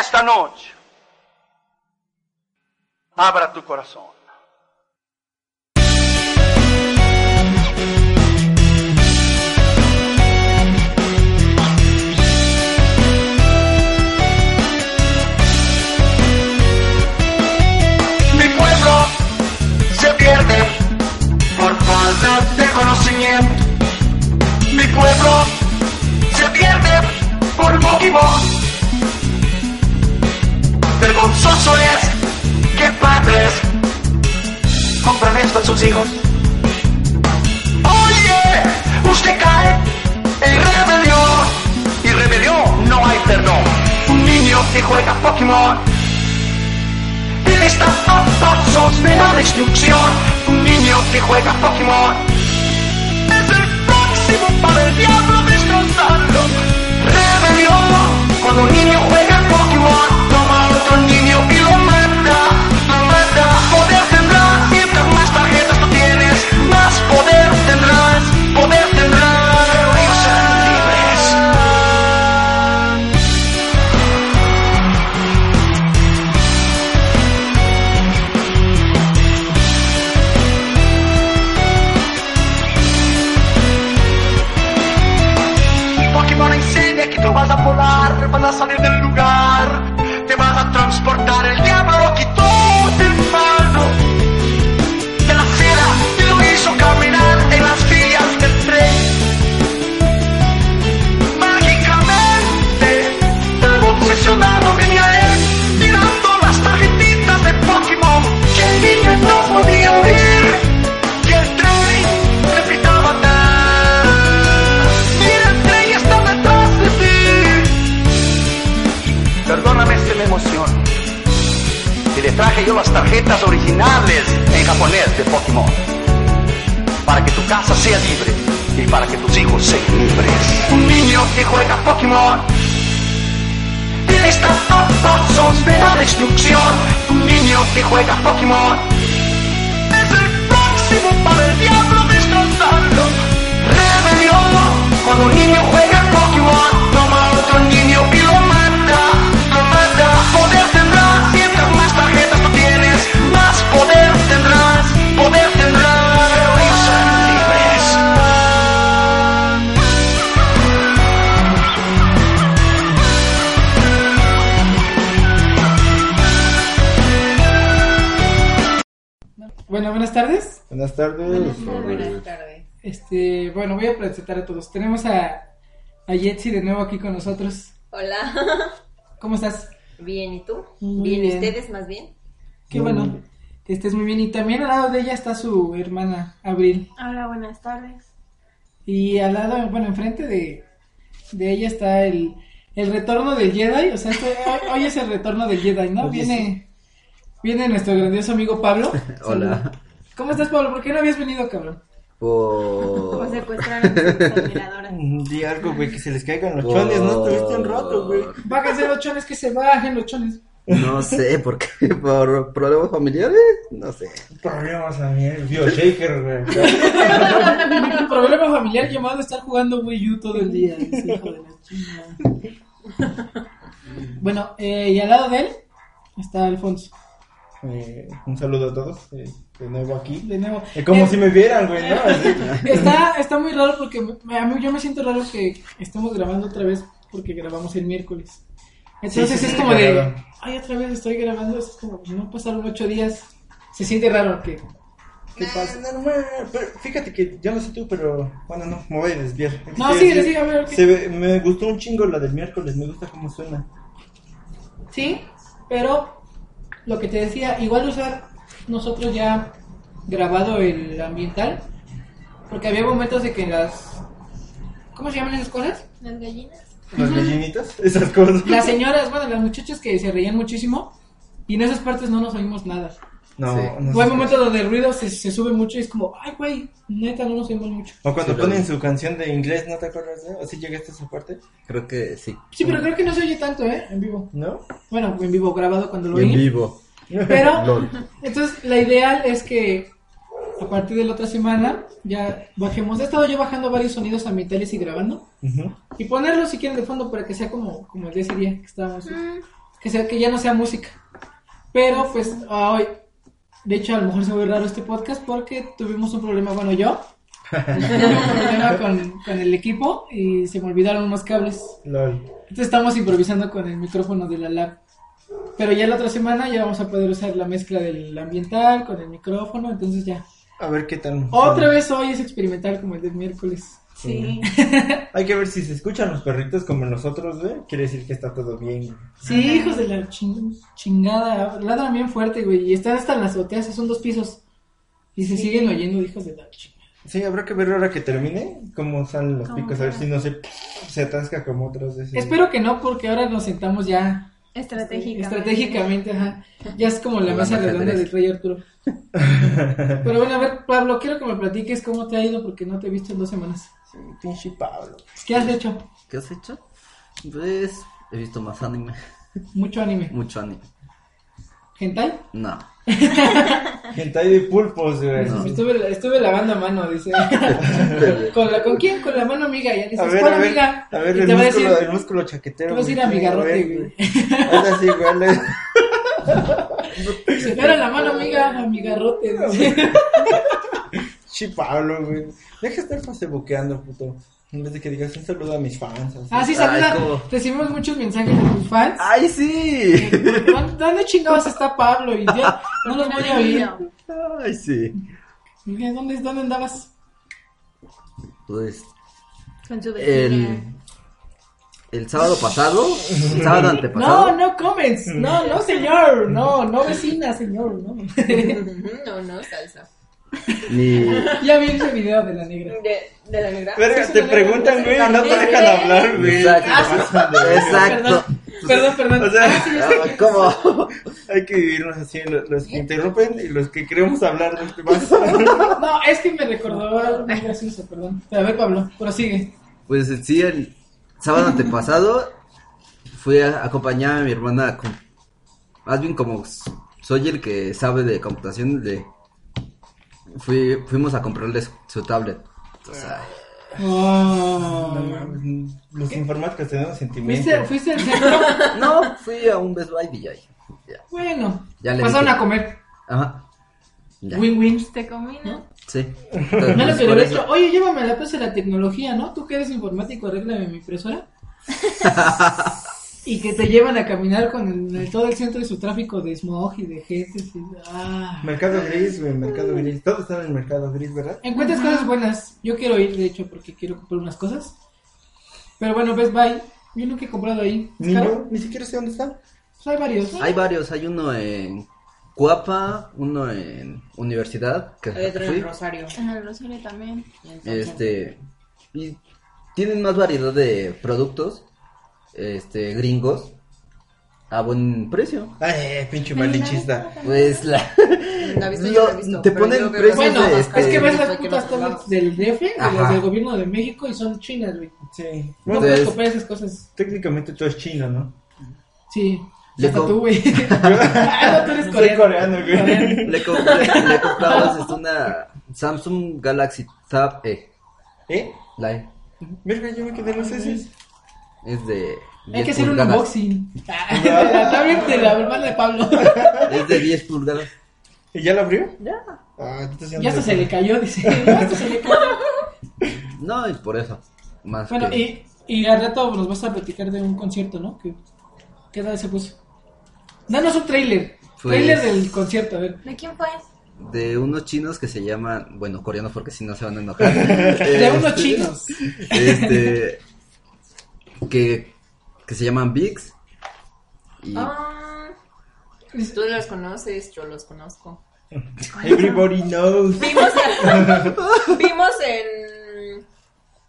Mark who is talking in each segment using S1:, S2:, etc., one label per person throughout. S1: esta noche, abra tu corazón.
S2: Mi pueblo se pierde por falta de conocimiento. Mi pueblo se pierde por motivo. Vergonzoso es que padres compran esto a sus hijos. Oye, usted cae en rebelión. Y rebelión no hay perdón. Un niño que juega Pokémon. Él está a pasos de la destrucción. Un niño que juega Pokémon. Es el próximo para el diablo destrozarlo. Rebelión. Cuando un niño juega Pokémon, toma a otro niño y lo mata. Lo mata. Poder tendrás. Mientras más tarjetas tú tienes, más poder tendrás. Poder tendrás. Pero ellos serán libres. Pokémon enseña que tú vas a volar, vas a salir del lugar, te vas a transportar. El diablo quitó de mano de la acera y lo hizo caminar en las vías del tren. Mágicamente, tan obsesionado venía él, mirando las tarjetitas de Pokémon que el niño no podía oír. Y el tren le pitaba tan. Mira, el tren está detrás de ti. Perdóname si me emociono. Y le traje yo las tarjetas originales en japonés de Pokémon. Para que tu casa sea libre y para que tus hijos sean libres. Un niño que juega Pokémon. Él está a pasos de la destrucción. Un niño que juega Pokémon. Es el próximo para el diablo destrozarlo. Rebelión. Cuando un niño juega Pokémon, toma a otro niño y lo mata. Lo mata. Poder tendrás. Mientras más tarjetas tú tienes, más poder tendrás. Poder tendrás. Pero ellos serán libres.
S3: Bueno, buenas tardes.
S4: Buenas tardes.
S5: Buenas tardes.
S3: Este, bueno, voy a presentar a todos. Tenemos a, a Yetsi de nuevo aquí con nosotros.
S5: Hola.
S3: ¿Cómo estás?
S5: Bien, ¿y tú?
S3: Muy
S5: bien,
S3: bien.
S5: ustedes más bien?
S3: Qué
S4: Muy
S3: bueno.
S4: bien.
S3: Que estés muy bien. Y también al lado de ella está su hermana, Abril.
S6: Hola, buenas tardes.
S3: Y al lado, bueno, enfrente de, de ella está el, el retorno del Jedi. O sea, este- hoy, hoy es el retorno del Jedi, ¿no?
S4: Oye,
S3: Viene, viene nuestro grandioso amigo Pablo.
S7: Hola.
S3: Salud. ¿Cómo estás, Pablo? ¿Por qué no habías venido, cabrón?
S6: O
S7: Por...
S6: secuestraron a sus admiradoras.
S4: Di algo, güey, que se les caigan los
S7: por-
S4: chones, ¿no? Tuviste un rato, güey.
S3: Bájense los chones, que se bajen los chones.
S7: No sé, ¿por qué? ¿Por problemas familiares? No sé.
S4: Problemas a mí, el Bio Shaker, güey.
S3: Un problema familiar llamado estar jugando Wii U todo el día. ese hijo de la chingada. Bueno, eh, y al lado de él está Alfonso.
S4: Eh, un saludo a todos, eh, de nuevo aquí.
S3: De nuevo.
S4: Es como
S3: Eh,
S4: si me vieran, güey, ¿no? Así.
S3: está, está muy raro porque me- a mí yo me siento raro que estemos grabando otra vez porque grabamos el miércoles. Entonces
S4: Sí, sí,
S3: es
S4: sí,
S3: como de,
S4: claro.
S3: ay, otra vez estoy grabando, es como, no pasaron ocho días. Se siente raro que... ¿Qué pasa?
S4: Ah, normal, pero fíjate que yo no sé tú, pero bueno, no, me voy a desviar.
S3: No,
S4: Sí,
S3: sigue,
S4: sí.
S3: sigue, a ver, ¿qué?
S4: Se ve- me gustó un chingo la del miércoles, me gusta cómo suena.
S3: Sí, pero lo que te decía, igual usar nosotros ya grabado el ambiental, porque había momentos de que las... ¿Cómo se llaman esas cosas?
S6: Las gallinas.
S4: Las gallinitas, esas cosas.
S3: Las señoras, bueno, las muchachas que se reían muchísimo y en esas partes no nos oímos nada.
S4: No,
S7: Sí.
S4: no.
S3: O hay
S4: sé.
S3: momentos donde el ruido se, se sube mucho y es como, ay, güey, neta, no nos oímos mucho.
S4: O cuando
S7: Sí, lo
S4: ponen
S7: vi.
S4: su canción de inglés, ¿no te acuerdas? ¿no? ¿Así llegaste a esa parte?
S7: Creo que sí.
S3: Sí,
S4: Mm.
S3: pero creo que no se oye tanto, ¿eh? En vivo.
S4: ¿No?
S3: Bueno, en vivo, grabado cuando lo
S7: Y en
S3: oí.
S7: vivo.
S3: Pero,
S7: Lol.
S3: entonces, la ideal es que a partir de la otra semana ya bajemos. He estado yo bajando varios sonidos ambientales y grabando.
S4: Ujú.
S6: Mm,
S3: Y ponerlos si quieren de fondo para que sea como, como el de ese día que estábamos. que, sea, que ya no sea música. Pero pues ah, hoy, de hecho a lo mejor se ve raro este podcast porque tuvimos un problema, bueno yo, tuve un problema con, con el equipo y se me olvidaron unos cables.
S4: LOL.
S3: Entonces estamos improvisando con el micrófono de la lab. Pero ya la otra semana ya vamos a poder usar la mezcla del ambiental con el micrófono, entonces ya.
S4: A ver qué tal.
S3: Otra vez hoy es experimental como el del miércoles.
S6: Sí.
S4: Hay que ver si se escuchan los perritos como nosotros, güey. Quiere decir que está todo bien. güey.
S3: Sí, hijos de la chin- chingada. Ladran bien fuerte, güey. Y están hasta en las azoteas, son dos pisos. Y se siguen oyendo, hijos de la chingada.
S4: Sí, habrá que ver ahora que termine cómo salen los
S6: ¿Cómo
S4: picos. A ver
S6: queda?
S4: si no se, se atasca como otras veces.
S3: Espero que no, porque ahora nos sentamos ya
S6: Estratégica.
S3: estratégicamente, ajá. Ya es como la mesa
S7: Jugando
S3: redonda
S7: ajedrez.
S3: del Rey Arturo. Pero bueno, a ver, Pablo, quiero que me platiques cómo te ha ido, porque no te he visto en dos semanas.
S4: Sí, pinche Pablo.
S3: ¿Qué has hecho?
S7: ¿Qué has hecho? Pues he visto más anime,
S3: Mucho anime.
S7: mucho anime.
S3: ¿Hentai?
S7: No,
S4: Hentai de pulpos, güey.
S7: No.
S4: Sí.
S3: Estuve, estuve lavando a mano, dice. ¿Con, la, ¿Con quién? Con la mano amiga. Ya dices,
S4: A ver,
S3: ¿cuál
S4: a ver,
S3: amiga?
S4: a ver
S3: Y
S4: el,
S3: te va
S4: músculo,
S3: a decir,
S4: el músculo chaquetero.
S3: te vas a ir a
S4: güey.
S3: amigarrote,
S4: A ver,
S3: güey.
S4: Ahora sí, güey. le-
S3: si fuera la mano amiga, amigarrote. dice.
S4: Sí, Pablo, güey. Deja de estar facebookeando, puto. En vez de que digas un saludo a mis fans. así.
S3: Ah, sí,
S7: Ay,
S3: saluda.
S7: cómo.
S3: Recibimos muchos mensajes de tus fans.
S7: ¡Ay, sí!
S3: ¿Dónde dónde chingados está Pablo? Y yo no los voy a oír.
S7: ¡Ay, sí!
S3: Dije, ¿Dónde, ¿Dónde andabas?
S7: Pues
S6: Con su vecina.
S7: el, el sábado pasado, el sábado antepasado,
S3: No, no comments.
S4: Mm.
S3: No, no, señor. No, no vecina, señor. No.
S5: No, no, salsa.
S7: mi,
S3: ya vi ese video de la negra.
S5: ¿De, de la negra?
S4: Verga, te preguntan, güey, y no te
S3: ¿eh?
S4: dejan hablar, güey. Ah,
S7: Exacto. Exacto.
S3: Perdón, perdón. perdón.
S4: O sea,
S7: Ah, ¿Cómo?
S4: hay que vivirnos así, lo- los, que interrumpen y los que queremos hablar de este más.
S3: No, es que me recordó algo muy gracioso, perdón. Pero a ver, Pablo, prosigue.
S7: Pues sí, el sábado antepasado fui a acompañar a mi hermana, a com- más bien como s- soy el que sabe de computación, le fui, fuimos a comprarle su, su tablet. O
S5: Ah.
S7: sea,
S4: No, mames, los informáticos tenemos
S3: Oh. ¿Fuiste,
S4: sentimientos.
S3: ¿Fuiste al centro?
S7: no, fui a un Best Buy y ya. ya.
S3: Bueno,
S7: Ya le
S3: pasaron
S7: dije.
S3: a comer.
S7: Ajá. Ya,
S3: Win-win.
S6: ¿Te combina?
S7: sí.
S3: No
S7: Entonces,
S3: les hubiera
S7: por
S3: dicho,
S7: eso-
S3: oye, llévame a la plaza de la tecnología, ¿no? Tú que eres informático, arréglame mi impresora. y que te llevan a caminar con el- el- todo el centro y su tráfico de smog y de gente. y- ah.
S4: Mercado gris, güey, mercado gris. Todos están en mercado gris, ¿verdad?
S3: Encuentras cosas buenas. Yo quiero ir, de hecho, porque quiero comprar unas cosas. Pero bueno, Best Buy, yo nunca he comprado ahí. ¿Es
S4: Ni
S3: caro?
S4: yo, ni siquiera sé dónde están.
S3: Pues hay varios.
S7: Hay varios, hay uno en Cuapa, uno en Universidad, que
S5: Hay otro
S7: fui.
S5: en Rosario.
S6: En el Rosario también.
S7: Este. Y tienen más variedad de productos. Este, gringos. A buen precio.
S4: Ay, pinche malinchista.
S7: Pues la.
S5: Mm, La visto,
S7: Lo-
S5: yo la he visto,
S7: te
S5: pero
S7: ponen
S5: yo veo las
S7: precios
S3: Bueno,
S7: de,
S5: cosas
S7: este-
S5: más
S3: es que ves
S5: caras
S3: las
S5: que
S3: putas
S5: nosotros
S3: tablets del DF, de las
S7: Ajá.
S3: del gobierno de México, y son chinas, güey.
S4: Sí.
S3: No
S4: Bueno,
S7: Entonces-
S3: puedes comprar esas cosas.
S4: técnicamente todo es chino, ¿no?
S3: Sí.
S7: Le
S3: Hasta
S7: com-
S3: tú, güey. ah, no, tú eres
S4: Soy
S3: coreano.
S4: coreano, güey.
S7: Le compré, le compramos este, una Samsung Galaxy Tab E.
S4: ¿Eh?
S7: La E.
S4: Verga, yo me quedé en los heces.
S7: Es de. 10
S3: Hay que hacer un
S7: pulgadas.
S3: unboxing. Ah, de la tablet de la hermana de Pablo.
S7: Es de 10 pulgadas.
S4: ¿Y ya lo abrió? Ya. Ah, entonces
S3: ya
S4: no
S3: hasta
S4: sé.
S3: se le cayó, dice. Ya hasta se le cayó.
S7: No, es por eso. Más
S3: Bueno,
S7: que-
S3: y, y al rato nos vas a platicar de un concierto, ¿no? ¿Qué, qué tal se puso? Danos un trailer.
S7: Pues-
S3: Trailer del concierto, a ver.
S6: ¿De quién fue?
S7: De unos chinos que se llaman. Bueno, coreanos porque si no se van a enojar.
S3: De unos
S7: Este,
S3: chinos.
S7: este que, que se llaman Bigs y
S5: Ah, Tú los conoces, yo los conozco.
S4: Everybody knows.
S5: Vimos en, vimos en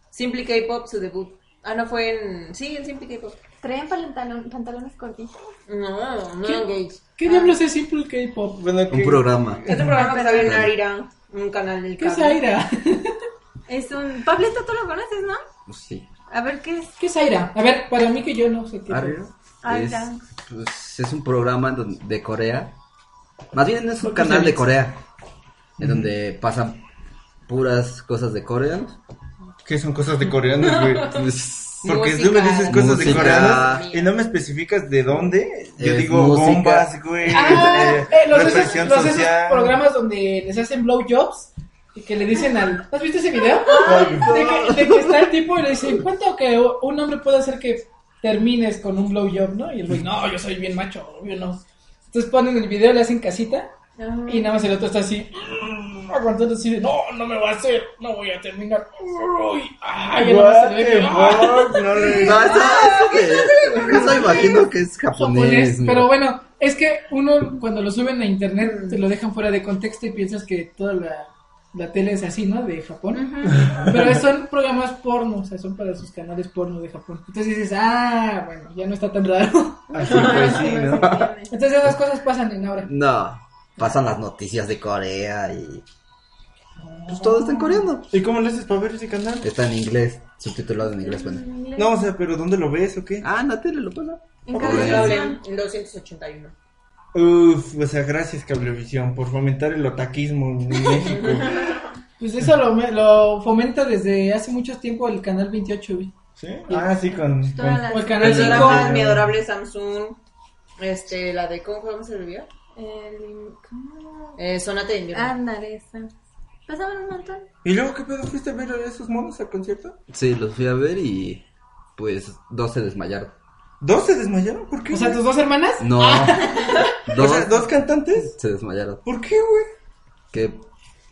S5: Simple K-Pop su debut. Ah, no, fue en... Sí, en Simple K-Pop.
S6: ¿Traían pantalon- pantalones cortitos?
S5: No, no
S3: ¿Qué?
S5: en Gates.
S3: ¿Qué diablos es Simple K-Pop?
S4: Bueno,
S7: un
S4: que-
S7: programa.
S5: Es un Este programa que sale en Arira, un canal del
S3: ¿Qué es
S5: cable.
S3: Aira?
S6: Es un... Pablito, tú lo conoces, ¿no?
S7: Sí.
S6: A ver qué es.
S3: ¿Qué es Aira? A ver, para mí que yo no sé qué es.
S7: Arriba.
S6: Ay,
S7: Es,
S6: ya.
S7: pues, es un programa en donde- de Corea. Más bien es un
S3: Porque
S7: canal
S3: se
S7: de
S3: ve.
S7: Corea. En donde pasan puras cosas de coreanos.
S4: Que son cosas de coreanos, güey.
S7: Pues,
S4: Porque tú me dices cosas de
S7: Música.
S4: coreanos y no me especificas de dónde. Yo
S7: Es
S4: digo
S7: música.
S4: bombas, güey.
S3: Ah,
S4: eh,
S3: eh, los, esos,
S4: represión
S3: los esos
S4: social.
S3: programas donde les hacen blowjobs y que le dicen al. ¿Has visto ese video? De que, de que está el tipo y le dice: ¿Cuánto que un hombre puede hacer que termines con un blowjob, no? Y el güey, no, yo soy bien macho, obvio no. Entonces ponen el video, le hacen casita
S5: Ah.
S3: y nada más el otro está así. mm, Aguantando así de: No, no me va a hacer, no voy a terminar. Uy, ay, ya nada más se le ve que, ah,
S4: What the fuck? No le-
S7: No, eso, eso que- eso imagino que es japonés.
S3: japonés,
S7: mira.
S3: pero bueno, es que uno cuando lo suben a internet te lo dejan fuera de contexto y piensas que toda la, la tele es así, ¿no? De Japón. Pero son programas porno, o sea, son para sus canales porno de Japón. Entonces dices, ah, bueno, ya no está tan raro.
S4: Así pues sí, ¿no?
S3: Entonces esas cosas pasan en ahora.
S7: No, pasan las noticias de Corea y... Pues todo está en coreano.
S4: ¿Y cómo le haces para ver ese canal?
S7: Está en inglés, subtitulado en inglés, bueno.
S4: No, o sea, pero ¿dónde lo ves o qué?
S7: Ah, en la tele lo pasa.
S6: En
S7: Pues-
S6: cable.
S5: 281.
S4: Uf, o sea, gracias Cablevisión por fomentar el otaquismo en México.
S3: Pues eso lo, me- lo fomenta desde hace mucho tiempo el canal 28, güey.
S4: ¿Sí? Ah, sí, con...
S6: Todas
S4: con...
S6: las.
S3: O el
S5: El
S3: canal
S5: drama,
S3: 5.
S5: mi adorable Samsung. Este, la de ¿cómo cómo se olvidó?
S6: el- ¿cómo?
S5: Eh, Sonate de invierno.
S6: Ándale, esa. Pasaban un montón.
S4: ¿Y luego qué pedo fuiste a ver a esos monos al concierto?
S7: Sí, los fui a ver y... Pues dos se desmayaron.
S4: ¿Dos se desmayaron? ¿Por qué?
S3: O sea,
S4: güey?
S3: tus dos hermanas.
S7: No,
S4: O
S7: dos
S4: sea, ¿dos cantantes?
S7: se desmayaron.
S4: ¿Por qué, güey?
S7: Que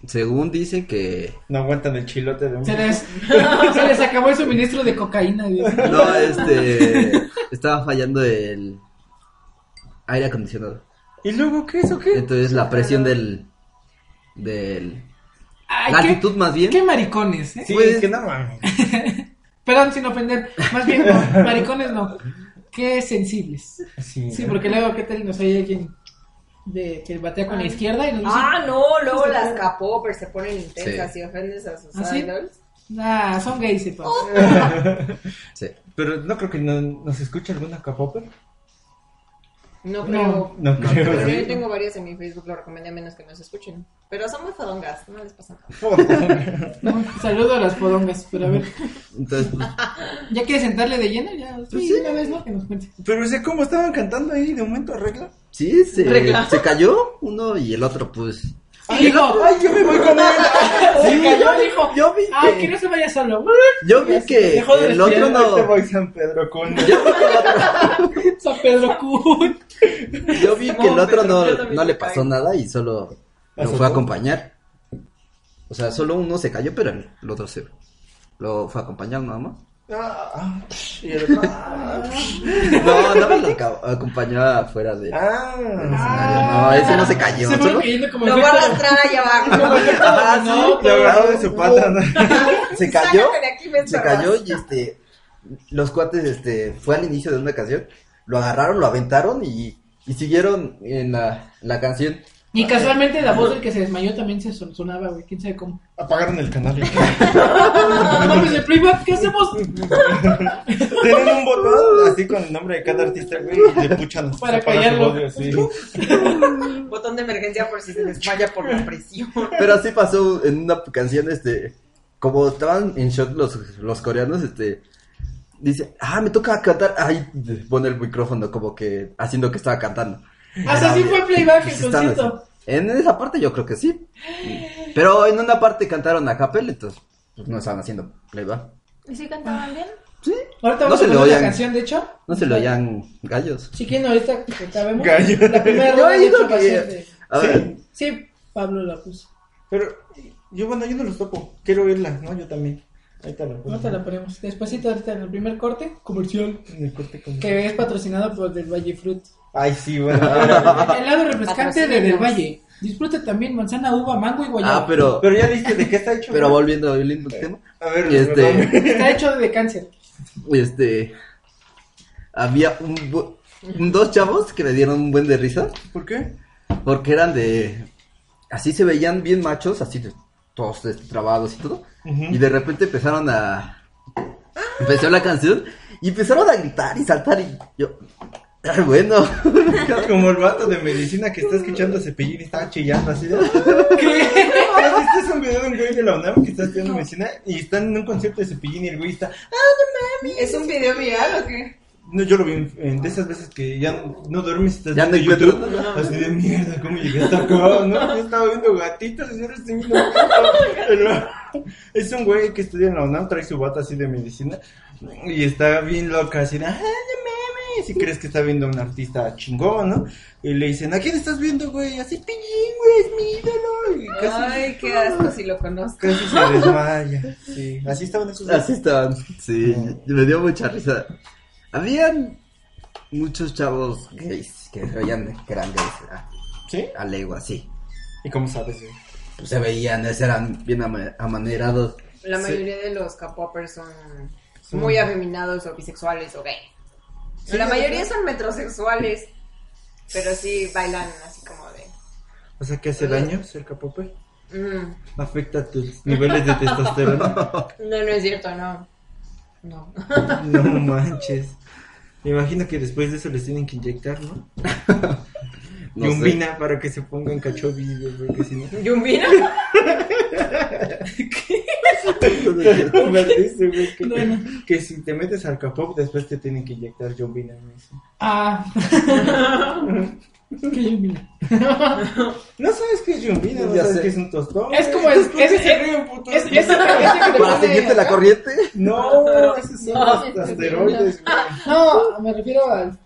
S7: según dice que...
S4: No aguantan el chilote de un...
S3: Se les, se les acabó el suministro de cocaína, güey.
S7: No, este... Estaba fallando el... Aire acondicionado.
S4: ¿Y luego qué es o qué?
S7: Entonces la presión del... Del...
S3: Ay,
S7: La
S3: qué-
S7: actitud más bien.
S3: Qué maricones, ¿eh?
S4: Sí,
S7: Pues-
S4: es que no mames.
S3: Perdón, sin ofender. Más bien, no, maricones no. Qué sensibles.
S4: Sí,
S3: Sí,
S4: ¿no?
S3: porque luego, ¿qué tal? No sé, hay alguien de, que batea con la izquierda y nos dice,
S5: Ah, no, luego las capopers se ponen intensas
S7: Sí.
S5: y ofendes a sus
S3: ¿Ah, sí?
S5: idols.
S3: ah, son gays, y todo.
S5: Oh.
S7: Sí.
S4: Pero no creo que no- nos escuche alguna capopper.
S5: No
S3: No.
S5: creo.
S4: No
S7: No
S4: creo.
S7: creo.
S5: Pero yo tengo varias en mi Facebook, lo recomendé a menos que nos escuchen. Pero son muy fodongas, no les pasa nada.
S4: Joder.
S3: No, saludo a las podongas, pero a ver.
S7: Entonces, pues,
S3: ¿Ya quieres sentarle de lleno? Ya, sí,
S7: sí.
S3: una vez, ¿no? Que nos cuente.
S4: Pero, o sea, ¿cómo estaban cantando ahí de momento arregla?
S7: sí, se,
S5: Regla.
S7: se cayó uno y el otro, pues...
S3: Y dijo,
S4: ¡Ay, yo me voy con él!
S3: se cayó, dijo,
S7: Yo vi
S3: ay,
S7: que-
S3: que no se vaya solo.
S7: Yo vi que
S3: dejó de
S7: el otro
S4: Este
S7: no.
S4: voy San Pedro con...
S3: San Pedro Kun.
S7: Yo vi que el
S5: No,
S7: otro
S5: pero yo
S7: no,
S5: también
S7: no
S5: me
S7: le pasó
S5: caigo.
S7: nada y solo lo
S4: ¿Azotó?
S7: fue a acompañar. O sea, solo uno se cayó, pero el el otro se lo fue a acompañar nada más.
S4: Ah, y el otro, ah,
S7: No, no me lo aca- acompañó afuera de.
S4: ah.
S7: No, ese no se cayó,
S3: Ah, Se fueron
S7: solo- Ah,
S3: cayendo como
S5: Lo
S3: efecto-
S5: voy a arrastrar allá abajo.
S7: Ajá,
S3: Pues No, no,
S4: Lo agarró de su pata. ¿no?
S7: Se cayó.
S5: Sácate de aquí, me
S7: Se
S5: encerras.
S7: cayó y este. Los cuates, este. Fue al inicio de una canción. Lo agarraron, lo aventaron y, y siguieron en la, la canción.
S3: Y casualmente la voz del que se desmayó también se son- sonaba, güey. ¿Quién sabe cómo?
S4: Apagaron el canal.
S3: No mames, el playback, ¿qué hacemos?
S4: Tienen un botón así con el nombre de cada artista, güey, y le puchan.
S3: Para
S4: apagar
S3: callarlo.
S4: su voz, sí.
S5: Botón de emergencia por si se desmaya por la presión.
S7: Pero así pasó en una canción, este, como estaban en shock los, los coreanos, este, dice, ah, me toca cantar, ahí pone el micrófono como que haciendo que estaba cantando.
S3: O sea, sí fue playback
S7: Pues
S3: el
S7: estaban
S3: concierto.
S7: así. En esa parte yo creo que sí. Pero en una parte cantaron a capella, entonces pues, no estaban haciendo playback.
S6: ¿Y si cantaban bien?
S3: Ahorita
S7: No
S3: vamos
S7: se
S3: a
S7: le
S3: poner la
S7: oían.
S3: canción, de hecho.
S7: No se lo oían gallos.
S3: Si quieren, ahorita que acabemos.
S4: Gallo.
S3: La primera
S7: Yo
S3: ronda, de
S7: digo
S3: hecho, va a
S7: que-
S3: ser de-
S7: A ver,
S3: Sí, Pablo la puso.
S4: Pero yo, bueno, yo no los topo. Quiero oírla, ¿no? Yo también. Ahí te la pongo.
S3: No te la ponemos. Despuésito, ahorita en el primer corte comercial.
S4: En el corte con-
S3: Que es patrocinado por Del Valle Fruit.
S4: Ay, sí, bueno.
S3: El lado refrescante de Del
S5: Patrocínanos.
S3: Valle. Disfrute también manzana, uva, mango y guayaba.
S7: ah, pero,
S4: Pero pues ya viste de qué está hecho.
S7: pero
S4: güey?
S7: volviendo al lindo tema.
S4: A ver,
S7: Y este,
S3: Está hecho de cáncer.
S7: este, había un bu- dos chavos que me dieron un buen de risa.
S4: ¿Por qué?
S7: Porque eran de. Así se veían bien machos, así de- todos este, trabados y todo.
S4: Ujú.
S7: Y de repente empezaron a. Empezó la canción y empezaron a gritar y saltar. Y yo. Ay, bueno.
S4: Como el vato de medicina que está escuchando a Cepillín y está chillando así. de-
S3: ¿Qué?
S4: ¿Has visto ese video de un güey de la UNAM que está estudiando medicina y están en un concierto de Cepillín y el güey está, ah, no mames.
S5: ¿Es un video viral o qué?
S4: No, yo lo vi en, en- de esas veces que ya no duermes y estás
S7: Ya no
S4: viendo
S7: encuentro-
S4: Así de mierda, ¿cómo llegué hasta acá? No, yo estaba viendo gatitos y ahora estoy viendo
S7: Oh
S4: gatos. Pero Es un güey que estudia en la UNAM, trae su bata así de medicina y está bien loca, así de, ¡ah, de memes! Y crees que está viendo a un artista chingón, ¿no? Y le dicen, ¿a quién estás viendo, güey? Así, pillín, güey, es mi ídolo. Y casi,
S5: Ay, qué asco si lo conozco.
S4: casi se desmaya. Sí, así estaban esos
S7: Así estaban. Sí, me dio mucha risa. Habían muchos chavos gays que se veían que eran gays. era
S4: ¿Sí?
S7: A legua, sí.
S4: ¿Y cómo sabes, güey?
S7: Pues se veían, ese eran bien ama- amanerados.
S5: La
S7: Sí.
S5: mayoría de los K-popers son muy afeminados o bisexuales o gay.
S4: Sí,
S5: la
S4: ya
S5: mayoría
S4: ves.
S5: son metrosexuales, pero sí bailan así como de.
S4: O sea, que hace
S5: Ah.
S4: daño ser K-popper.
S5: mm,
S4: afecta tus niveles de testosterona.
S5: No, no es cierto, no. No.
S4: No manches. Me imagino que después de eso les tienen que inyectar, ¿no?
S7: No sé.
S4: Yumbina para que se pongan cachovillos, porque si no.
S5: ¿Yumbina?
S4: Me dice, güey, que, que si te metes al K-pop, después te tienen que inyectar yumbina. me dice.
S3: Ah. Qué yumbina.
S4: No sabes qué es yumbina, no
S7: Ya
S4: sabes
S7: sé.
S4: qué es un tostón.
S3: Es como
S4: güey.
S3: es, es, es, es, es, es-
S7: Para seguirte la corriente.
S4: No, esos son
S3: No,
S4: los asteroides, güey.
S3: No, me refiero al,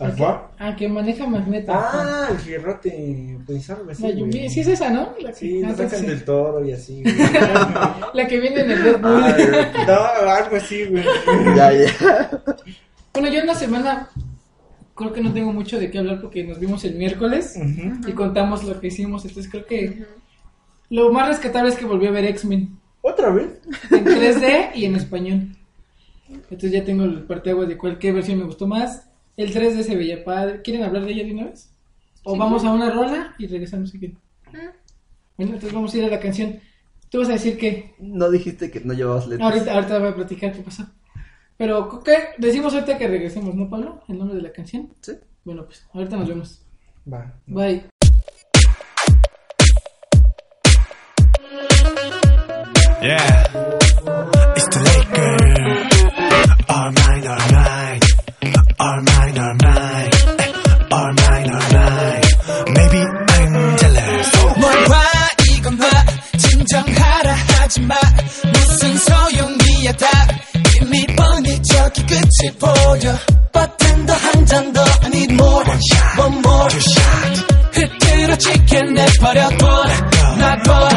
S4: ¿Al cual?
S3: al que maneja Magneto.
S4: Ah, el fierrote. Pensaba así,
S3: la
S4: güey.
S3: yumbina. Sí es esa, ¿no? La que,
S4: Sí,
S3: ah,
S4: lo
S3: entonces
S4: sacan
S3: sí.
S4: del toro y así. güey.
S3: La que viene en el Red Bull.
S4: Ay, no, algo así, güey.
S7: Ya, ya.
S3: Bueno, yo en la semana creo que no tengo mucho de qué hablar porque nos vimos el miércoles
S4: Ujú.
S3: y contamos lo que hicimos. Entonces creo que lo más rescatable es que volví a ver X-Men
S4: ¿Otra vez?
S3: en 3D y en español. Entonces ya tengo el parteaguas de cuál qué versión me gustó más. El 3D se veía padre. ¿Quieren hablar de ella de una vez? O vamos a una rola y regresamos aquí.
S4: Ah.
S3: Bueno, entonces vamos a ir a la canción. Tú vas a decir que
S7: No dijiste que no llevabas letras.
S3: Ahorita, ahorita voy a platicar qué pasó. Pero creo que decimos ahorita que regresemos, ¿no, Pablo? El nombre de la canción.
S7: Sí.
S3: Bueno, pues ahorita nos vemos.
S4: Va.
S3: Bye.
S8: Yeah, it's the late girl. All mine, all mine. All mine, all mine. All mine, all mine. Maybe I'm jealous.
S9: 뭘 봐, 이건 봐, 진정하라 하지 마. 무슨 소용이야, 다 이미 뻔히 저기 끝이 보여. 버튼도 한 잔 더, I need more, one more. 흩트러 치켜내버려, 돌아, 놔둬.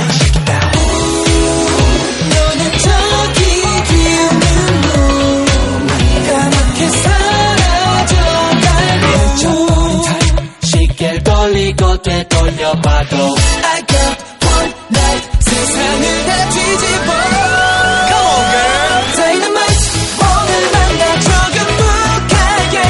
S9: 너는 저기 기우는 눈 까맣게 사라져가고 쉽게 떨리고 되돌려봐도 I got one night 세상을 다 뒤집어 Come on girl Dynamite 오늘 만나 조금 묵하게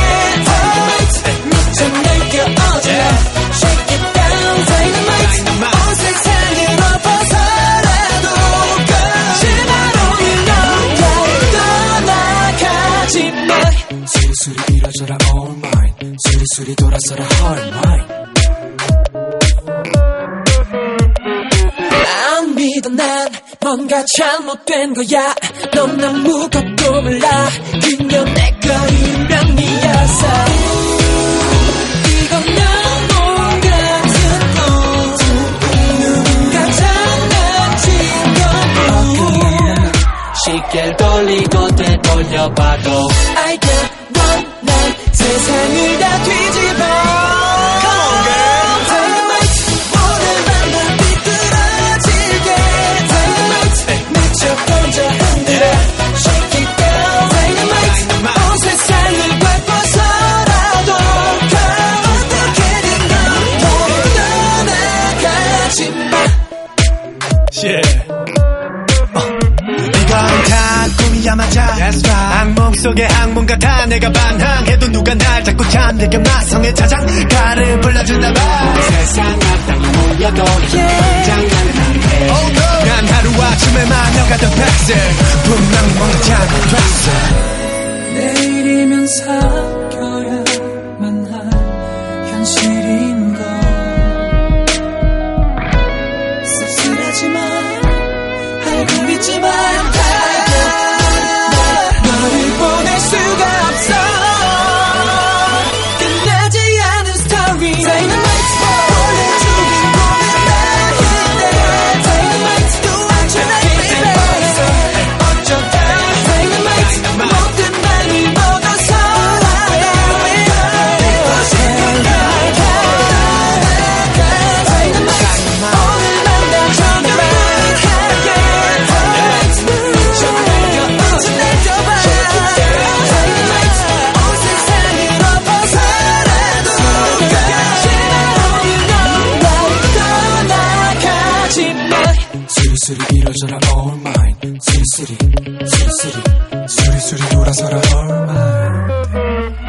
S9: Dynamite 미쳐 날겨오자 Shake it down Dynamite 온 세상으로 벗어나도 거짓말로 날 떠나가지 마 수리수리 이뤄져라 all mine 수리수리 돌아서라 all mine 안 믿어 난 뭔가 잘못된 거야 넌 난 무겁고 몰라 그냥 내가 인명이었어 이건 난뭐 같은 꿈 누군가 장난친 거고 쉽게 돌리고 되돌려봐도 I get one night 세상을 다 뒤집어 Come on girl Dynamite 오늘 만나 삐뚤어질게 Dynamite 미쳐 던져 흔들어 Shake it down Dynamite 온 세상을 밟아서라도 어떻게든 넌 떠나가지 마
S8: Yeah. 이건 다 꿈이야 맞아 악몽 속의 악몽 같아 내가 반항해도 누가 날 자꾸 잠들게 마성의 자장가를 불러주나 봐 세상 앞땅에 몰려도는 장난은 안해 난 하루아침에 마녀가던 백색 분명 멍청한 백색
S9: 내일이면 사겨야 서로 홀만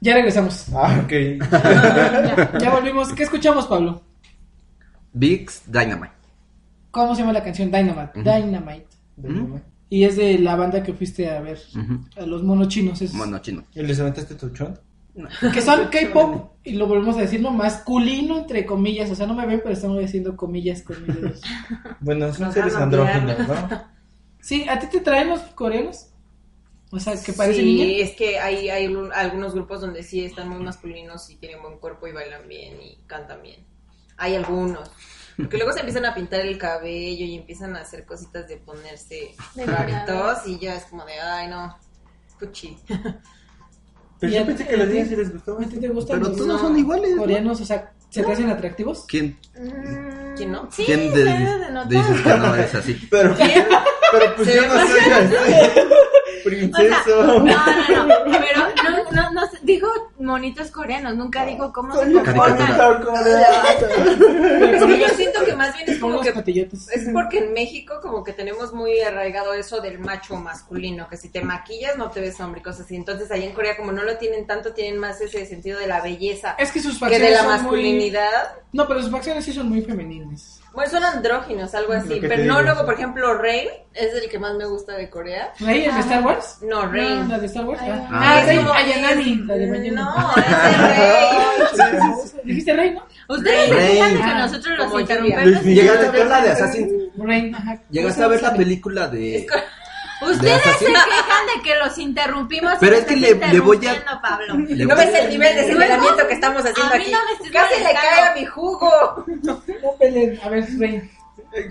S3: Ya regresamos.
S4: Ah, ok.
S3: Ya volvimos. ¿Qué escuchamos, Pablo?
S7: Big's Dynamite.
S3: ¿Cómo se llama la canción? Dynamite. Dynamite.
S7: ¿Mm?
S3: Y es de la banda que fuiste a ver.
S7: Ujú.
S3: A los monos chinos. esos.
S7: Mono chino.
S4: ¿Y les aventaste tu chon?
S3: Que son K-pop, y lo volvemos a decirlo, masculino, entre comillas. O sea, no me ven, pero estamos diciendo comillas con mis dedos.
S4: Bueno, son
S5: Nos
S4: seres
S5: van a odiar.
S4: andróginos, ¿no?
S3: Sí, ¿a ti te traen los coreanos? O sea, que parece
S5: sí,
S3: niña.
S5: es que hay, hay un- algunos grupos donde sí están muy masculinos y tienen buen cuerpo y bailan bien y cantan bien. Hay algunos. Porque luego se empiezan a pintar el cabello y empiezan a hacer cositas de ponerse
S6: De
S5: raritos y ya es como de, ay, no, cuchi.
S4: Pero
S3: Y a-
S4: yo pensé que los niños sí les gustaba.
S3: ¿A ti te gustan
S7: Pero
S3: los
S7: todos son iguales. ¿no?
S3: coreanos? O sea, ¿se te hacen atractivos?
S7: ¿Quién,
S5: ¿Quién no?
S6: Mm, Sí,
S7: quién
S6: se
S7: de-
S6: debe de notar.
S7: dices que no es así?
S4: Pero, pero pues yo no soy así.
S6: O sea,
S4: Princeso.
S6: no, no, no, pero no, no, no, sé, digo monitos coreanos, nunca digo cómo se comportan.
S7: Caricatura.
S5: Es que yo siento que más bien es
S3: Con
S5: como
S3: los
S5: que
S3: patillotes.
S5: Es porque en México como que tenemos muy arraigado eso del macho masculino, que si te maquillas no te ves hombre y cosas así. Entonces ahí en Corea como no lo tienen tanto, tienen más ese sentido de la belleza
S3: Es que sus
S5: que de
S3: facciones
S5: la
S3: son muy...
S5: masculinidad.
S3: No, pero sus facciones sí son muy femeninas.
S5: Bueno, son andróginos, algo
S4: Es lo
S5: así.
S4: que
S5: Pero
S4: te
S5: no
S4: digo.
S5: luego, por ejemplo, Rey es el que más me gusta de Corea.
S3: ¿Rey, el de Star Wars?
S5: No, Rey.
S3: No, ¿La de Star Wars? Ah,
S7: Ah,
S3: Ah, Rey,
S5: no,
S3: Ayanami. La de
S5: No,
S3: Mañana.
S5: es el Rey.
S3: eh. ¿Dijiste Rey, no? Ah,
S6: Ustedes
S7: Rey.
S6: empiezan a
S3: Rey.
S6: que nosotros los
S5: Como lluvia.
S6: interrumpemos. y
S7: ¿Llegaste a
S6: nos
S7: ver la de
S6: dejan-
S7: Assassin?
S3: Rey, ajá.
S7: ¿Llegaste a ver la película de...?
S6: Ustedes se
S7: Assassin?
S6: quejan de que los interrumpimos. y
S7: Pero
S6: me
S7: es que
S6: estás
S7: le- le voy a-
S6: interrumpiendo, Pablo.
S7: Le-
S5: ¿No ves el nivel de
S6: Luego,
S5: señalamiento que estamos haciendo
S6: a mí
S5: aquí?
S6: no me estés
S5: Casi le
S6: molestando.
S5: cae a mi jugo.
S3: No peleen. A ver, Rey.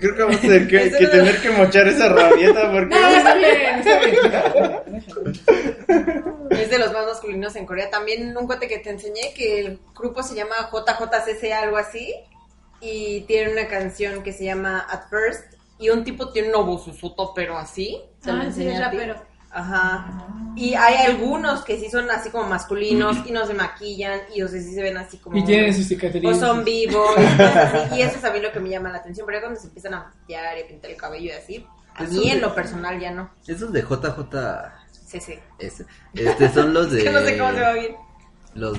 S4: Creo que vamos a tener que, que tener que mochar esa rabieta porque...
S3: No, está bien, está bien.
S5: Es de los más masculinos en Corea. También un cuate que te enseñé que el grupo se llama JJCC, algo así. Y tiene una canción que se llama At First. Y un tipo tiene un obususoto, pero así. Se lo
S6: Ah, sí,
S5: enseñé
S6: es
S5: a ti.
S6: rapero.
S5: Ajá. Y hay algunos que sí son así como masculinos y no se maquillan y o sea, sí se ven así como.
S3: Y tienen sus
S5: O
S3: cicatrices. Pues
S5: son vivos. y cosas así. Y eso es a mí lo que me llama la atención. Pero ya cuando se empiezan a maquillar y a pintar el cabello y así, a
S7: Eso
S5: mí en
S7: de-
S5: lo personal ya no.
S7: Esos de JJS.
S5: Sí, sí.
S7: Este son los de...
S5: Que no sé cómo se va bien.
S7: los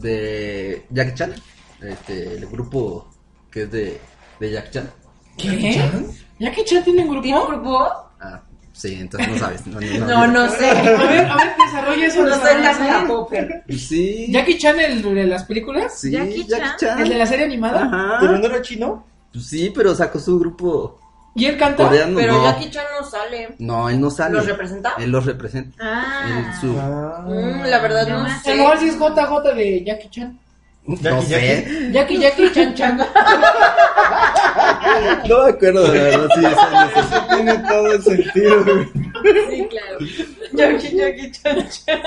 S7: de Jack Chan, este, el grupo que es de, de Jack Chan.
S3: ¿Qué? ¿Ya que Chan tiene un
S5: ¿Tiene un
S3: grupo?
S5: grupo?
S7: Ah, sí, entonces no sabes. No, no,
S5: No, no sé.
S3: A ver, a ver, desarrolla eso.
S5: No soy
S3: desarrolla
S5: tan
S3: eso.
S5: capoper.
S7: Sí,
S3: ¿Jackie Chan el de las películas?
S7: sí,
S6: Jackie
S7: Jackie,
S6: Chan.
S7: Chan.
S3: ¿El de la serie animada?
S4: ¿Pero
S7: Ajá.
S4: no era chino?
S7: Pues Sí, pero sacó su grupo
S3: ¿Y él canta?
S7: coreano.
S5: Pero
S7: no.
S5: Jackie Chan no sale.
S7: No, él no sale.
S5: ¿Los representa?
S7: Él los representa.
S6: Ah,
S7: Él su-
S5: Mm, la verdad no,
S6: No,
S3: A
S5: sé.
S3: lo mejor sí es JJ de Jackie Chan.
S7: no
S4: Jackie,
S7: sé.
S3: Jackie, Jackie, Chan, Chan.
S7: No me acuerdo, la verdad, sí, sí, sí, sí.
S4: Eso tiene todo el sentido, güey.
S5: Sí, claro.
S3: Jackie, Jackie, Chan, Chan.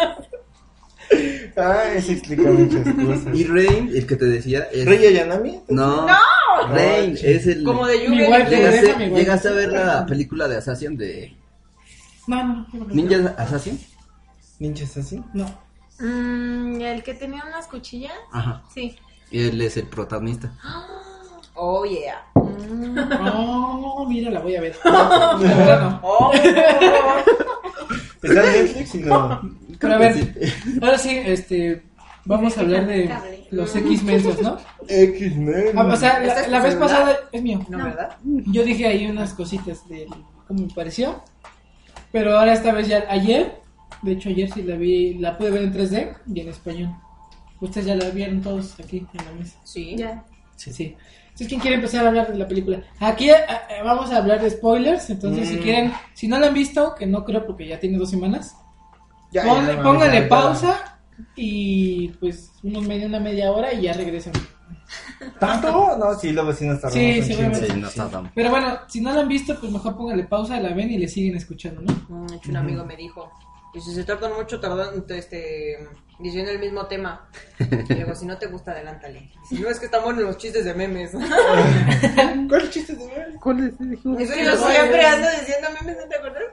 S4: Ah, eso explica muchas cosas.
S7: Y Rain, el que te decía. Es...
S4: ¿Rey Ayanami?
S7: No. Rain, es el.
S5: Como de
S3: Mi
S5: lluvia.
S3: wife.
S7: Llegaste,
S3: Déjame, güey.
S7: llegaste a ver la película de Assassin de
S3: No, no, no. no.
S7: Ninja Assassin.
S4: ¿Ninja Assassin?
S3: No.
S6: mm, el que tenía unas cuchillas.
S7: Ajá.
S6: Sí.
S7: Él es el protagonista.
S5: Oh, yeah.
S3: Oh, mira, la voy a ver. La verdad no.
S5: Oh,
S4: ¿Está en Netflix? No.
S3: Pero a ver,
S7: Sí.
S3: ahora sí, este, vamos a hablar de los X-Mensos, ¿no?
S4: X-Men.
S3: Ah, O sea,
S5: ¿Este
S3: la,
S5: es
S3: la
S5: tu
S3: vez
S5: celular?
S3: pasada es mío.
S5: no, ¿verdad?
S3: Yo dije ahí unas cositas de cómo me pareció. Pero ahora esta vez ya ayer, de hecho ayer sí la vi, la pude ver en 3D y en español. Ustedes ya la vieron todos aquí en la mesa.
S5: Sí.
S6: Ya.
S3: Sí, sí. Entonces, ¿quién quiere empezar a hablar de la película? Aquí eh, eh, vamos a hablar de spoilers, entonces si
S4: Mm.
S3: quieren, si no la han visto, que no creo porque ya tiene dos semanas,
S4: Ya, ya,
S3: pon-
S4: no,
S3: pónganle
S4: ya, ya.
S3: pausa y pues unos media, una media hora y ya regresan.
S4: ¿Tanto? No, sí, luego sí nos tardamos
S3: Sí,
S4: un chingo.
S3: seguramente.
S7: Sí, no está tan-
S3: Pero bueno, si no la han visto, pues mejor pónganle pausa, la ven y le siguen escuchando, ¿no?
S5: Mm, de hecho, un amigo me dijo. Y si se tardan mucho, tardan este, diciendo el mismo tema. Y luego, si no te gusta, adelántale. Y Si no, es que están buenos los chistes de memes.
S4: ¿Cuál chiste de ver?
S5: Eso yo siempre ando diciendo memes, ¿no te acuerdas?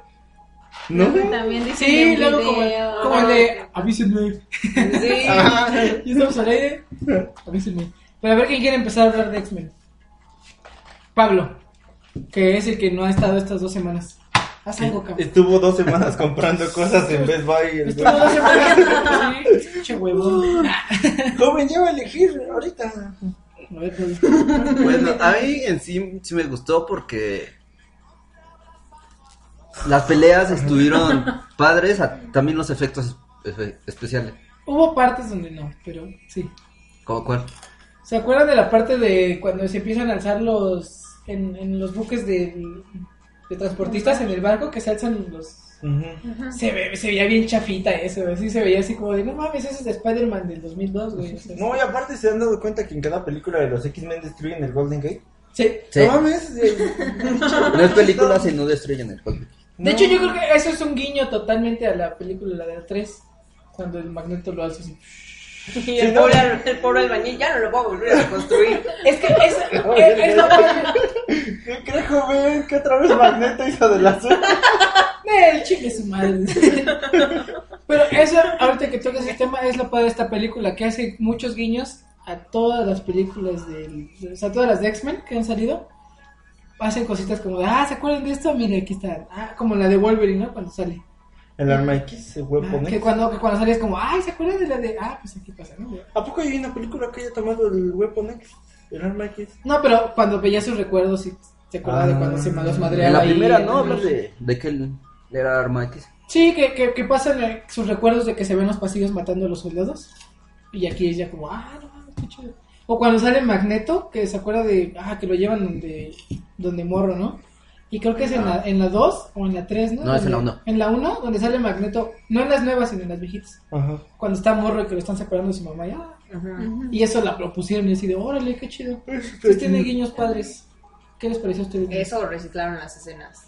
S4: ¿No?
S6: Luego También dice
S3: Sí,
S6: un
S3: luego como,
S6: video.
S3: como el de avísenme.
S5: Sí. Ah,
S3: Y estamos al aire. Avísenme. Pero a ver quién quiere empezar a hablar de X-Men. Pablo. que es el que no ha estado estas dos semanas. Haz algo, cabrón.
S4: Estuvo dos semanas comprando cosas en Best Buy. el
S3: Estuvo dos semanas. Sí, pinche huevón.
S4: güey. Joven, ya va a elegir ahorita.
S3: A ver, pues,
S7: Bueno, a mí en sí, sí me gustó porque las peleas estuvieron padres, a- también los efectos efe- especiales.
S3: Hubo partes donde no, pero sí.
S7: ¿Cómo cuál?
S3: ¿Se acuerdan de la parte de cuando se empiezan a alzar los. en, en los buques de, de transportistas en el barco que se alzan los. Se, ve- se veía bien chafita eso, así se veía así como de no mames, ese es de Spider-Man del 2002, güey. o sea,
S4: No, y aparte se han dado cuenta que en cada película de los X-Men destruyen el Golden Gate.
S3: sí.
S7: Sí.
S4: No mames. eh,
S7: No es película, sino destruyen el cómic.
S3: De hecho, yo creo que eso es un guiño totalmente a la película, la de la 3, cuando el magneto lo hace así.
S5: Y el pobre, al- el pobre albañil ya no lo puedo volver a reconstruir.
S3: Es que esa- es,
S4: Oye,
S3: es la parte.
S4: ¿Qué crees, joven? Que otra vez Magneto hizo de la suya.
S3: El chingue su madre. Pero eso, ahorita que tocas el tema, es lo padre de esta película, que hace muchos guiños a todas las películas del. O sea, todas las de X-Men que han salido. Hacen cositas como de, ah, ¿se acuerdan de esto? Mire, aquí está. Ah, como la de Wolverine, ¿no? Cuando sale.
S4: El arma X se fue a
S3: Ah,
S4: poner.
S3: que, cuando, que cuando sale es como, ay, ¿se acuerdan de la de.? Ah, pues aquí pasa, ¿no?
S4: ¿A poco hay una película que haya tomado el Weapon X? El arma X.
S3: No, pero cuando veía sus recuerdos y se acordaba de cuando se los
S7: Ah, En
S3: madreaba
S7: la
S3: ahí.
S7: primera, ¿no? Hablas de, de que él era arma X.
S3: Sí, que, que, que pasan eh, sus recuerdos de que se ven los pasillos matando a los soldados. Y aquí es ya como, ah, no, mames, qué chido. O cuando sale Magneto, que se acuerda de, ah, que lo llevan donde, donde morro, ¿no? Y creo que es en la, en la 2 o en la 3, ¿no?
S7: No, es en la
S3: Donde-
S7: uno.
S3: En la 1, donde sale Magneto, no en las nuevas, sino en las viejitas.
S4: Ajá.
S3: Cuando está morro y que lo están separando de su mamá, ya. Y eso la propusieron y así de, órale, qué chido. Pues tiene guiños padres. ¿Qué les pareció a ustedes?
S5: Eso reciclaron las escenas.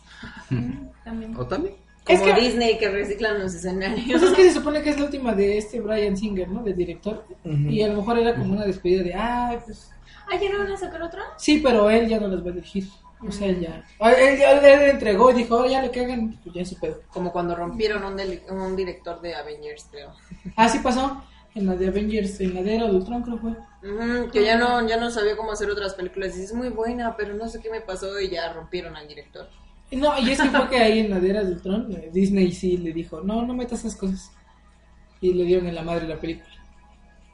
S6: También.
S7: ¿O también?
S5: Como
S3: Es que-
S5: Disney que reciclan los escenarios.
S3: Pues es que se supone que es la última de este Brian Singer, ¿no? Del director. Y a lo mejor era como una despedida de, ay, pues.
S6: Ah, ¿ya no van a sacar otra?
S3: Sí, pero él ya no las va a dirigir. O sea, él ya. ah, Él ya le entregó y dijo, ahora ya lo que hagan, pues ya es su pedo.
S5: Como cuando rompieron un, del- un director de Avengers, creo.
S3: Así pasó en la de Avengers, en la de Era de Ultron, creo fue.
S5: Ujú, que ya no, ya no sabía cómo hacer otras películas. Y es muy buena, pero no sé qué me pasó y ya rompieron al director.
S3: Y No, y es que fue que ahí en la de Era de Ultron, eh, Disney sí le dijo, no, no metas esas cosas. Y le dieron en la madre la película.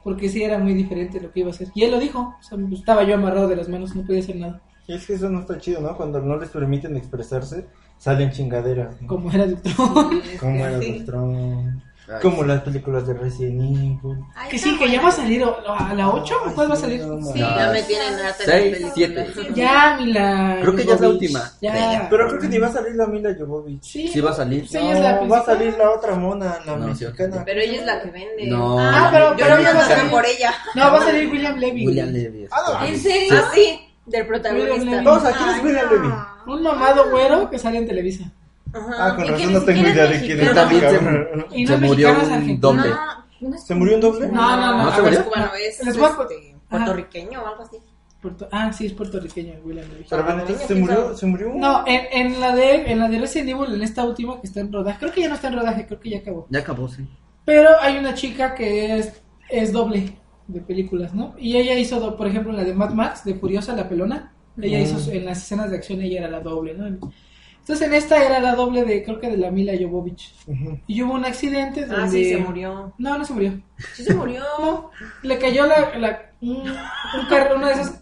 S3: Porque sí era muy diferente lo que iba a hacer. Y él lo dijo, o sea, pues, estaba yo amarrado de las manos, no podía hacer nada.
S4: Y es que eso no está chido, ¿no? Cuando no les permiten expresarse, salen chingaderas. ¿no?
S3: Como este, era de Ultron.
S4: Como era
S5: Sí.
S4: Ultron,
S7: Ay,
S4: Como las películas de Resident Evil.
S6: Ay,
S3: Que
S6: está
S3: sí, que ya va a salir o- o a la 8 o cuál va a salir.
S4: No,
S5: Sí,
S4: man.
S5: ya me tienen harta
S7: seis,
S5: las
S7: siete.
S5: películas.
S3: Ya, Mila.
S7: Creo que ya es la
S3: Jovovich,
S7: última.
S3: Ya.
S4: Pero creo que ni va a salir la Mila Jovovich.
S3: Sí,
S7: Sí va a salir.
S3: Sí, ella es la
S4: No, va a
S3: principal.
S4: salir la otra mona, la
S7: No, sí,
S4: mexicana.
S5: Pero ella es la que vende.
S7: No.
S5: Ah,
S3: pero-
S5: yo
S3: pero
S5: no
S3: ella va a salir.
S5: por ella.
S3: No, va a salir William Levy.
S7: William Levy. este,
S6: bien. ¿En serio?
S5: Ah, sí, del
S3: William
S5: protagonista.
S3: Levy.
S4: Todos aquí les ven a Levi. Ah,
S3: Un mamado güero que sale en Televisa.
S5: Ajá.
S4: con
S6: Y que
S4: razón
S6: ni
S4: no tengo
S6: siquiera es
S4: idea de quién
S6: mexicano.
S4: es.
S7: También se-
S4: cabrón.
S3: Y no
S7: Se
S3: es
S7: murió
S3: mexicano, es
S7: un
S3: argentino.
S7: doble.
S6: no es-
S4: ¿Se murió un doble?
S3: No, no, no.
S7: ¿No
S5: Ah,
S7: se
S5: pero es
S7: murió?
S5: cubano, es
S3: Les voy a-
S5: este,
S3: Ajá.
S5: puertorriqueño o algo así.
S3: Puerto- Ah, sí, es puertorriqueño, William Levy.
S4: Pero bueno, entonces se murió, se murió.
S3: No, en, en la de en la de Resident Evil, en esta última que está en rodaje, creo que ya no está en rodaje, creo que ya acabó.
S7: Ya acabó, sí.
S3: Pero hay una chica que es, es doble de películas, ¿no? Y ella hizo, do- por ejemplo, en la de Mad Max, de Furiosa la Pelona. Ella hizo,
S7: Mm.
S3: su- en las escenas de acción, ella era la doble, ¿no? Entonces en esta era la doble de, creo que de la Mila Jovovich.
S4: Ujú.
S3: Y hubo un accidente donde...
S5: Ah, sí, se murió.
S3: No, no se murió.
S5: Sí, se murió.
S3: No, le cayó la, la- un, un carro, una de esas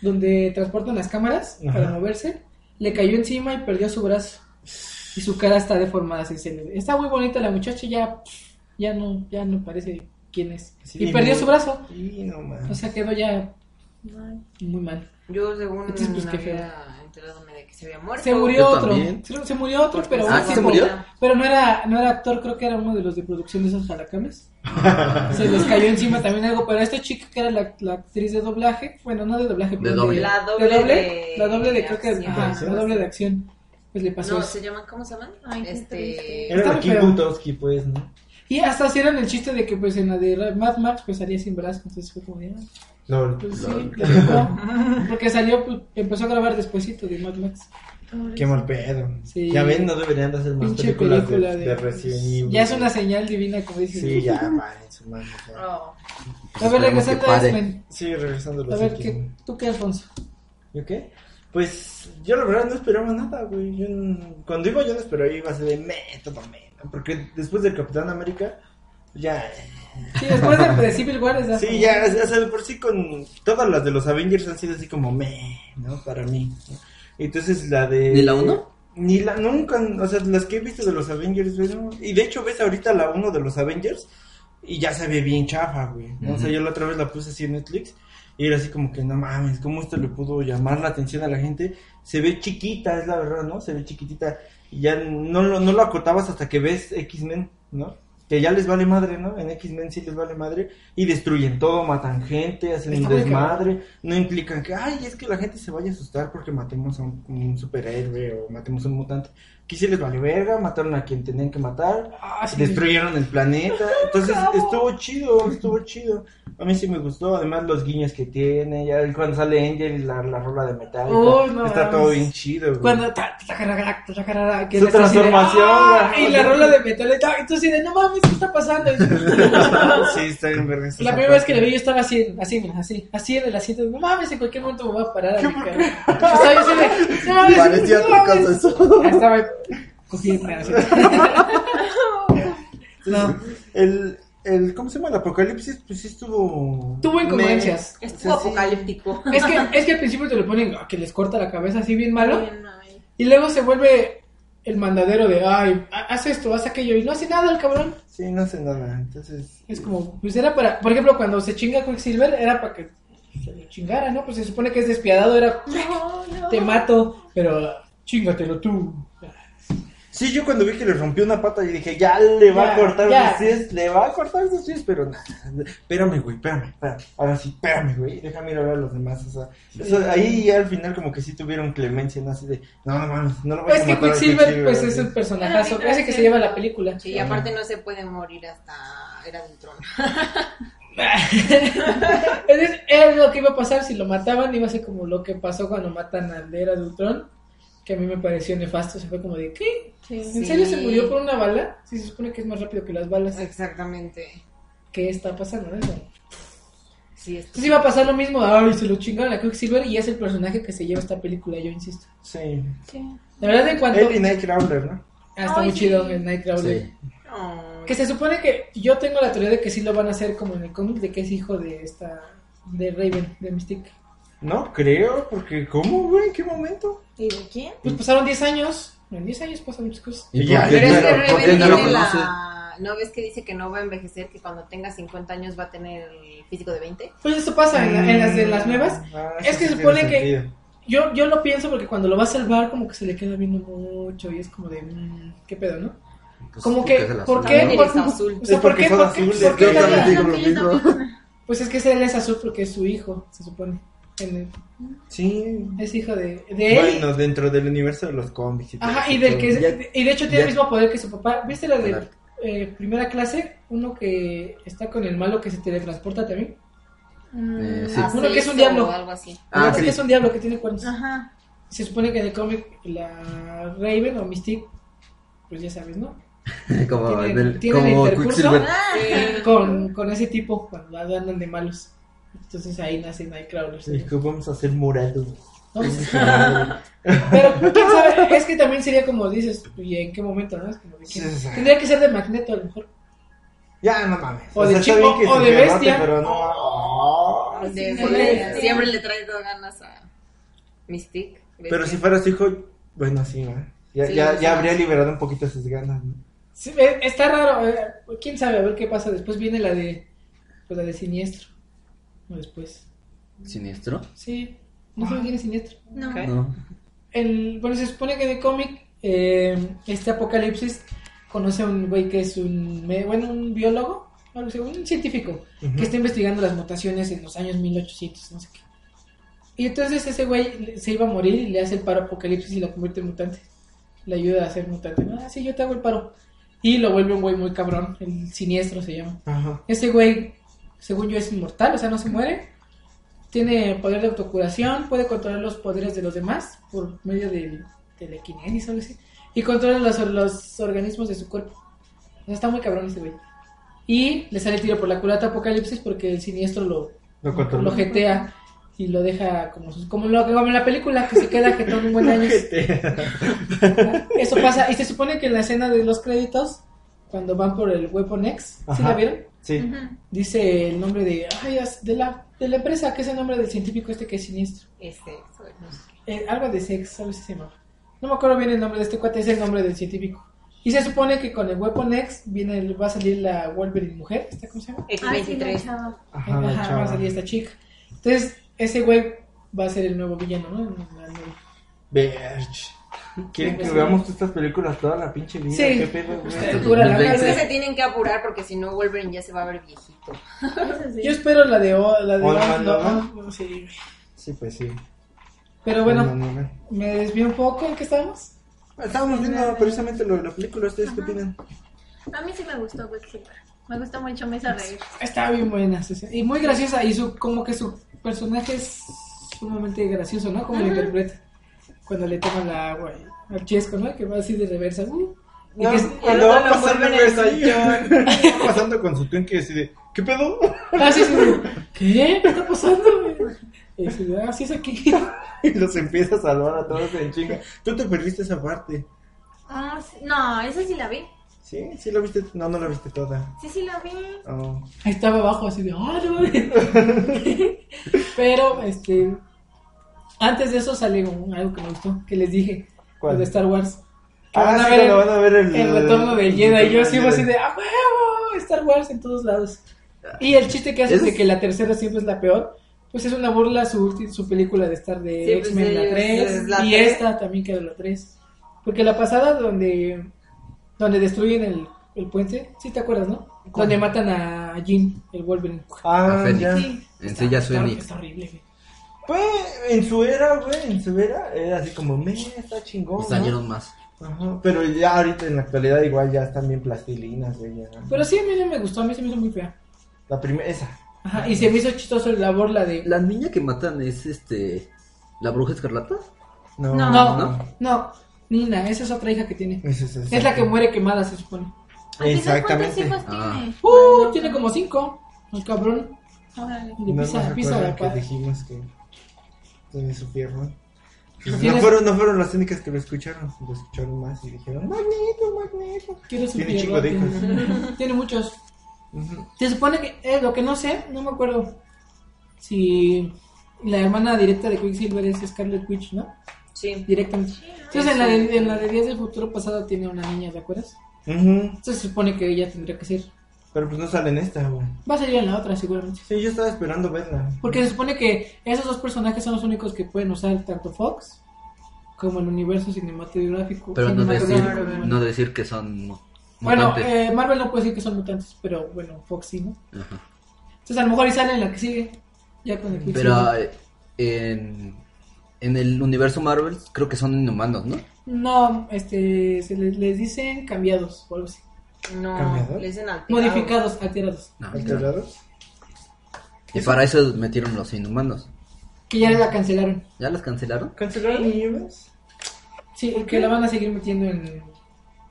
S3: donde transportan las cámaras para
S4: Ajá.
S3: moverse. Le cayó encima y perdió su brazo. Y su cara está deformada. se- se le- Está muy bonita la muchacha, ya, ya, no, ya no parece quién es.
S4: Sí,
S3: y perdió
S4: no.
S3: su brazo.
S4: Sí, no
S3: O
S4: mames.
S3: sea, quedó ya muy mal.
S5: Yo, según
S3: Entonces, pues, qué
S5: había enteradome de que se había muerto.
S3: Se murió
S7: Yo
S3: otro.
S7: también.
S3: Se, se murió otro, pero
S7: Ah,
S3: uno
S7: ¿sí se
S3: como-
S7: murió?
S3: Pero no era, no era actor, creo que era uno de los de producción de esos jalacames. Se les cayó encima también algo, pero esta chica que era la, la actriz de doblaje, bueno, no de doblaje, pero
S7: doble.
S5: La doble de-
S3: la doble de, creo que,
S5: acción.
S3: ajá, la doble de acción, pues le pasó
S5: No,
S3: eso.
S5: se llaman, ¿cómo se llaman?
S6: Ay, qué
S5: este.
S6: triste.
S4: Era
S3: Está
S4: la
S3: muy
S4: Kim
S3: feo.
S4: Butowski, pues, ¿no?
S3: Y hasta hicieron el chiste de que pues en la de Ra- Mad Max pues salía sin brazo, entonces fue como, de, ah,
S4: Lol.
S3: pues sí, le tocó. porque salió, pues, empezó a grabar despuesito de Mad Max.
S4: Qué mal pedo.
S3: Sí.
S4: Ya ven, no deberían de hacer más
S3: Pinche
S4: películas
S3: película
S4: de,
S3: de, pues,
S4: de Resident Evil.
S3: Ya es una Ah. señal divina, como dicen.
S4: Sí, ya, va, en su mano. ya.
S3: A
S5: Oh.
S3: ver,
S7: Pues Esperemos que
S3: regresando a
S7: pare.
S3: X-Men.
S4: Sí, regresando a
S3: A
S4: los
S3: ver,
S4: X-Men.
S3: ¿qué, ¿tú qué, Alfonso?
S4: ¿Yo qué? Pues yo la verdad no esperaba nada, güey. Yo no- cuando iba yo no esperaba, iba a ser de método, método. Porque después del Capitán América, pues ya. eh,
S3: Sí, después de, de Civil War es así.
S4: Sí, ya, o sea, de por sí con todas las de los Avengers han sido así como meh, ¿no? Para mí. Entonces la de.
S7: ¿Ni la uno?
S4: Ni la, nunca, o sea, las que he visto de los Avengers, güey, no. Y de hecho ves ahorita la uno de los Avengers y ya se ve bien chafa, güey. ¿no? O sea, yo la otra vez la puse así en Netflix y era así como que no mames, ¿cómo esto le pudo llamar la atención a la gente? Se ve chiquita, es la verdad, ¿no? Se ve chiquitita. Y ya no lo, no lo acotabas hasta que ves X-Men, ¿no? Que ya les vale madre, ¿no? En X-Men sí les vale madre. Y destruyen todo, matan gente, hacen un
S3: Está muy
S4: desmadre. No implican que, ay, es que la gente se vaya a asustar porque matemos a un, un superhéroe o matemos a un mutante. Aquí sí les vale verga, mataron a quien tenían que matar
S3: Ah, sí.
S4: destruyeron el planeta. Entonces estuvo chido, estuvo chido. A mí sí me gustó, además los guiños que tiene, ya cuando sale Angel la, la rola de metal,
S3: Uy, no
S4: está
S3: mames.
S4: todo bien chido. güey.
S3: Cuando ta- ta- tacarara, tacarara, que
S4: Su
S3: le está así de,
S4: transformación,
S3: "Ah",
S4: güey.
S3: Y la rola de metal. Y tú así de, no mames, ¿qué está pasando?
S4: sí, está bien verga esa
S3: La
S4: parte.
S3: primera vez que la vi yo estaba así, así, mira, así, así en el asiento. No mames, en cualquier momento me voy a parar a mi cara. Estaba yo así de, no mames,
S7: Parecía
S3: no
S7: otra
S3: mames.
S7: cosa eso.
S3: Ya Estaba cogiendo así. No,
S4: El, el, ¿cómo se llama? El apocalipsis, pues sí estuvo...
S3: tuvo incongruencias.
S4: Me-
S5: Estuvo
S4: o sea, sí.
S5: apocalíptico.
S3: Es que, es que al principio te lo ponen ah, que les corta la cabeza así bien malo.
S6: Bien, ay.
S3: Y luego se vuelve el mandadero de, ay, ha- haz esto, haz aquello. Y no hace nada el cabrón.
S4: Sí, no sé nada, entonces...
S3: Es como, pues era para, por ejemplo, cuando se chinga Quicksilver, era para que se lo chingara, ¿no? Pues se supone que es despiadado, era,
S6: No, no.
S3: te mato, pero chingatelo tú.
S4: Sí, yo cuando vi que le rompió una pata, yo dije, ya le va
S3: Ya,
S4: a cortar
S3: ya.
S4: sus pies, le va a cortar sus pies, pero nada, espérame, güey, espérame, espérame, ahora sí, espérame, güey, déjame ir a ver a los demás, o sea, eso- ahí ya al final como que sí tuvieron clemencia, ¿no? Así de, no, no mames, no lo voy
S3: Es
S4: a
S3: que
S4: matar al
S3: Quicksilver, pues
S4: güey.
S3: es un personajazo, ese que se lleva la película.
S5: Sí, y aparte no se puede morir hasta Era del Trono.
S3: Entonces, era lo que iba a pasar si lo mataban, iba a ser como lo que pasó cuando matan a Aldera de Ultron, que a mí me pareció nefasto, se fue como de, ¿qué? ¿En
S5: Sí.
S3: serio se murió por una bala? Sí, se supone que es más rápido que las balas.
S5: Exactamente.
S3: ¿Qué está pasando? Eso?
S5: Sí, es-
S3: Entonces Pues iba a pasar lo mismo, ay, se lo chingaron a Quicksilver y es el personaje que se lleva esta película, yo insisto.
S4: Sí,
S6: Sí.
S3: La verdad, en cuanto...
S4: él y Nightcrawler, ¿no?
S3: Ah, está
S6: Ay,
S3: muy
S6: sí.
S3: chido el Nightcrawler.
S7: Sí.
S5: Ay,
S3: Que se supone que yo tengo la teoría de que sí lo van a hacer como en el cómic, de que es hijo de esta... de Raven, de Mystique.
S4: No creo, porque ¿cómo, güey? ¿En qué momento?
S6: ¿Y de quién?
S7: Mm.
S3: Pues pasaron 10 años, en 10 años pasan muchas cosas.
S7: ¿Y
S4: Ya,
S7: por
S5: Pero
S7: qué
S5: es
S7: no,
S5: que
S7: lo- por qué
S5: Raven
S7: no lo
S5: tiene
S7: conoce?
S5: la... ¿No ves que dice que no va a envejecer, que cuando tenga 50 años va a tener el físico de 20?
S3: Pues eso pasa en, la- en las de
S7: Mm.
S3: las nuevas.
S4: Ah,
S3: Es
S4: eso
S3: que
S4: sí
S3: supone
S4: tiene
S3: que-
S4: sentido.
S3: Yo, yo lo pienso porque cuando lo va a salvar, como que se le queda viendo mucho y es como de, mm, ¿qué pedo, no?
S7: Pues,
S3: como
S7: porque
S3: que,
S7: es el
S3: ¿por
S7: azul,
S3: qué?
S5: También
S7: ¿no?
S3: Por-
S5: eres azul.
S3: O sea,
S4: Es
S3: ¿por
S4: porque
S3: qué?
S4: son
S3: ¿Por qué?
S4: azules,
S3: ¿Por qué
S7: yo
S3: la-
S7: también digo lo
S6: También,
S7: mismo.
S6: también.
S3: Pues es que ese él es azul porque es su hijo, se supone. En el-
S4: Sí.
S3: es hijo de, de él.
S4: Bueno, dentro del universo de los cómics. y todo
S3: Ajá,
S4: eso,
S3: y del que
S7: Ya-
S3: y de hecho tiene el
S7: ya-
S3: mismo poder que su papá. ¿Viste la de
S7: Claro.
S3: eh, primera clase? Uno que está con el malo que se teletransporta también.
S6: Mm,
S7: Eh, sí.
S5: Así
S3: Uno que es un
S5: o
S3: diablo.
S5: algo así.
S7: Ah,
S3: Uno
S7: sí.
S3: que es un diablo que tiene cuernos.
S6: Ajá.
S3: Se supone que en el cómic la Raven o Mystique, pues ya sabes, ¿no?
S7: Como,
S3: tienen-
S7: del-
S3: tienen
S7: como
S3: intercurso.
S7: Quicksilver.
S5: Ah. Sí.
S3: Con, con ese tipo cuando andan de malos. Entonces ahí nace Nightcrawler.
S4: Y
S3: ¿sí?
S4: que vamos a hacer murado.
S3: No, pues, pero quién sabe, es que también sería como dices, ¿y en qué momento? No? Es como de quién.
S4: Sí, sí, sí.
S3: Tendría que ser de Magneto a lo mejor.
S4: Ya, no mames.
S3: O de
S4: está
S3: chico,
S4: bien que
S3: o
S4: se
S3: de
S4: pierdote,
S3: bestia.
S4: Pero no.
S5: De- de-
S6: molesta.
S5: siempre le trae dos ganas a Este, Mystic.
S4: Pero si fueras hijo, bueno, sí, ¿no? Ya,
S5: Sí,
S4: ya,
S5: sí.
S4: ya habría liberado un poquito sus ganas, ¿no?
S3: Sí, eh, está raro, eh, quién sabe, a ver qué pasa. Después viene la de, pues, la de Siniestro. O después.
S7: ¿Siniestro?
S3: Sí, no sé quién es Siniestro.
S6: No.
S7: No.
S3: el, bueno, se supone que de cómic, eh, este apocalipsis conoce a un güey que es un, me- bueno, un biólogo, algo así, un científico, que está investigando las mutaciones en los años 1800, no sé qué. Y entonces ese güey le- se iba a morir y le hace el paro apocalipsis y la convierte en mutante. Le ayuda a ser mutante. Ah, sí, yo te hago el paro. Y lo vuelve un güey muy cabrón, el siniestro se llama.
S4: Ajá.
S3: Ese Este güey, según yo, es inmortal, o sea, no se muere. Tiene poder de autocuración, puede controlar los poderes de los demás por medio de telequinesis o algo así. Y controla los, los organismos de su cuerpo. O sea, está muy cabrón ese güey. Y le sale tiro por la culata a Apocalipsis porque el siniestro lo,
S4: Lo controló.
S3: lo jetea. y lo deja como, sus- como, lo, como en la película que se queda que todo un buen año. Eso pasa, y se supone que en la escena de los créditos, cuando van por el Weapon X, ¿sí la
S4: Ajá.
S3: vieron?
S4: Sí.
S3: Dice el nombre de, ay, as- de, la, de la empresa, que es el nombre del científico este que es siniestro.
S5: Este, sobre- no sé.
S3: Eh, algo de sex, algo así se llama. No me acuerdo bien el nombre de este cuate, es el nombre del científico. Y se supone que con el Weapon X viene, el- va a salir la Wolverine mujer, ¿esta cómo
S5: Ah,
S3: se llama?
S6: Ay, Ah, sí, la
S5: X23.
S6: chava.
S4: Ajá, Ah, la
S3: Ajá, va a
S4: chava.
S3: salir esta chica. Entonces, ese güey va a ser el nuevo villano, ¿no? La nueva-
S4: Verge. Quieren que
S3: Sí.
S4: veamos estas películas toda la pinche vida.
S3: Sí.
S4: ¿Qué pedo, güey?
S3: Estructura, la
S5: Creo que
S3: verdad.
S5: se tienen que apurar porque si no Wolverine ya se va a ver viejito.
S6: Eso sí.
S3: Yo espero la de... O- La de
S4: Hola,
S3: Oz, no,
S4: Manolo.
S3: no, sí.
S4: Sí, pues sí.
S3: Pero Ah, bueno,
S4: No, no, no.
S3: me desvío un poco en qué estamos.
S4: Estábamos viendo precisamente lo de la película. ¿Ustedes qué opinan?
S6: A mí sí me gustó Quicksilver. Me gustó mucho, me hizo reír.
S3: Está bien buena. sí, sí. Y muy graciosa. Y su, como que su personaje es sumamente gracioso, ¿no? Como lo interpreta. Cuando le toman la agua y- al chesco, ¿no? Que va así de reversa. uh. Y que es-
S4: cuando va
S5: lo
S4: pasando pues,
S5: envuelven
S4: el
S5: en el
S4: versión, va pasando con su Twinkie y decide, ¿qué pedo?
S3: Ah, sí, sí, sí. ¿Qué? ¿Qué está pasando? güey? Y dice, ah, sí es aquí.
S4: Y los empieza a salvar a todos en chinga. Tú te perdiste esa parte.
S6: Ah, sí- no, esa sí la vi.
S4: ¿Sí? ¿Sí la viste? No, no la viste toda.
S6: Sí, sí la vi.
S4: Oh.
S3: Ahí estaba abajo así de, ah, no mames". Pero, este, antes de eso salió un- algo que me gustó, que les dije,
S4: ¿Cuál?
S3: lo de Star Wars. Que
S4: Ah, sí, cuando van a ver el-
S3: retorno del Jedi. Y yo así
S4: el
S3: iba así
S4: Jedi.
S3: de, ah, huevo, Star Wars en todos lados. Y el chiste que hace
S7: Eso
S3: de
S7: es-
S3: que la tercera siempre es la peor, pues es una burla a su, ulti- su película de Star de
S5: Sí, pues,
S3: X-Men,
S5: sí,
S3: la
S5: es
S3: 3,
S5: la
S3: y
S5: tres.
S3: esta también que era la 3. Porque la pasada donde, donde destruyen el, el puente, sí te acuerdas, ¿no? Donde matan a Jean, el Wolverine.
S4: Ah,
S7: A Fénix.
S4: ya.
S3: Sí.
S7: En sí ya
S3: Está-
S7: suena.
S3: Está horrible, güey.
S4: Pues, en su era, güey, en su era, era así como, me, está chingón.
S7: Nos
S4: ¿no?"
S7: dañaron más.
S4: Ajá, pero ya ahorita en la actualidad igual ya están bien plastilinas, güey. ya.
S3: Pero sí, a mí no me gustó, a mí se me hizo muy fea.
S4: La primera, esa.
S3: Ajá, y se me hizo chistoso la burla de...
S7: Ah. La niña que matan es este. La bruja escarlata.
S4: No,
S6: No.
S3: No, no, Nina, esa es otra hija que tiene.
S4: Esa es, esa.
S3: Es la que muere quemada, se supone.
S6: Al final, ¿Cuántos
S4: Exactamente.
S6: hijos
S7: Ah.
S6: tiene?
S3: Uh, tiene como cinco. El cabrón
S6: Órale.
S3: le
S4: no
S3: pisa,
S4: nos
S3: pisa
S4: acuerdan
S3: la
S4: que
S3: pata.
S4: dijimos que tiene su pierna. No
S3: ¿Tienes-
S4: fueron, no fueron las únicas que lo escucharon, lo escucharon más y dijeron, magneto, magneto.
S3: Quiere su
S4: Tiene chingo de
S3: pierrote. Tiene muchos.
S4: Ujú.
S3: Se supone que eh, lo que no sé, no me acuerdo si la hermana directa de Quicksilver es Scarlet Witch, ¿no?
S5: Sí.
S3: Directamente. Entonces en la de, en la de Días del Futuro Pasado tiene una niña, ¿te acuerdas?
S4: Ujú.
S3: Entonces se supone que ella tendría que ser.
S4: Pero pues no sale en esta, güey.
S3: Va a salir en la otra seguramente.
S4: Sí, yo estaba esperando verla.
S3: Porque se supone que esos dos personajes son los únicos que pueden usar tanto Fox como el universo cinematográfico.
S7: Pero no decir,
S3: cinematográfico.
S7: no decir que son. mu-
S3: Bueno,
S7: mutantes.
S3: eh, Marvel no puede decir que son mutantes, pero bueno, Fox sí, ¿no?
S7: Ajá.
S3: Entonces a lo mejor y sale en la que sigue, ya con el
S7: Pero
S3: Quicksilver.
S7: eh, en, en el universo Marvel creo que son inhumanos, ¿no?
S3: No, este, se les, les dicen cambiados o algo así.
S5: No,
S4: ¿Cambiador?
S5: le dicen alterado.
S3: Modificados, alterados.
S7: No,
S4: ¿Alterados?
S7: Y para eso metieron los inhumanos.
S3: Que ya la cancelaron.
S7: ¿Ya las cancelaron?
S4: ¿Cancelaron niños?
S3: Sí, que la van a seguir metiendo en,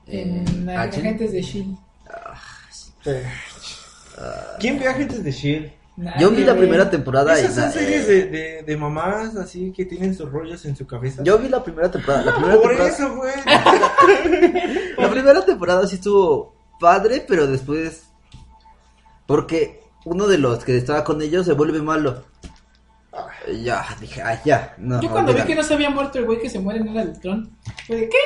S3: en
S7: Eh,
S3: ag-
S7: Agent.
S3: agentes de S.H.I.E.L.D.
S4: ¿Quién ve Agentes de S.H.I.E.L.D.?
S7: Yo
S3: Nadie,
S7: vi la
S3: güey.
S7: primera temporada y
S4: Esas son
S7: la-
S4: series
S7: eh,
S4: de, de, de mamás así que tienen sus rollos en su cabeza.
S7: Yo vi la primera temporada. La primera
S4: Por
S7: temporada,
S4: eso, güey.
S7: la primera temporada sí estuvo padre, pero después... Porque uno de los que estaba con ellos se vuelve malo. Y Ya, dije, ay, ya. No,
S3: Yo cuando vi
S7: olvídalo.
S3: que no se había muerto el güey que se muere en el Altrón, fue de qué?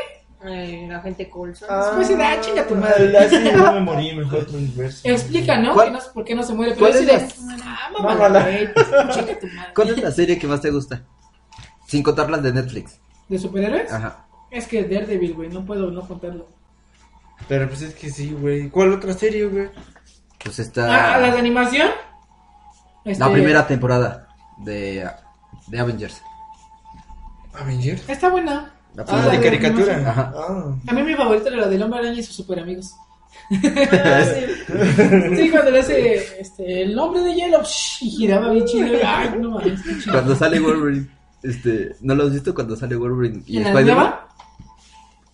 S5: Eh, La gente Coulson.
S3: Después de, ah, chinga tu madre.
S4: Así yo me morí, mejor otro universo.
S3: Explica, ¿no?
S7: ¿Cuál-
S3: Que no sé ¿Por qué no se muere? Pero
S7: cuál
S3: yo
S7: es
S3: sí
S7: la-
S3: de, Ah,
S4: Mámala.
S3: mamá, güey, chinga tu madre.
S7: ¿Cuál es la serie que más te gusta? Sin contar las de Netflix.
S3: ¿De superhéroes?
S7: Ajá.
S3: Ah. Es que Daredevil, güey, no puedo no contarlo.
S4: Pero pues es que sí, güey. ¿Cuál otra serie, güey?
S7: Pues está...
S3: Ah, ¿las de animación? Este,
S7: La primera temporada de, de Avengers.
S4: Avenger.
S3: Está buena.
S7: La
S4: Ah,
S7: primera
S4: de
S3: la
S7: temporada.
S4: caricatura.
S3: animación.
S7: Ajá.
S4: Ah.
S3: A mí mi favorita era la del Hombre Araña y sus super amigos. Ah, sí, cuando le hace este, el hombre de hielo psh, y giraba bien chido. Ay, no mames, qué chido.
S7: Cuando sale Wolverine, este, ¿no lo has visto cuando sale Wolverine y
S3: ¿En la
S7: Spider-Man?
S3: nueva?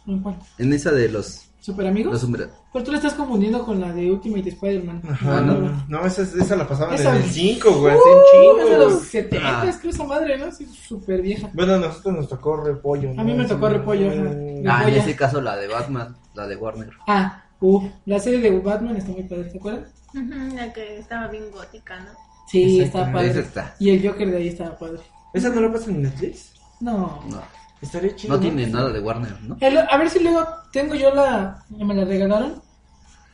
S3: ¿En cuál?
S7: En esa de los
S3: ¿Super amigos?
S7: Los Umbra.
S3: Pero tú la estás confundiendo con la de Ultimate Spider-Man.
S4: Ajá,
S7: no,
S4: no,
S7: Ah, no.
S4: no, esa, esa la pasaban
S3: Esa-
S4: desde el 5, güey,
S3: Uh,
S4: hace un
S3: es de
S4: chingo.
S3: los 70,
S7: Ah.
S3: creo esa madre, ¿no? Sí, súper vieja.
S4: Bueno, a nosotros nos tocó repollo.
S3: A mí me tocó repollo, ajá.
S4: Eh,
S7: Ah, en
S3: Joya.
S7: ese caso la de Batman, la de Warner.
S3: Ah, uh, la serie de Batman está muy padre, ¿te acuerdas?
S6: Ujú, La que estaba bien gótica, ¿no?
S3: Sí,
S4: Exacto,
S3: estaba
S7: Esa
S3: padre.
S7: está.
S3: Y el Joker de ahí estaba padre.
S4: ¿Esa no la pasan en Netflix?
S3: No.
S7: No,
S4: Estaría chido.
S7: no tiene nada de Warner, ¿no?
S3: El- a ver si luego tengo yo la. Me la regalaron.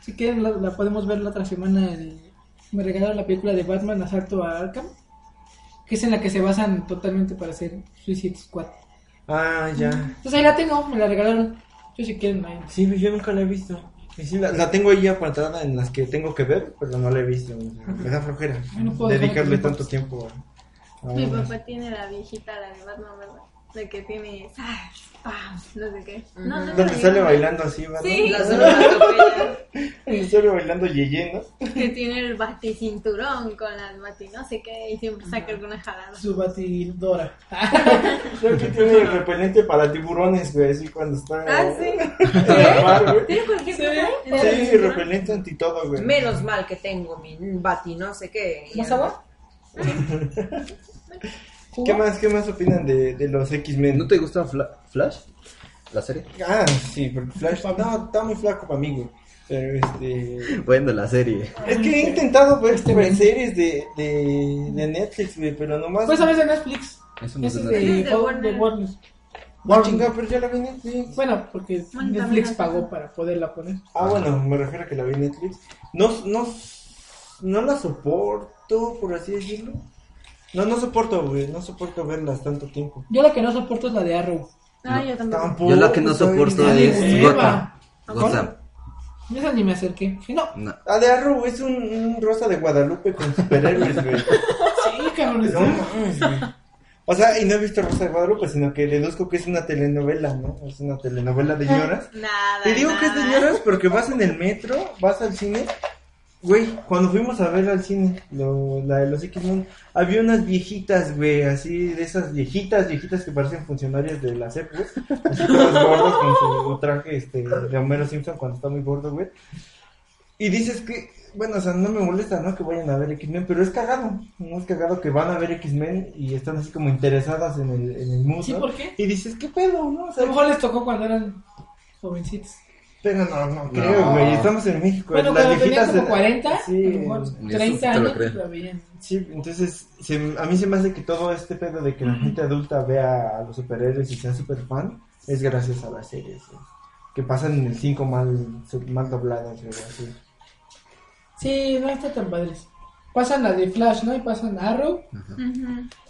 S3: Si quieren, la, la podemos ver la otra semana. el- me regalaron la película de Batman Asalto a Arkham. Que es en la que se basan totalmente para hacer Suicide Squad.
S4: Ah, ya.
S3: Entonces ahí la tengo, me la regalaron. Yo si quieren, ahí.
S4: Sí, pero yo nunca la he visto. Y sí, la, la tengo ahí apartada en las que tengo que ver, pero no la he visto. Me da flojera
S3: Ay, no puedo dejar
S4: dedicarle
S3: que- pues.
S4: tanto tiempo a- a
S6: Mi
S4: una.
S6: papá tiene la viejita, la de Batman, ¿verdad? La que tiene. ah, ¡Pam! No sé qué. No, no,
S4: Donde
S6: no,
S4: sale
S6: no.
S4: bailando así, ¿verdad?
S6: Sí.
S5: Las onomatopeyas.
S4: Donde sale bailando Yeye, ¿no?
S6: Que tiene el baticinturón con las mati, no sé qué, y siempre saca alguna jalada.
S3: Su batidora.
S4: Creo que tiene el repelente para tiburones, güey, así cuando está
S6: Ah, sí.
S4: en la mar, güey.
S6: ¿Tiene cualquier cosa ahí?
S4: Sí, repelente anti todo, güey.
S5: Menos mal que tengo mi bati, no sé qué.
S3: ¿Más agua?
S4: ¿Qué más, qué más opinan de, de los X-Men?
S7: Eh, ¿No te gusta Fla- Flash? La serie.
S4: Ah, sí, porque Flash no, está muy flaco para mí, güey. Pero este.
S7: Bueno, la serie.
S6: Ah,
S4: Es que he intentado ver, este, ver series de, de, de Netflix, güey, pero nomás.
S3: Pues a veces Netflix.
S7: Eso no
S3: Ese
S7: es
S3: es
S7: de
S3: de,
S6: Netflix.
S3: Oh, de
S6: De
S3: Warner.
S6: Warner.
S4: Ah, chinga, pero ya la vi en Netflix.
S3: Bueno, porque
S6: Bueno,
S3: Netflix
S6: también
S3: pagó
S6: hace-
S3: para poderla poner.
S4: Ah, bueno, me refiero a que la vi en Netflix. No, no, no la soporto, por así decirlo. No, no soporto, güey. No soporto verlas tanto tiempo.
S3: Yo la que no soporto es la de Arrow.
S6: Ah, yo tampoco.
S4: Tampoco.
S7: Yo la que no
S4: soy-
S7: soporto
S3: Dale,
S7: es
S3: güey,
S7: Gotham.
S3: va.
S7: Gotham.
S3: Esa ni me acerqué. Dije, No,
S7: No.
S4: Ah, de Arrow es un, un rosa de Guadalupe con superhéroes, güey.
S3: sí, cabrón.
S4: No mames, güey. O sea, y no he visto Rosa de Guadalupe, sino que deduzco que es una telenovela, ¿no? Es una telenovela de lloras.
S6: Nada.
S4: Te digo
S6: nada.
S4: que es de lloras porque vas en el metro, vas al cine. Güey, cuando fuimos a ver al cine, lo- la de los X-Men, había unas viejitas, güey, así, de esas viejitas, viejitas que parecen funcionarias de la CEP, güey. Así todas gordas con su traje este, de Homero Simpson cuando está muy gordo, güey. Y dices que, bueno, o sea, no me molesta, ¿no? Que vayan a ver X-Men, pero es cagado, ¿no? Es cagado que van a ver X-Men y están así como interesadas en el, en el mundo.
S3: Sí, ¿por qué?
S4: Y dices, ¿qué pedo, no? O
S3: A lo
S4: sea,
S3: mejor les tocó cuando eran jovencitos.
S4: pero no, no creo, güey. Estamos en México.
S3: Bueno,
S4: Las
S3: cuando tenían
S4: viejitas-
S3: como 40,
S4: Sí.
S3: a lo mejor
S7: Ni
S3: 30
S7: eso te lo
S3: años,
S7: creo.
S3: la veían.
S4: Sí, entonces se- a mí se me hace que todo este pedo de que la gente adulta vea a los superhéroes y sea super fan es gracias a las series güey, que pasan en el 5 mal, mal dobladas. güey, así.
S3: Sí, no está tan padres. Pasan la de Flash, ¿no? Y pasan Arrow.
S6: Ujú.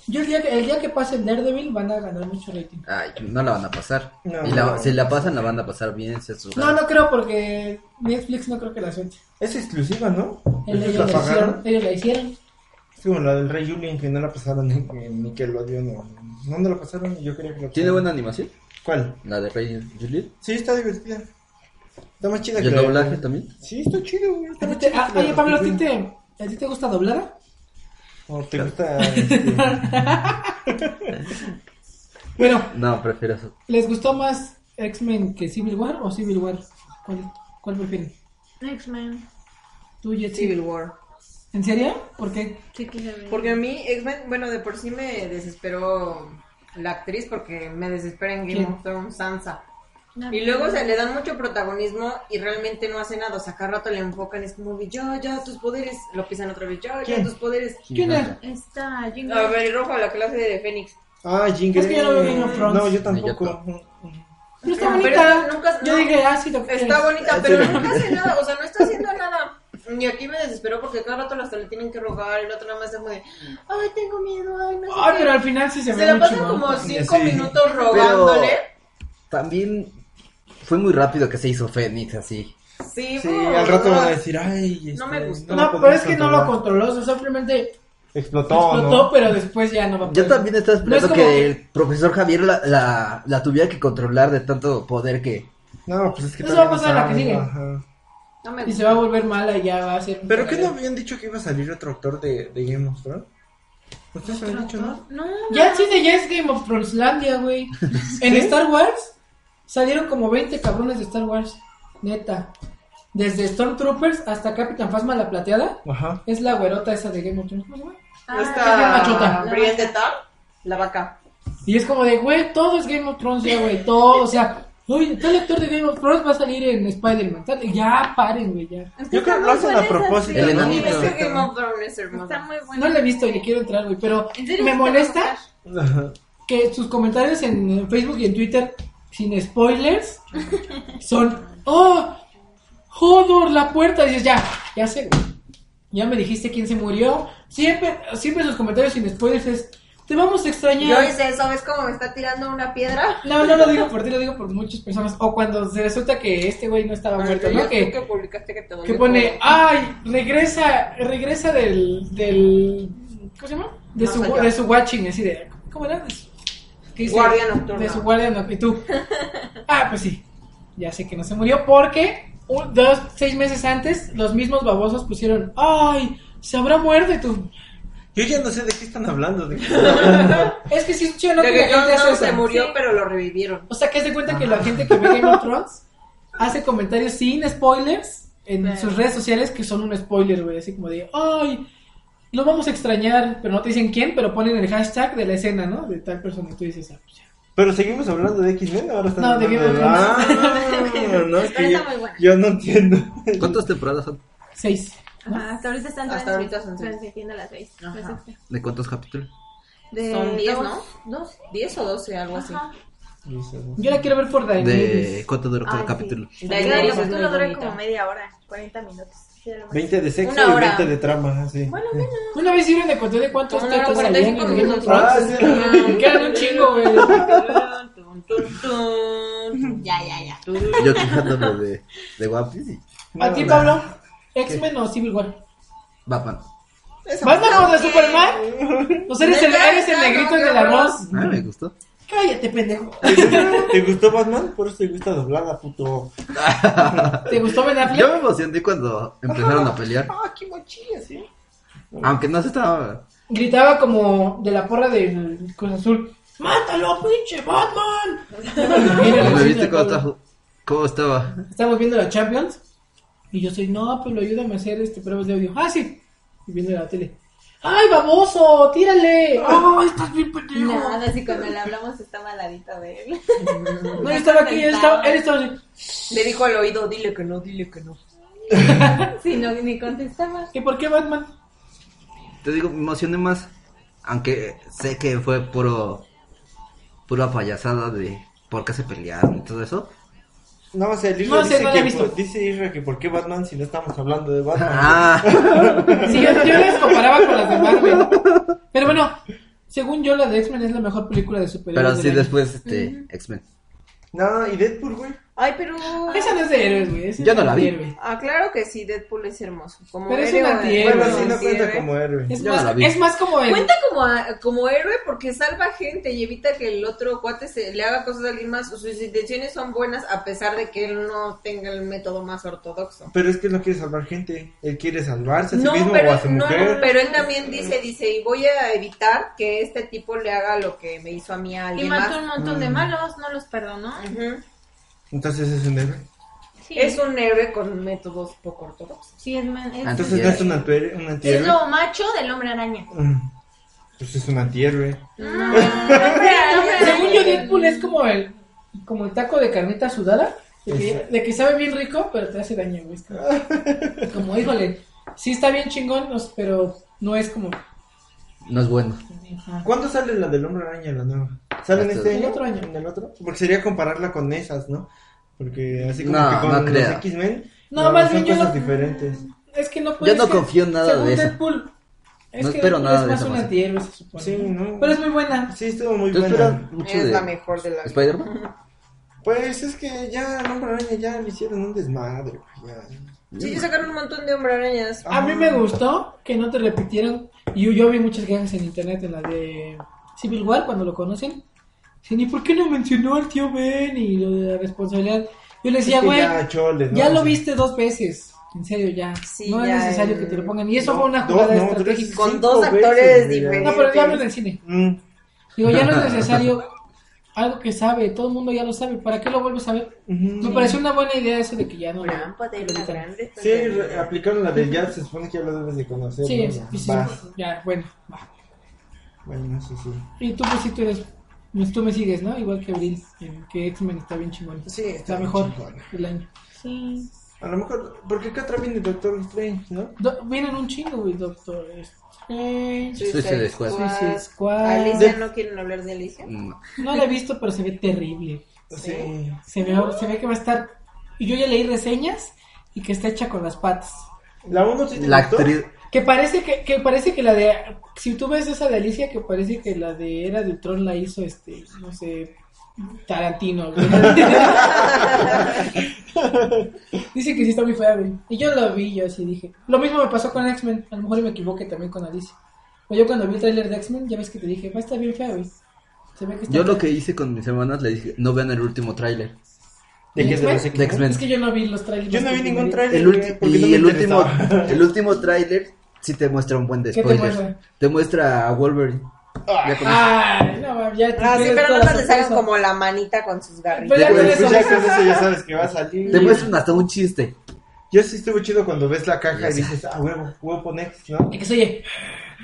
S3: Yo el día que, el día que pasen Daredevil van a ganar mucho rating.
S7: Ay, no la van a pasar.
S4: No.
S7: y la- si la pasan, la van a pasar bien. Se
S3: No, no creo porque Netflix no creo que la suelte.
S4: Es exclusiva, ¿no? Esa es la
S3: Ellos la hicieron.
S4: pagaron.
S3: Ellos la hicieron.
S4: Es como la del Rey Julian que no la pasaron en, en Nickelodeon. o- No, no la pasaron y yo quería que la
S7: ¿Tiene
S4: pasaran.
S7: buena animación?
S4: ¿Cuál?
S7: La de Rey Juliet.
S4: Sí, está divertida. Está más chida
S7: ¿Y el
S4: la-
S7: doblaje también?
S4: Sí, está chido, güey. Está
S3: ¿A ti
S4: más
S3: te-
S4: chido
S3: ah,
S4: que la-
S3: Oye, Pablo, ¿a ti te, a ti te gusta doblada?
S4: ¿O te gusta? este,
S3: Bueno,
S7: No, prefiero eso.
S3: ¿les gustó más X-Men que Civil War o Civil War? ¿Cuál, cuál prefieren?
S6: X-Men.
S3: ¿Tú, Jetsi?
S5: Civil War.
S3: ¿En serio? ¿Por qué?
S6: Sí, quise ver.
S5: Porque a mí, X-Men, bueno, de por sí me desesperó la actriz porque me desespera en Game
S3: ¿Quién?
S5: of Thrones Sansa.
S6: No,
S5: Y luego se le dan mucho protagonismo y realmente no hace nada. O sea, cada rato le enfocan, es como, yo, ya, tus poderes. Lo pisan otra vez, yo, ya,
S4: ¿Quién?
S5: tus poderes.
S3: ¿Quién era?
S6: Esta Jean
S5: A ver, rojo, la clase de Fénix.
S4: Ah, Jean
S3: Es que yo no veo
S4: Grey.
S3: Game of Thrones.
S4: No, yo
S7: Ni
S4: tampoco.
S3: Pero está
S5: No,
S3: bonita.
S5: pero nunca-
S3: Yo
S5: no.
S3: dije, ah, sí, lo que
S5: Está
S3: quieres.
S5: bonita, pero no hace nada. O sea, no está haciendo nada. Y aquí me desesperó porque cada rato hasta le tienen que rogar. El otro nada más es como de, ay, tengo miedo, ay, no sé
S3: Ay,
S5: qué".
S3: pero al final sí se ve
S5: Se la
S3: mucho
S5: pasan
S3: más.
S5: como cinco
S4: Sí.
S5: minutos
S7: Pero-
S5: rogándole.
S7: También fue muy rápido que se hizo Fénix así.
S5: Sí,
S4: Sí,
S5: pues,
S4: al rato
S5: no.
S4: van a decir, ay.
S5: No
S4: este,
S5: me gustó.
S4: la
S3: No, pero
S4: podemos
S3: es que no lo
S4: controlar".
S3: controló, o sea, simplemente
S4: Explotó.
S3: explotó,
S4: ¿no?
S3: pero después ya no va a
S7: Yo
S3: poder.
S7: también estaba
S3: No es
S7: esperando
S3: como-
S7: que el profesor Javier la, la, la tuviera que controlar de tanto poder que...
S4: No, pues es que.
S3: Eso va a
S4: también
S3: pasar la
S4: sabe,
S3: que sigue.
S4: ajá.
S5: No me
S3: Y se
S5: gustó.
S3: va a volver mala y ya va a ser...
S4: Pero que no habían dicho que iba a salir otro actor de, de Game of Thrones. Pues Ustedes habían dicho, ¿no?
S6: No, no.
S3: Ya el cine ya es Game of Throneslandia, güey. En Star Wars salieron como 20 cabrones de Star Wars. Neta. Desde Stormtroopers hasta Capitán Fasma la plateada.
S4: Ajá.
S3: Es la güerota esa de Game of Thrones. ¿cómo se llama?
S6: ah,
S3: bien
S5: Esta
S3: machota.
S5: Brienne de Tar, la vaca.
S3: Y es como de, güey, todo es Game of Thrones ya, güey. Todo, o sea, oye, tal actor de Game of Thrones va a salir en Spider-Man. tal- Ya, paren, güey, ya.
S4: Yo creo que lo hacen a propósito.
S7: El
S4: ¿no?
S7: enanito.
S5: Es que Game of Thrones es
S6: Está
S5: hermosa.
S6: muy bueno.
S3: No la he visto y le quiero entrar, güey, pero
S6: ¿En serio?
S3: me molesta
S4: Ajá.
S3: que sus comentarios en Facebook y en Twitter, sin spoilers, son, oh, Jodor, la puerta. Y dices, ya, ya sé, güey. Ya me dijiste quién se murió. Siempre, siempre sus comentarios sin spoilers es, te vamos a extrañar.
S5: Yo hice eso, ¿ves cómo me está tirando una piedra?
S3: No, no lo digo por ti, lo digo por muchas personas. O cuando se resulta que este güey no
S5: Ah,
S3: estaba muerto, ¿no?
S5: que,
S3: Que,
S5: publicaste que te dolió
S3: que pone,
S5: todo.
S3: ay, regresa, regresa del, del, ¿cómo se llama? De,
S5: No
S3: su,
S5: sé yo.
S3: de su watching, así de, ¿cómo era? De su, ¿qué dice?
S5: Guardia nocturna.
S3: De su guardia nocturna. Y tú, ah, pues sí, ya sé que no se murió porque un- dos, seis meses antes los mismos babosos pusieron, ay, se habrá muerto y tú,
S4: Yo ya no sé de qué están hablando. De qué están hablando.
S3: es que sí, yo no
S5: De
S3: que la
S5: que Jon
S3: gente hace
S5: Snow
S3: eso".
S5: se murió,
S6: Sí.
S5: pero lo revivieron.
S3: O sea, que se cuenta que la gente que ve Game of Thrones hace comentarios sin spoilers en
S6: Claro.
S3: sus redes sociales que son un spoiler, güey. Así como de, ay, lo vamos a extrañar, pero no te dicen quién, pero ponen el hashtag de la escena, ¿no? De tal persona. Y tú dices, ah, pues ya.
S4: Pero seguimos hablando de X-Men. Ahora están
S3: No, de
S4: hablando
S3: Game of
S4: Ah, no, es
S6: Pero
S4: que yo,
S6: está muy buena.
S4: yo no entiendo.
S7: ¿Cuántas temporadas son?
S3: Seis.
S6: Ajá, hasta ahorita están
S5: Hasta
S6: transmit-
S5: ahorita son seis.
S6: transmitiendo las seis.
S5: Ajá.
S6: las extras.
S7: ¿De cuántos capítulos?
S6: De
S5: Son diez,
S6: dos-
S5: ¿no?
S6: Dos.
S5: ¿10 o 12? Algo así.
S6: Ajá.
S3: Yo la quiero ver por
S7: ¿De
S3: Daenerys.
S7: cuánto duró cada
S6: Ay,
S7: capítulo?
S6: sí.
S5: Daenerys
S6: Cada
S5: es muy
S6: capítulo dura
S5: bonita.
S6: como media hora, 40 minutos. Sí, era más.
S4: 20 de sexo
S5: Una
S4: y
S5: hora.
S4: 20 de trama. Así.
S6: Bueno, menos.
S3: Una vez hicieron de conté de cuántos
S5: Como una hora
S3: tetas salían en Game
S5: 45
S3: of
S5: minutos.
S3: Thrones.
S4: Ah, sí.
S3: Me quedan un chingo, güey.
S5: Tun, tun, tun. Ya, ya, ya. Tun.
S7: Yo quejándome de, de One Piece y
S3: ¿A ti, Pablo? ¿X-Men o Civil War?
S7: Batman.
S3: ¿Vas a de Superman? Pues eres el,
S5: Neta,
S3: eres el
S5: no,
S3: negrito
S5: qué
S3: del
S5: horror.
S3: arroz.
S7: A mí Ah, me gustó.
S3: Cállate, pendejo.
S4: ¿Te gustó Batman? Por eso te gusta doblada, puto.
S3: ¿Te gustó Ben Affleck?
S7: Yo me emocioné cuando empezaron a pelear.
S4: Ah, qué mochila, sí.
S7: Aunque no se estaba.
S3: Gritaba como de la porra del Cruz Azul. ¡Mátalo, pinche Batman! Mira,
S7: ¿Me viste
S3: la
S7: cómo
S3: porra.
S7: estaba? ¿Cómo estaba?
S3: Estamos viendo la Champions. Y yo soy, no, pero ayúdame a hacer este pruebas de audio. ¡Ah, sí! Y viendo la tele. ¡Ay, baboso! ¡Tírale! ¡Ay, estás bien pendejo!
S6: Nada, así cuando le hablamos está maladita de él.
S3: No, yo estaba aquí, él estaba, él estaba así.
S5: Le dijo al oído, dile que no, dile que no.
S6: Si no, ni contestaba.
S3: ¿Y por qué Batman?
S7: Te digo, me emocioné más. Aunque sé que fue puro. Pura payasada de por qué se pelearon y todo eso.
S4: No, o sea, el libro
S3: No, o sea,
S4: dice,
S3: no la he
S4: que
S3: visto.
S4: por- dice Isra que por qué Batman si no estamos hablando de Batman.
S7: Ah,
S3: Sí, yo, yo las comparaba con las de Marvel. Pero bueno, según yo, la de X-Men es la mejor película de superhéroes.
S7: pero sí,
S3: del año.
S7: después este, X-Men.
S4: No, y Deadpool, güey.
S5: Ay, pero.
S3: Esa no es de héroes, güey. esa
S7: Yo
S3: es
S7: no la vi.
S3: de héroe.
S5: Ah, claro que sí, Deadpool es hermoso. Como
S3: Pero es
S5: héroe,
S3: un antihéroe.
S4: Bueno,
S3: Héroe,
S4: sí, no cuenta
S5: antihéroe.
S4: como héroe.
S3: Es
S7: Yo no la
S3: más,
S7: vi.
S3: es más como el.
S5: Cuenta como, a- como héroe porque salva gente y evita que el otro cuate se le haga cosas a alguien más. Sus intenciones son buenas a pesar de que él no tenga el método más ortodoxo.
S4: Pero es que él no quiere salvar gente. Él quiere salvarse a sí
S5: No,
S4: mismo o
S5: pero,
S4: a su
S5: no,
S4: mujer.
S5: no, pero él también dice, dice, y voy a evitar que este tipo le haga lo que me hizo a mí a
S6: Y
S5: alguien
S6: mató
S5: más.
S6: un montón de malos, no los perdonó.
S5: Ujú.
S4: Entonces es un héroe.
S6: Sí,
S5: Es un héroe con métodos poco ortodoxos.
S6: sí, es, man- es-
S7: Antes-
S4: Entonces no es un antihéroe. Un
S6: es
S4: antihéroe.
S6: lo macho del hombre araña.
S4: Mm. Pues es un antihéroe.
S6: No, hombre araña.
S3: Según yo, Deadpool es como el. Como el taco de carnita sudada. De que, de que sabe bien rico, pero te hace daño, güey. Es Como, como, híjole. Sí está bien chingón, no- pero no es como.
S7: No es bueno.
S3: ajá.
S4: ¿Cuándo sale la del hombre araña, la nueva? ¿Sale en
S7: Hasta
S4: este
S3: el
S4: año?
S3: otro año.
S4: ¿En el otro? Porque sería compararla con esas, ¿no? Porque así como
S7: No,
S4: que con
S7: no
S4: los
S7: creo.
S4: X-Men.
S3: No, más
S4: son
S3: bien yo
S4: cosas
S3: no-
S4: diferentes.
S3: Es que no puedes.
S7: no confío en nada de eso.
S3: Deadpool. Es
S7: No
S3: que
S7: espero
S3: Deadpool
S7: nada
S3: es
S7: de
S3: más
S7: eso,
S3: un
S7: más.
S3: antihéroe, se supone.
S4: Sí, no.
S3: Pero es muy buena.
S4: Sí, estuvo muy
S7: ¿Tú
S4: buena.
S7: esperas mucho
S5: Es
S7: de
S5: la mejor de la vida.
S7: Spider-Man?
S4: Pues es que ya el hombre araña ya le hicieron un desmadre. güey, ya.
S7: pues,
S5: Sí, ya sacaron un montón de hombre arañas.
S3: A mí
S4: Mm.
S3: me gustó que no te repitieran. Yo, yo vi muchas quejas en internet en la de Civil War cuando lo conocen. Dicen, ¿y por qué no mencionó al tío Ben y lo de la responsabilidad? Yo le decía,
S4: Es que
S3: güey,
S4: ya, chole, ¿no?
S3: ya lo
S4: O sea,
S3: viste dos veces. En serio, ya.
S5: Sí,
S3: no
S5: ya,
S3: es necesario
S5: el-
S3: que te lo pongan. Y eso
S4: no,
S3: fue una
S4: dos,
S3: jugada
S4: no, tres,
S3: estratégica.
S5: Con
S4: cinco
S5: dos actores
S4: güey, ya.
S5: diferentes.
S3: No, pero ya hablo en el cine.
S4: Mm,
S3: Digo, ya no es necesario algo que sabe, todo el mundo ya lo sabe, ¿para qué lo vuelves a ver? Me pareció una buena idea eso de que ya no lo...
S5: Trampa de los grandes.
S4: Sí, re- aplicaron la de ya, se supone que ya lo debes de
S5: pues,
S4: conocer.
S3: Sí,
S4: ¿no?
S3: es- sí, sí,
S4: Va.
S3: ya, bueno, va.
S4: Bueno, sí, sí.
S3: Y tú pues sí tú eres, pues, tú me sigues, ¿no? Igual que Brin, en que X-Men está bien chingón.
S4: Sí, está
S3: la
S4: bien
S3: mejor
S4: chingón.
S3: del año.
S6: Sí.
S4: A lo mejor, porque acá atrás viene Doctor Strange, ¿no?
S3: Do- vienen un chingo, güey, doctor. Strange.
S7: Suicide Squad.
S3: Suicide Squad.
S5: Alicia, ¿no quieren hablar de Alicia?
S7: No.
S3: No la he visto, pero se ve terrible.
S4: Sí.
S3: Se ve, se ve que va a estar. Y yo ya leí reseñas y que está hecha con las patas.
S4: La 1 sí te
S7: La
S4: gustó?
S7: actriz.
S3: Que parece que, que parece que la de si tú ves esa de Alicia que parece que la de Era de Ultron la hizo este, no sé, Tarantino. güey. Dice que sí está muy fea, güey. Y yo lo vi, yo así dije. Lo mismo me pasó con X-Men, a lo mejor me equivoqué también con Alicia. O yo cuando vi el tráiler de X-Men, ya ves que te dije, va a estar bien fea, güey. Se ve que está
S7: Yo
S3: fea.
S7: lo que hice con mis hermanas le dije, no vean el último tráiler.
S4: ¿De qué? ¿De los
S3: X-Men?
S7: De X-Men.
S3: Es que yo no vi los trailers.
S4: Yo no vi Ah, ningún
S3: trailer.
S4: trailer. güey,
S7: El ulti-
S4: porque no
S7: y
S4: me
S7: el último,
S4: interesaba.
S7: el último tráiler sí te muestra un buen de
S3: ¿Qué te
S7: spoilers.
S3: muestra?
S7: Te muestra a Wolverine.
S4: Pues,
S7: Ya con eso.
S3: Ah, no, ya te
S5: Ah, sí,
S3: pierdes
S5: pero
S3: toda
S5: no
S3: la
S5: les hagan
S3: sorpresa.
S5: como la manita con sus garritas.
S3: Pero ya
S7: Te-
S3: con
S4: Pues
S3: eso.
S4: ya con eso ya sabes que va a salir.
S7: Te muestran hasta un chiste.
S4: Yo sí estuvo chido cuando ves la caja
S7: Ya
S4: y
S7: sé.
S4: dices, ah, huevo, huevo poner, ¿no?
S3: Y que se oye.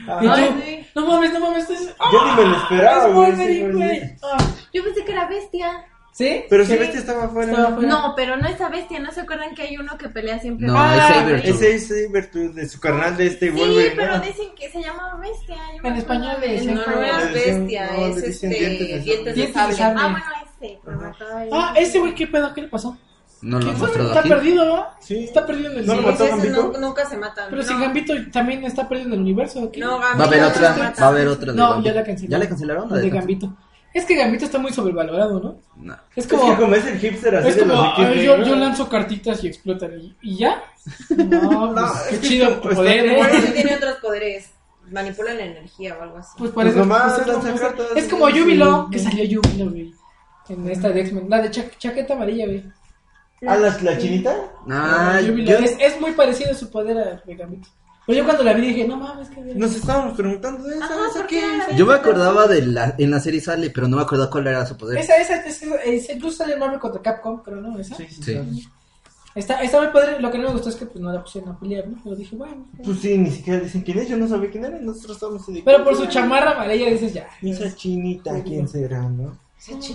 S4: Ah,
S3: Y tú,
S6: Ay, sí.
S3: No mames, no mames. esto es-
S4: Yo ni me lo esperaba,
S3: Es
S4: Ah, güey,
S3: Wolverine,
S4: sí,
S3: güey.
S4: güey.
S3: Ah,
S6: Yo pensé que era bestia.
S3: ¿Sí?
S4: Pero si ves que estaba afuera.
S3: Estaba afuera.
S6: No, pero no esa bestia. ¿No se acuerdan que hay uno que pelea siempre?
S7: No,
S3: Ah,
S7: es Sabertooth.
S4: Ese es eh, virtud de su carnal de este
S6: Sí,
S4: Wolverine.
S6: pero
S4: ¿no?
S6: dicen que se llama bestia. yo me
S3: En
S6: acuerdo
S3: español
S6: de-
S3: le
S6: en
S3: dicen-
S5: No, no
S6: español.
S5: Ah, es
S4: Le dicen-
S5: bestia,
S4: no,
S5: es
S4: le
S5: este,
S4: dicen dientes de
S5: dientes de
S3: sable. Dientes de
S5: sable.
S3: sable.
S6: Ah, bueno, ese. pero me acaba de-
S3: Ah, ese güey, ¿qué pedo? ¿Qué le pasó?
S7: No lo han mostrado
S3: Está
S7: aquí.
S3: perdido, ¿no?
S4: Sí.
S3: Está perdido en el
S4: No lo
S5: Sí,
S4: mató
S5: ese
S4: Gambito?
S5: nu- Nunca se matan.
S3: Pero
S5: no.
S3: si Gambito también está perdido en el universo. ¿o qué?
S5: No,
S7: Va a haber
S5: Gambito
S7: otra,
S5: no se
S7: va
S5: mata.
S7: a haber otra. de
S3: No,
S7: Gambito.
S3: ya la cancelaron.
S7: ¿Ya la cancelaron?
S3: La de Gambito. Es que Gambito está muy sobrevalorado, ¿no?
S7: No.
S3: Es
S4: Es que
S3: como.
S4: como es el hipster así
S3: Es
S4: de
S3: como,
S4: los
S3: "Ay,
S4: X-Men,
S3: yo,
S4: ¿no?
S3: yo lanzo cartitas y explotan. ¿Y, y ya? No,
S4: No,
S3: pues,
S4: es
S3: qué
S4: que
S3: chido
S4: está-
S3: tu
S4: está
S3: poder,
S4: muy
S3: ¿eh?
S5: Bueno, sí tiene otros poderes. Manipula la energía o algo así.
S3: Pues
S4: Pues
S3: parece
S4: nomás
S3: pues es, lo
S4: lanza
S3: mismo.
S4: cartas,
S3: Es como
S4: sí.
S3: Júbilo, que salió Júbilo, güey. En esta de X-Men. La de cha- chaqueta amarilla, güey.
S4: ¿A la, la chinita?
S7: Ah,
S3: Júbilo.
S7: yo-
S3: Es, es muy parecido su poder a de Gambito. Pero yo cuando la vi dije, no mames, que bien.
S4: Nos estábamos preguntando de eso.
S6: Ajá,
S4: ¿eso
S6: ¿por
S4: qué
S6: qué era
S4: es?
S6: la bestia?
S7: Yo me acordaba de la, en la serie sale, pero no me acordaba cuál era su poder.
S3: Esa, esa, esa, esa, incluso sale en Marvel contra Capcom, pero no, esa.
S4: Sí, sí,
S7: Sí.
S4: sí.
S3: Está, está muy padre, lo que no me gustó es que pues no la pusieron a pelear, ¿no? Pero dije, bueno. pues.
S4: Pues sí, ni siquiera dicen quién es. Yo no sabía quién era. Nosotros estábamos así de.
S3: Pero por su chamarra amarilla dices, ya.
S4: ¿Y esa chinita quién será, no?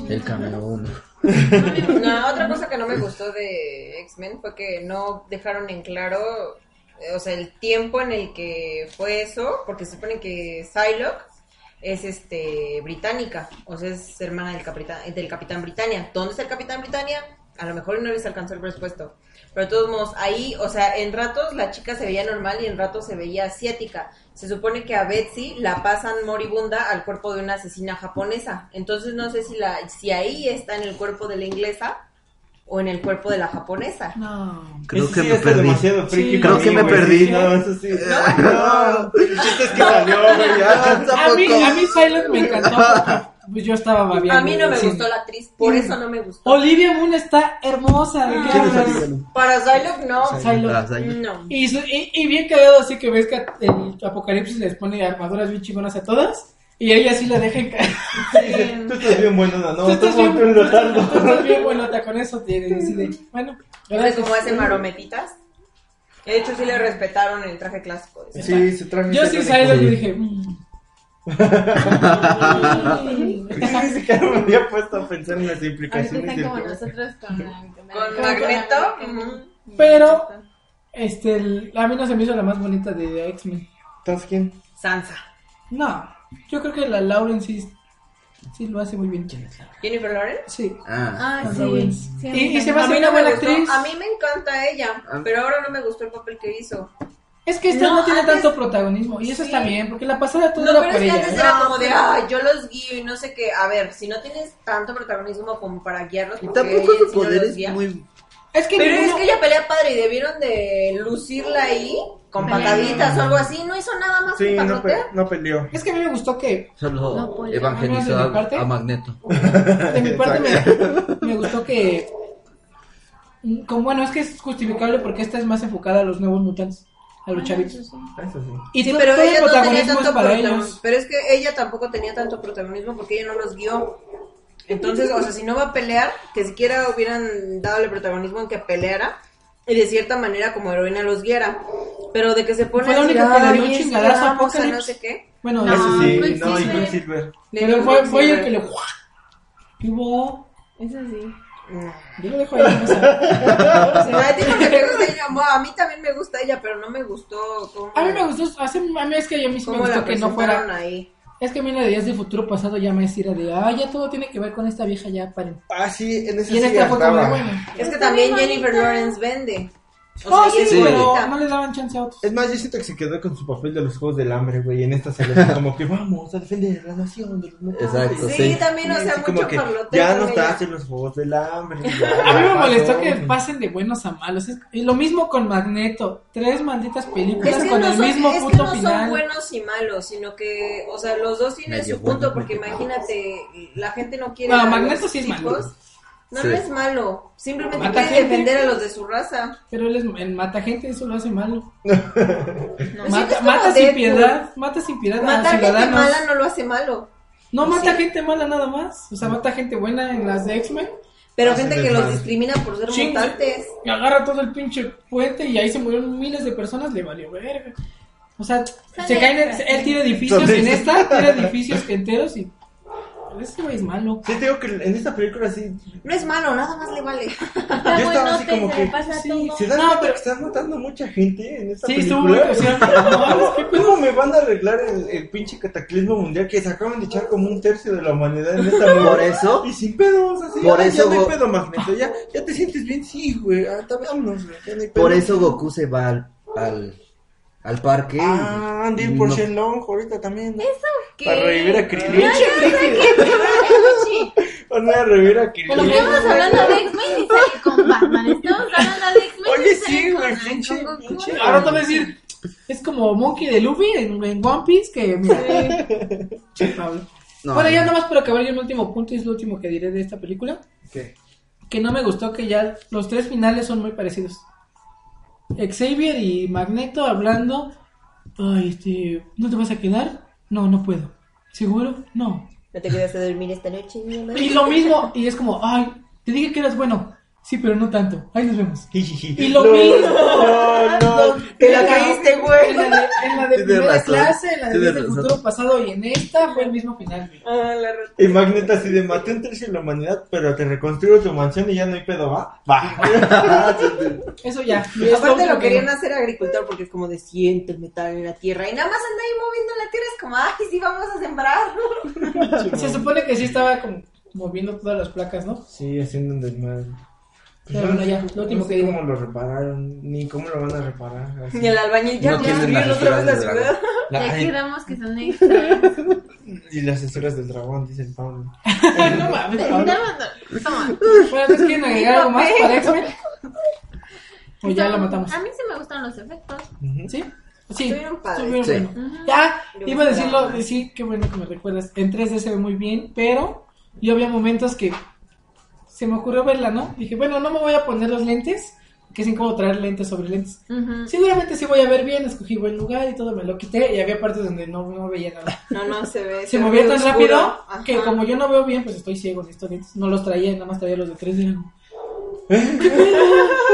S7: El camaleón.
S5: No, otra cosa que no me gustó de X-Men fue que no dejaron en claro, eh, o sea, el tiempo en el que fue eso, porque se supone que Psylocke es este británica, o sea, es hermana del capitán, del capitán Britannia. ¿Dónde está el capitán Britannia? A lo mejor no les alcanzó el presupuesto. Pero de todos modos, ahí, o sea, en ratos la chica se veía normal y en ratos se veía asiática. Se supone que a Betsy la pasan moribunda al cuerpo de una asesina japonesa. Entonces no sé si, la, si ahí está en el cuerpo de la inglesa o en el cuerpo de la japonesa.
S3: No.
S7: Creo
S4: Eso
S7: que
S4: sí
S7: me
S4: es
S7: perdí.
S4: demasiado friki
S3: Sí.
S4: para
S7: Creo que
S4: mí,
S7: me
S4: güey.
S7: perdí.
S4: Sí, No, eso sí.
S7: No.
S4: No, el chiste es que salió, güey. ya.
S3: A mí, a mí Silent me encantó porque pues, yo estaba babiando.
S5: A mí no me
S3: Sí.
S5: gustó la actriz, por eso no me gustó.
S3: Olivia Moon está hermosa.
S5: Ah.
S3: ¿de qué
S4: ¿Quién es
S3: hablas?
S4: Aníbal?
S5: Para Psylocke no.
S3: Psylocke.
S7: Ah, Psylocke.
S5: No.
S3: Y, su- y, y bien cagado así que ves que el apocalipsis les pone armaduras bien chingonas a todas y ella sí la deja en ca-
S4: Dice, Tú estás bien bueno, no, no.
S3: eh, Tú
S4: Tú
S3: estás
S4: estás
S3: bien,
S4: un
S3: tú estás-
S4: lotardo.
S3: tú estás bien buenota con eso. te- decide. Bueno,
S5: ¿Sabes
S3: gracias.
S5: cómo hace marometitas? De hecho, sí le respetaron el traje clásico. de Psylocke.
S4: Sí, se traje.
S3: Yo sí
S4: sí
S3: Psylocke yo dije... mm.
S4: Dice que no me había puesto a pensar en las
S6: Ahorita
S4: implicaciones
S6: están
S4: del
S6: como
S4: tema.
S6: nosotros con Magneto.
S5: Con Magneto. ujú.
S3: Pero este, el- a mí no se me hizo la más bonita de X-Men.
S4: ¿Entonces quién?
S5: Sansa.
S3: No, yo creo que la Lauren sí, sí lo hace muy bien.
S5: Jennifer Lawrence.
S3: Sí.
S7: Ah,
S6: Ah,
S3: Con
S6: sí.
S3: Robin.
S6: sí
S3: Y-
S6: a mí
S3: y se
S6: también.
S3: va-
S5: A mí
S3: Una
S5: no me
S3: buena
S5: gustó.
S3: actriz.
S5: A mí me encanta ella,
S7: Ah.
S5: pero ahora no me gustó el papel que hizo.
S3: Es que esta no,
S6: No,
S3: tiene
S6: antes-
S3: tanto protagonismo. Y eso está bien, porque la pasada todo
S5: No,
S3: era
S5: pero
S3: por
S5: es que
S3: ella.
S5: antes
S3: ¿eh?
S5: era
S6: No,
S5: como de, ah,
S6: pero-
S5: ay, yo los guío y no sé qué. A ver, si no tienes tanto protagonismo como para guiarlos,
S7: y
S5: porque
S7: tampoco
S5: ella
S7: su
S5: sí no
S7: poder
S5: los
S7: es
S5: guía.
S7: muy.
S3: Es que
S5: Pero es
S3: ninguno-
S5: que ella pelea padre y debieron de lucirla ahí con pataditas o algo así. No hizo nada más
S4: Sí,
S5: que
S4: no, pe-
S5: panotear.
S4: no peleó.
S3: es que a mí me gustó que,
S7: Solo
S6: No, pues,
S7: evangelizó
S3: ¿no? ¿De mi
S7: a,
S3: parte?
S7: a Magneto.
S3: de mi parte me, me gustó que, mm, como bueno, es que es justificable porque esta es más enfocada a los nuevos mutantes, a los chavitos.
S4: Eso sí.
S3: Y
S5: Sí,
S3: to-
S5: Ah. pero
S3: todo el
S5: ella no tenía
S3: protagonismo es
S5: tanto
S3: para
S5: protagonismo.
S3: ellos.
S5: Pero es que ella tampoco tenía tanto protagonismo porque ella no los guió. Entonces, o sea, si no va a pelear, que siquiera hubieran dado el protagonismo en que peleara y de cierta manera como heroína los guiara. Pero de que se pone
S3: Fue la
S5: a decir,
S3: única que le dio
S5: "Ay,
S3: un
S5: es que
S3: chingadazo a
S5: vamos a
S3: Apocalypse.
S5: no sé qué.
S3: Bueno,
S6: No,
S4: Eso sí,
S6: Quicksilver.
S4: no, y Quicksilver.
S5: Le
S3: pero
S5: dio
S3: fue,
S5: un
S3: fue el
S5: Quicksilver.
S3: que le. ¿Qué hubo?
S6: Eso sí.
S3: Yo lo dejo ahí. no sé.
S5: Si nadie dijo que le gusta ella, mo- a mí también me gusta ella, pero no me gustó cómo,
S3: A mí me gustó. Hace, a mí es que a mí sí me
S5: cómo la
S3: gustó que no fuera.
S5: presentaron ahí.
S3: Es que a mí la de Días del Futuro Pasado ya me decía de. Ah, ya todo tiene que ver con esta vieja, ya paren.
S4: Ah, sí, en ese
S3: Y en
S4: sí
S3: esta fue como de
S4: estaba.
S3: bueno.
S5: Es que
S6: Está
S5: también
S6: bien
S5: Jennifer
S6: bonita.
S5: Lawrence vende. O
S3: Oh,
S5: sea,
S3: sí,
S5: ella es
S7: sí.
S3: pero
S5: bonita.
S3: no le daban chance a otros.
S4: Es más, yo siento que se quedó con su papel de los Juegos del Hambre, güey. y En esta salió como que vamos a defender la nación de los mutantes.
S7: Exacto,
S5: Sí,
S7: sí.
S5: también, o
S4: Sí,
S5: sea,
S4: sí,
S5: mucho
S4: como que
S5: parloteo.
S4: ya no
S5: con ella.
S4: estás en los Juegos del Hambre.
S3: A mí me molestó que pasen de buenos a malos. Es- y lo mismo con Magneto. Tres malditas películas
S5: Es que
S3: con
S5: no
S3: el
S5: son,
S3: mismo
S5: es que
S3: puto
S5: no son
S3: final.
S5: buenos y malos, sino que, o sea, los dos tienen
S7: Medio
S5: su punto,
S7: bueno,
S5: porque
S7: medio
S5: imagínate, la gente no quiere.
S3: No,
S5: a
S3: Magneto
S5: los
S3: sí es
S5: chicos.
S3: malo.
S5: No,
S7: Sí.
S5: no es malo. Simplemente
S3: Mata
S5: quiere
S3: gente.
S5: defender a los de su raza.
S3: Pero él es el mata gente, eso lo hace malo.
S5: No,
S3: mata
S5: es como
S3: mata sin
S5: Deadpool.
S3: piedad, mata sin piedad a
S5: Matar gente
S3: ciudadanos.
S5: mala no lo hace malo.
S3: No mata gente mala nada más. O sea, mata gente buena en las de X-Men.
S5: Pero
S4: Hace
S5: gente que los
S4: desmadre.
S5: discrimina por ser
S3: Ching.
S5: mutantes.
S3: Y agarra todo el pinche puente y ahí se murieron miles de personas, le valió verga. O sea, se caen, en- él tira edificios
S4: Son
S3: en
S4: extras.
S3: esta, tira edificios enteros y... Ese güey es malo.
S4: Sí, te digo que en esta película sí.
S5: No es malo, nada más le vale.
S6: Está
S4: yo estaba así
S6: buenote,
S4: como
S6: se
S4: que.
S6: le pasa
S4: sí,
S6: todo.
S4: se dan
S3: No,
S4: cuenta
S3: pero-
S4: que están matando mucha gente en esta
S3: Sí, estuvo muy
S4: película.
S3: impresionante.
S4: ¿Cómo me van a arreglar el, el pinche cataclismo mundial que se acaban de echar como un tercio de la humanidad en esta
S7: Por
S4: madre?
S7: eso,
S4: Y sin pedos, así.
S7: Por
S4: ah,
S7: eso
S4: Ya no hay
S7: Go-
S4: pedo, Magneto. Ya, ya te sientes bien, sí, güey. Ah, tá, vámonos, güey. Ya no hay pedo.
S7: por eso Goku se va al, al, al parque. y-
S4: Ah, anda a ir por
S7: no-
S4: Shenlong ahorita también. ¿no?
S6: ¿Qué?
S4: Para revivir a Krillin.
S6: Estamos
S4: Van a revivir a Krillin.
S3: Pero ¿qué vamos
S6: hablando de X-Men y sale con Batman. Estamos hablando de X-Men y
S4: Oye,
S6: sale
S4: sí,
S6: con-
S4: güey,
S6: con
S4: pinche-
S6: Goku.
S4: pinche-
S3: Ahora te voy a decir, es como Monkey de Luffy en, en One Piece que mira, che, Pablo.
S7: No.
S3: Bueno, ya nomás para acabar yo el último punto y es lo último que diré de esta película.
S4: ¿Qué?
S3: Que no me gustó que ya los tres finales son muy parecidos. Xavier y Magneto hablando. Ay, este, ¿no te vas a quedar? No, no puedo. ¿Seguro? No.
S5: No te quedas a dormir esta noche, mi amor.
S3: Y lo mismo, y es como, ay, te dije que eras bueno. Sí, pero no tanto. Ahí nos vemos. Y lo
S4: No,
S3: mismo.
S4: No, no.
S5: Te la caíste, güey.
S3: En la de, en la de
S7: Tienes
S3: primera
S7: razón,
S3: clase, en la de
S7: tienes
S3: Días del
S7: razón.
S3: futuro pasado y en esta fue el mismo final. güey.
S5: Ah, la rata.
S4: Y Magneto así de maté un tercio de la humanidad, pero te reconstruyo tu mansión y ya no hay pedo, ¿va? Va.
S3: Eso ya.
S5: Aparte lo querían hacer agricultor porque es como de siente el metal en la tierra y nada más anda ahí moviendo la tierra, es como, ay, sí, vamos a sembrar.
S3: Se supone que sí estaba como moviendo todas las placas, ¿no?
S4: sí, haciendo un desmadre. Pues
S3: Pero bueno, ya, lo último
S4: no sé
S3: que digo.
S4: cómo lo repararon, ni cómo lo van a reparar. así.
S5: Y el albañil ya
S7: No tienen
S5: construyeron
S7: las
S5: otra vez la
S7: estructuras del
S5: ciudad.
S4: La-
S6: Ya quedamos que son extras.
S4: Ah. y las censuras del dragón, dice el Pablo.
S3: no mames,
S6: No,
S3: Pablo.
S6: no, no. Toma.
S3: Bueno, ¿ustedes quieren agregar algo más para X-Men? O ya lo matamos.
S6: A mí sí me gustan los efectos.
S3: ¿Sí? Sí,
S5: Estuvieron padres.
S3: estuvieron
S7: Sí.
S3: bueno. Ya, iba a decirlo, decir qué bueno que me recuerdas. En 3D se ve muy bien, pero yo había momentos que se me ocurrió verla, ¿no? Dije, bueno, no me voy a poner los lentes, que es incómodo traer lentes sobre lentes.
S6: Ujú.
S3: Seguramente sí voy a ver bien, escogí buen lugar y todo, me lo quité y había partes donde no, no veía nada.
S5: No, no, se ve.
S3: Se movía tan rápido que como yo no veo bien, pues estoy ciego de estos lentes. No los traía, nada más traía los de 3D.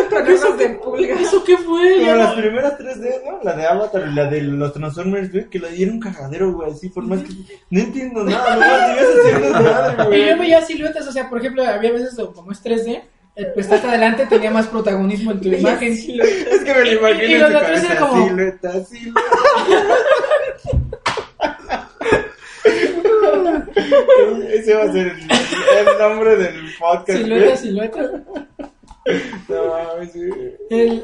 S5: Problemas de pulgas.
S3: ¿Eso qué fue?
S4: Como
S3: Ya
S4: las
S3: no-
S4: primeras 3D, ¿no? La de Avatar y la de los Transformers, güey, que la dieron cagadero, güey, así por más que... No entiendo nada, nomás digas haciendo desmadre,
S3: Y yo
S4: güey.
S3: veía siluetas, o sea, por ejemplo, había veces o como es 3D, el puestazo pues adelante tenía más protagonismo en tu imagen.
S4: Es que me lo imagino
S3: Y- y
S4: en
S3: los de
S4: su
S3: atrás
S4: cabeza,
S3: era como-
S4: silueta, silueta. Ese va a ser el, el nombre del podcast.
S3: Silueta,
S4: güey.
S3: silueta.
S4: No mames, güey.
S3: El-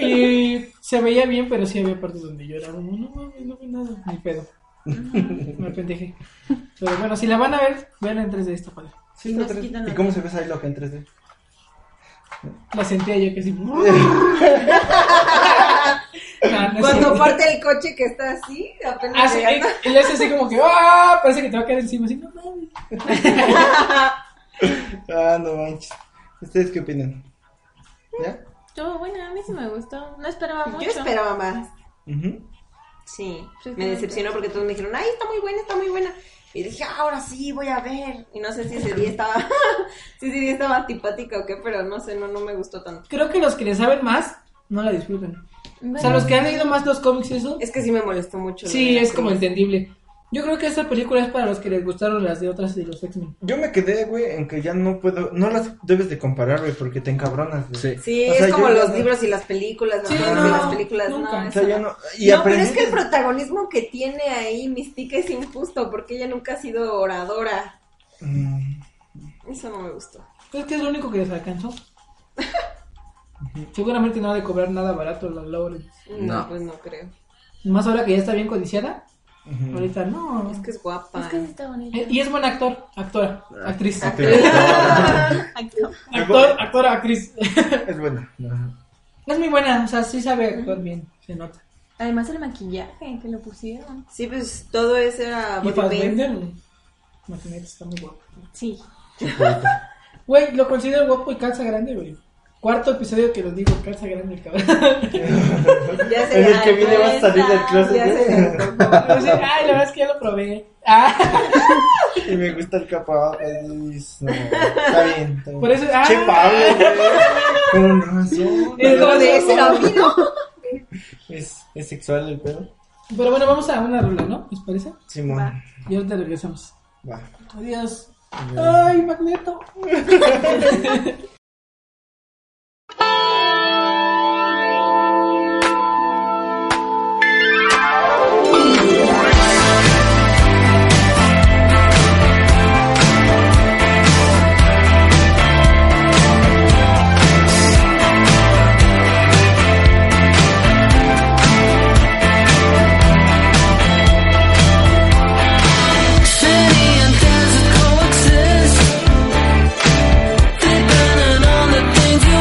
S3: Y se veía bien, pero sí había partes donde yo era como, no mames, no vi nada, ni pedo. Me pendejé. Pero bueno, si la van a ver, véanla en 3D, está padre.
S4: Sí, está
S6: Nos
S4: tres-
S6: quitan
S4: ¿Y
S6: la-
S4: cómo se ve Psylocke en 3D?
S3: La sentía yo que sí. No, no es
S5: Cuando
S3: cierto.
S5: parte el coche que está así,
S3: Ah,
S5: apenas
S3: sí,
S5: llegando.
S3: y- y le hace así como que, ¡ah! Parece que te va a caer encima. Así, no mames.
S4: Ah, no manches. ¿Ustedes qué opinan? ¿Ya?
S6: Estuvo buena, a mí sí me gustó. No esperaba mucho.
S5: Yo esperaba más.
S4: Ujú.
S5: Sí,
S6: Sí,
S5: me
S6: sí,
S5: decepcionó porque todos me dijeron, ay, está muy buena, está muy buena. Y dije, "Ah, ahora sí, voy a ver. Y no sé si ese día estaba, si ese día estaba antipática o qué, pero no sé, no, no me gustó tanto.
S3: Creo que los que le saben más no la disfrutan. O sea, los que han leído más los cómics y eso,
S5: Es que sí me molestó mucho. lo de
S3: sí,
S5: la
S3: es como
S5: cruz.
S3: entendible. Yo creo que esta película es para los que les gustaron las de otras y los X-Men.
S4: Yo me quedé, güey, en que ya no puedo. No las debes de comparar, güey, porque te encabronas, güey.
S7: Sí.
S5: Sí,
S4: O sea,
S5: es
S4: yo
S5: como
S4: ya
S5: los
S4: no-
S5: libros y las películas, las
S3: Sí,
S5: novelas y
S3: no,
S5: las películas,
S3: nunca.
S5: no.
S4: O
S5: eso
S4: sea, ya
S5: no.
S4: no. Y
S5: no, pero es que el
S4: aprendiste-
S5: protagonismo que tiene ahí Mystique es injusto porque ella nunca ha sido oradora.
S4: Mm,
S5: Eso no me gustó.
S3: Es que es lo único que les alcanzó. Seguramente no ha de cobrar nada barato las Lauren.
S5: No,
S7: No.
S5: pues no creo.
S3: Más ahora que ya está bien codiciada.
S4: ujú.
S3: Ahorita no.
S5: Mm. Es que es guapa.
S6: Es que sí está bonito.
S3: Eh, Y es buen actor, actora, actriz.
S6: Actor.
S3: Actor, actora, actriz.
S4: Es buena. Ajá.
S3: es muy buena, o sea, sí sabe actuar bien, se nota.
S6: Además el maquillaje que lo pusieron.
S5: Sí, pues todo eso era
S3: Y
S5: body paint.
S3: Fassbender, imagínate, está muy guapo.
S6: Sí.
S3: Güey, lo considero guapo y calza grande, güey. Cuarto episodio que lo digo, calza grande el cabrón.
S5: Ya
S4: En el que viene va a salir del closet,
S5: Ya se
S4: ¿eh?
S5: le
S3: Pero sí, ay, la verdad es que ya lo probé. Ah,
S4: Y me gusta el capaz. No, está bien. Está bien.
S3: Por eso- ah.
S4: Che, Pablo, güey. Con razón.
S3: Es como de ese
S5: camino.
S4: ¿Es, es sexual el pedo?
S3: pero bueno, vamos a una rula, ¿no? ¿Les parece?
S4: Simón.
S6: Va.
S3: Y ahorita regresamos.
S4: Va.
S3: Adiós. Ay, Magneto.
S9: City and desert coexist. Deep in an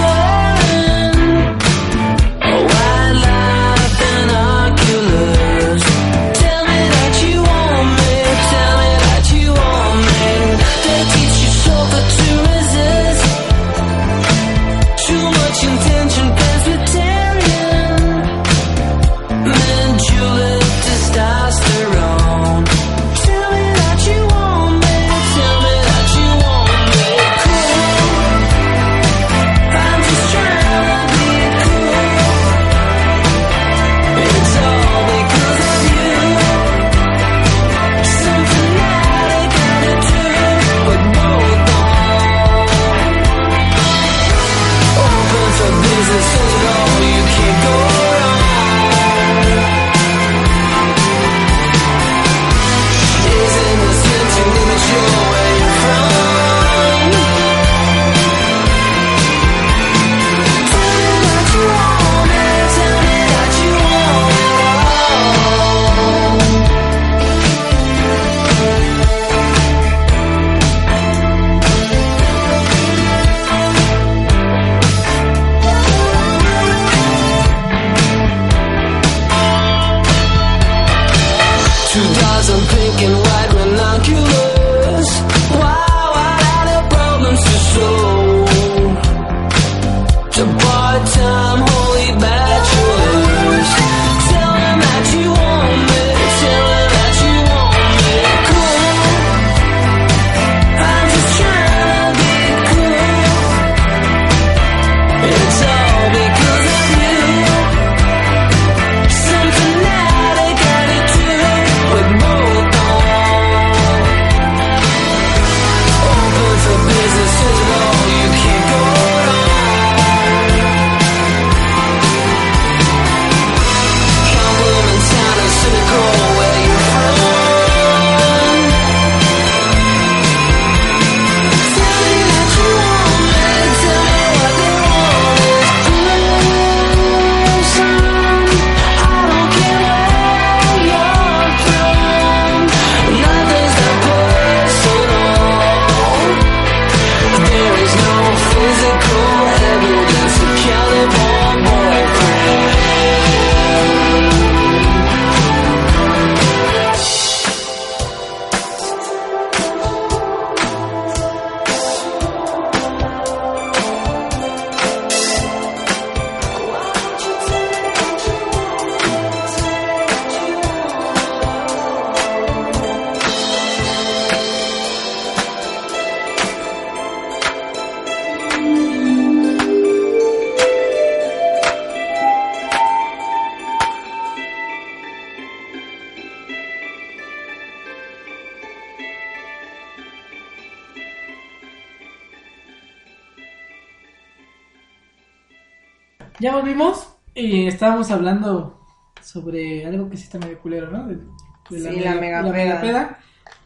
S3: Ya volvimos y estábamos hablando sobre algo que sí está medio culero, ¿no? De, de
S5: Sí, la
S3: mega-
S5: megapeda.
S3: megapeda.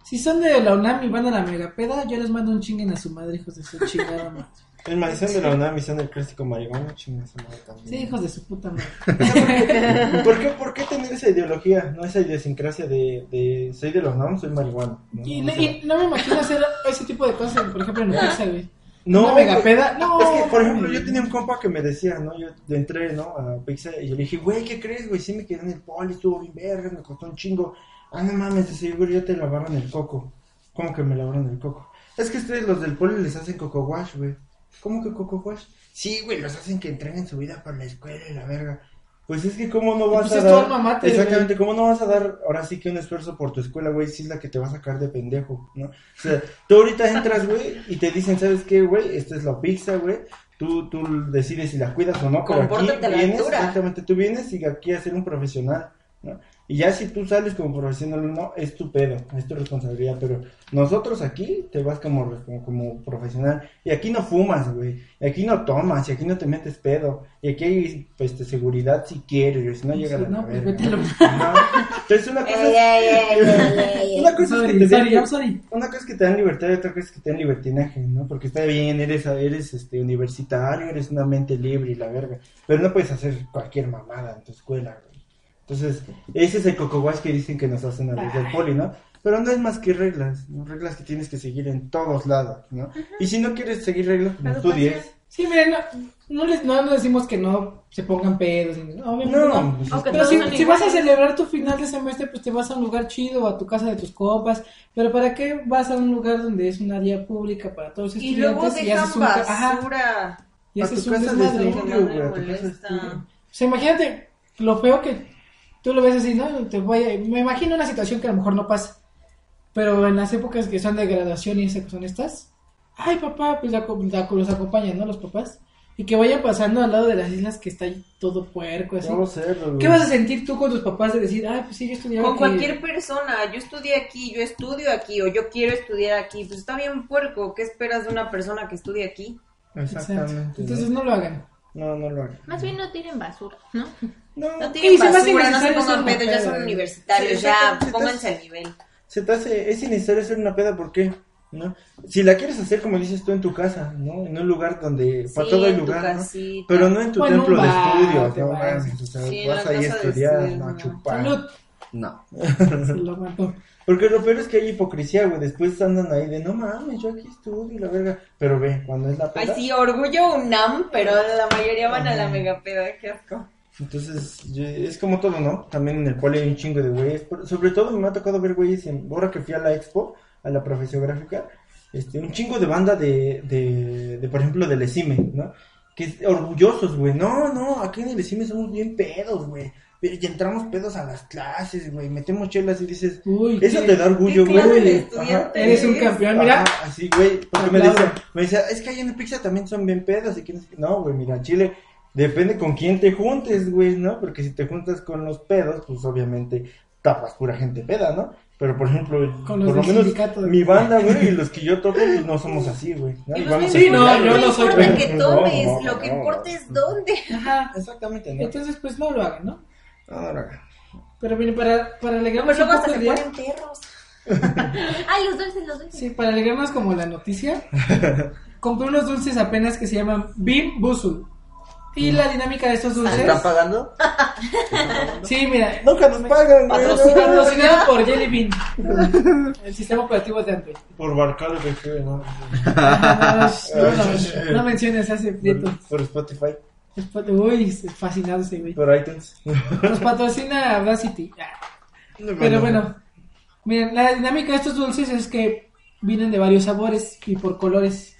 S3: Si son de la UNAM y van a la megapeda, yo les mando un chinguen a su madre, hijos de su chingada madre.
S4: En maldición de la UNAM y son el clásico marihuana, chinga su madre también.
S3: Sí, hijos de su puta madre.
S4: ¿Por qué, ¿Por qué tener esa ideología? No esa idiosincrasia de, de soy de los NAM, soy marihuana. No,
S3: Y,
S4: no,
S3: no- y no me imagino hacer ese tipo de cosas, por ejemplo, en Necaxa, güey.
S4: no,
S3: una megapeda, no.
S4: Es que, por ejemplo, yo tenía un compa que me decía, ¿no? Yo entré, ¿no? A Pixar y yo le dije, güey, ¿qué crees, güey? Sí me quedé en el poli, estuvo bien verga, me costó un chingo. Ah, no mames, de seguro ya te lavaron el coco. ¿Cómo que me lavaron el coco? Es que ustedes los del poli les hacen coco wash, güey. ¿Cómo que coco wash? Sí, güey, los hacen que entreguen su vida para la escuela y la verga. Pues es que cómo no vas
S3: Pues es
S4: a
S3: tu
S4: dar...
S3: alma mater,
S4: exactamente, cómo no vas a dar ahora sí que un esfuerzo por tu escuela, güey, si es la que te va a sacar de pendejo, ¿no? O sea, tú ahorita entras, güey, y te dicen, ¿sabes qué, güey? Esta es la pizza, güey. Tú, tú decides si la cuidas o no, pero aquí
S5: Compórtate a la
S4: vienes,
S5: altura.
S4: exactamente, tú vienes y aquí a ser un profesional, ¿no? Y ya si tú sales como profesional o no, es tu pedo, es tu responsabilidad, pero nosotros aquí te vas como, re- como, como profesional. Y aquí no fumas, güey. Y aquí no tomas, y aquí no te metes pedo. Y aquí hay pues, de seguridad si quieres, si no llega la
S3: No, pues
S4: verga.
S3: vete a la-
S4: Ajá. Entonces una cosa
S5: Ey, ey, ey, ey, ey, ey.
S4: una cosa es que
S3: Sorry,
S4: te den-
S3: sorry, I'm sorry.
S4: una cosa es que te dan libertad y otra cosa es que te dan libertinaje, ¿no? Porque está bien, eres, eres este, universitario, eres una mente libre y la verga. Pero no puedes hacer cualquier mamada en tu escuela, güey. Entonces, ese es el cocoguas que dicen que nos hacen a los del poli, ¿no? Pero no es más que reglas, ¿no? reglas que tienes que seguir en todos lados, ¿no? Y si no quieres seguir reglas, pues, no estudies.
S6: pues,
S3: Sí, miren, no, no les, no, no decimos que no se pongan pedos. ni- no, obviamente
S4: No,
S3: no.
S4: pues,
S6: Ok.
S3: Pero
S6: todos
S3: si,
S6: son
S3: si
S6: iguales.
S3: vas a celebrar tu final de semestre, pues te vas a un lugar chido, a tu casa de tus compas. Pero ¿para qué vas a un lugar donde es un área pública para todos los
S5: Y luego
S3: estudiantes
S5: dejan
S3: haces un, ajá,
S5: basura.
S3: y
S4: a
S3: haces
S4: tu
S3: un
S4: casa de
S3: desmadre?
S4: estudio,
S5: No me
S4: güey, a tu
S6: Pues
S4: casa de
S5: molesta.
S4: estudio.
S3: O sea, imagínate lo feo que tú lo ves así, ¿no? Te voy a- me imagino una situación que a lo mejor no pasa. Pero en las épocas que son de graduación y esas que son estas, ay papá, pues la, co- la- los acompañan, ¿no? Los papás. Y que vayan pasando al lado de las islas que está ahí todo puerco, así.
S4: Vamos a hacerlo, güey.
S3: Pues ¿Qué vas a sentir tú con tus papás de decir, ay, pues sí, yo estudiaba
S5: Con
S3: aquí"?
S5: cualquier persona, yo estudié aquí, yo estudio aquí, o yo quiero estudiar aquí, pues está bien puerco, ¿qué esperas de una persona que estudie aquí?
S3: Exacto.
S4: Exactamente.
S3: Entonces
S4: ¿no?
S3: no lo hagan.
S4: no, no lo hagas.
S6: Más bien no tiren basura, ¿no?
S4: No,
S5: No
S3: Y
S5: tienen
S3: se me hace
S5: basura, no se
S3: innecesario
S5: pongan
S3: ser
S5: pedo, ya son
S3: mujer.
S5: universitarios,
S4: Sí,
S5: ya
S4: exacto,
S5: pónganse al nivel.
S4: se te hace, es innecesario hacer una peda, ¿por qué? ¿No? Si la quieres hacer, como dices tú, en tu casa, ¿no? En un lugar donde, para
S5: Sí,
S4: todo el
S5: en tu
S4: lugar, ¿no?
S5: casita.
S4: Pero no en tu
S3: O en un
S4: templo de
S3: bar,
S4: estudios,
S3: te
S4: ¿no?
S3: vas.
S4: Mames, o sea,
S5: Sí, en
S4: vas
S5: la
S4: ahí a
S5: casa de
S4: estudiar,
S5: estudios,
S4: no a
S5: no.
S4: chupar.
S3: Salud.
S7: No.
S3: Se lo mató.
S4: Porque lo peor es que hay hipocresía, güey. Después andan ahí de, no mames, yo aquí estudio y la verga. Pero ve, cuando es la
S5: Ay,
S4: peda,
S5: sí, orgullo UNAM, pero
S4: Ah,
S5: la mayoría van a la megapeda, qué asco.
S4: Entonces, yo- es como todo, ¿no? También en el poli hay un chingo de güeyes. Por- Sobre todo me ha tocado ver güeyes en, ahora que fui a la expo, a la profesiográfica, este, un chingo de banda de, de, de, por ejemplo, del ECIME, ¿no? Que es- orgullosos, güey. No, no, aquí en el ECIME somos bien pedos, güey. Pero ya entramos pedos a las clases, güey. Metemos chelas y dices,
S3: Uy,
S4: eso
S3: qué-
S4: te da orgullo,
S5: qué clase de
S4: güey. Ajá.
S5: estudiante
S3: Eres un campeón, mira.
S4: Ajá, así, güey. Porque me
S3: Aplaudo.
S4: decía, me decía, es que allá en Pizza también son bien pedos. Y que no sé qué". no, güey, mira, Chile, depende con quién te juntes, güey, ¿no? Porque si te juntas con los pedos, pues obviamente tapas pura gente peda, ¿no? Pero por ejemplo,
S3: Con los
S4: por lo
S3: del
S4: menos
S3: sindicato.
S4: mi banda, güey, y los que yo toco, pues no somos así, güey. ¿no?
S5: Y
S4: Y
S5: pues,
S4: vamos a
S3: Sí, no,
S4: estudiar,
S3: yo
S4: güey.
S3: no soy
S5: importa que
S4: pedo.
S5: tomes,
S4: No, no,
S5: lo que
S4: no.
S5: importa es dónde.
S3: Ajá.
S4: Exactamente, ¿no?
S3: Entonces, pues no lo hagan, ¿no?
S4: No, no lo hagas.
S3: Pero miren, para, para alegrarnos
S5: Pues, Luego
S3: un poco
S5: hasta se
S3: el día-
S5: ponen perros.
S6: Ay, los dulces, los dulces.
S3: Sí, para alegrarnos como la noticia, compré unos dulces apenas que se llaman Bim Busu. Y la dinámica de estos
S7: ¿Se
S3: dulces.
S7: están pagando?
S3: Sí, mira.
S4: Nunca nos pagan, güey.
S3: Patrocinado por Jelly Bean. El sistema operativo de Android.
S4: Por barcado que fue, ¿no?
S3: No, no, no menciones a ese prieto.
S4: Por, por Spotify,
S3: Uy, fascinado ese güey.
S4: por iTunes.
S3: Nos patrocina Audacity. Pero bueno, miren, la dinámica de estos dulces es que vienen de varios sabores y por colores.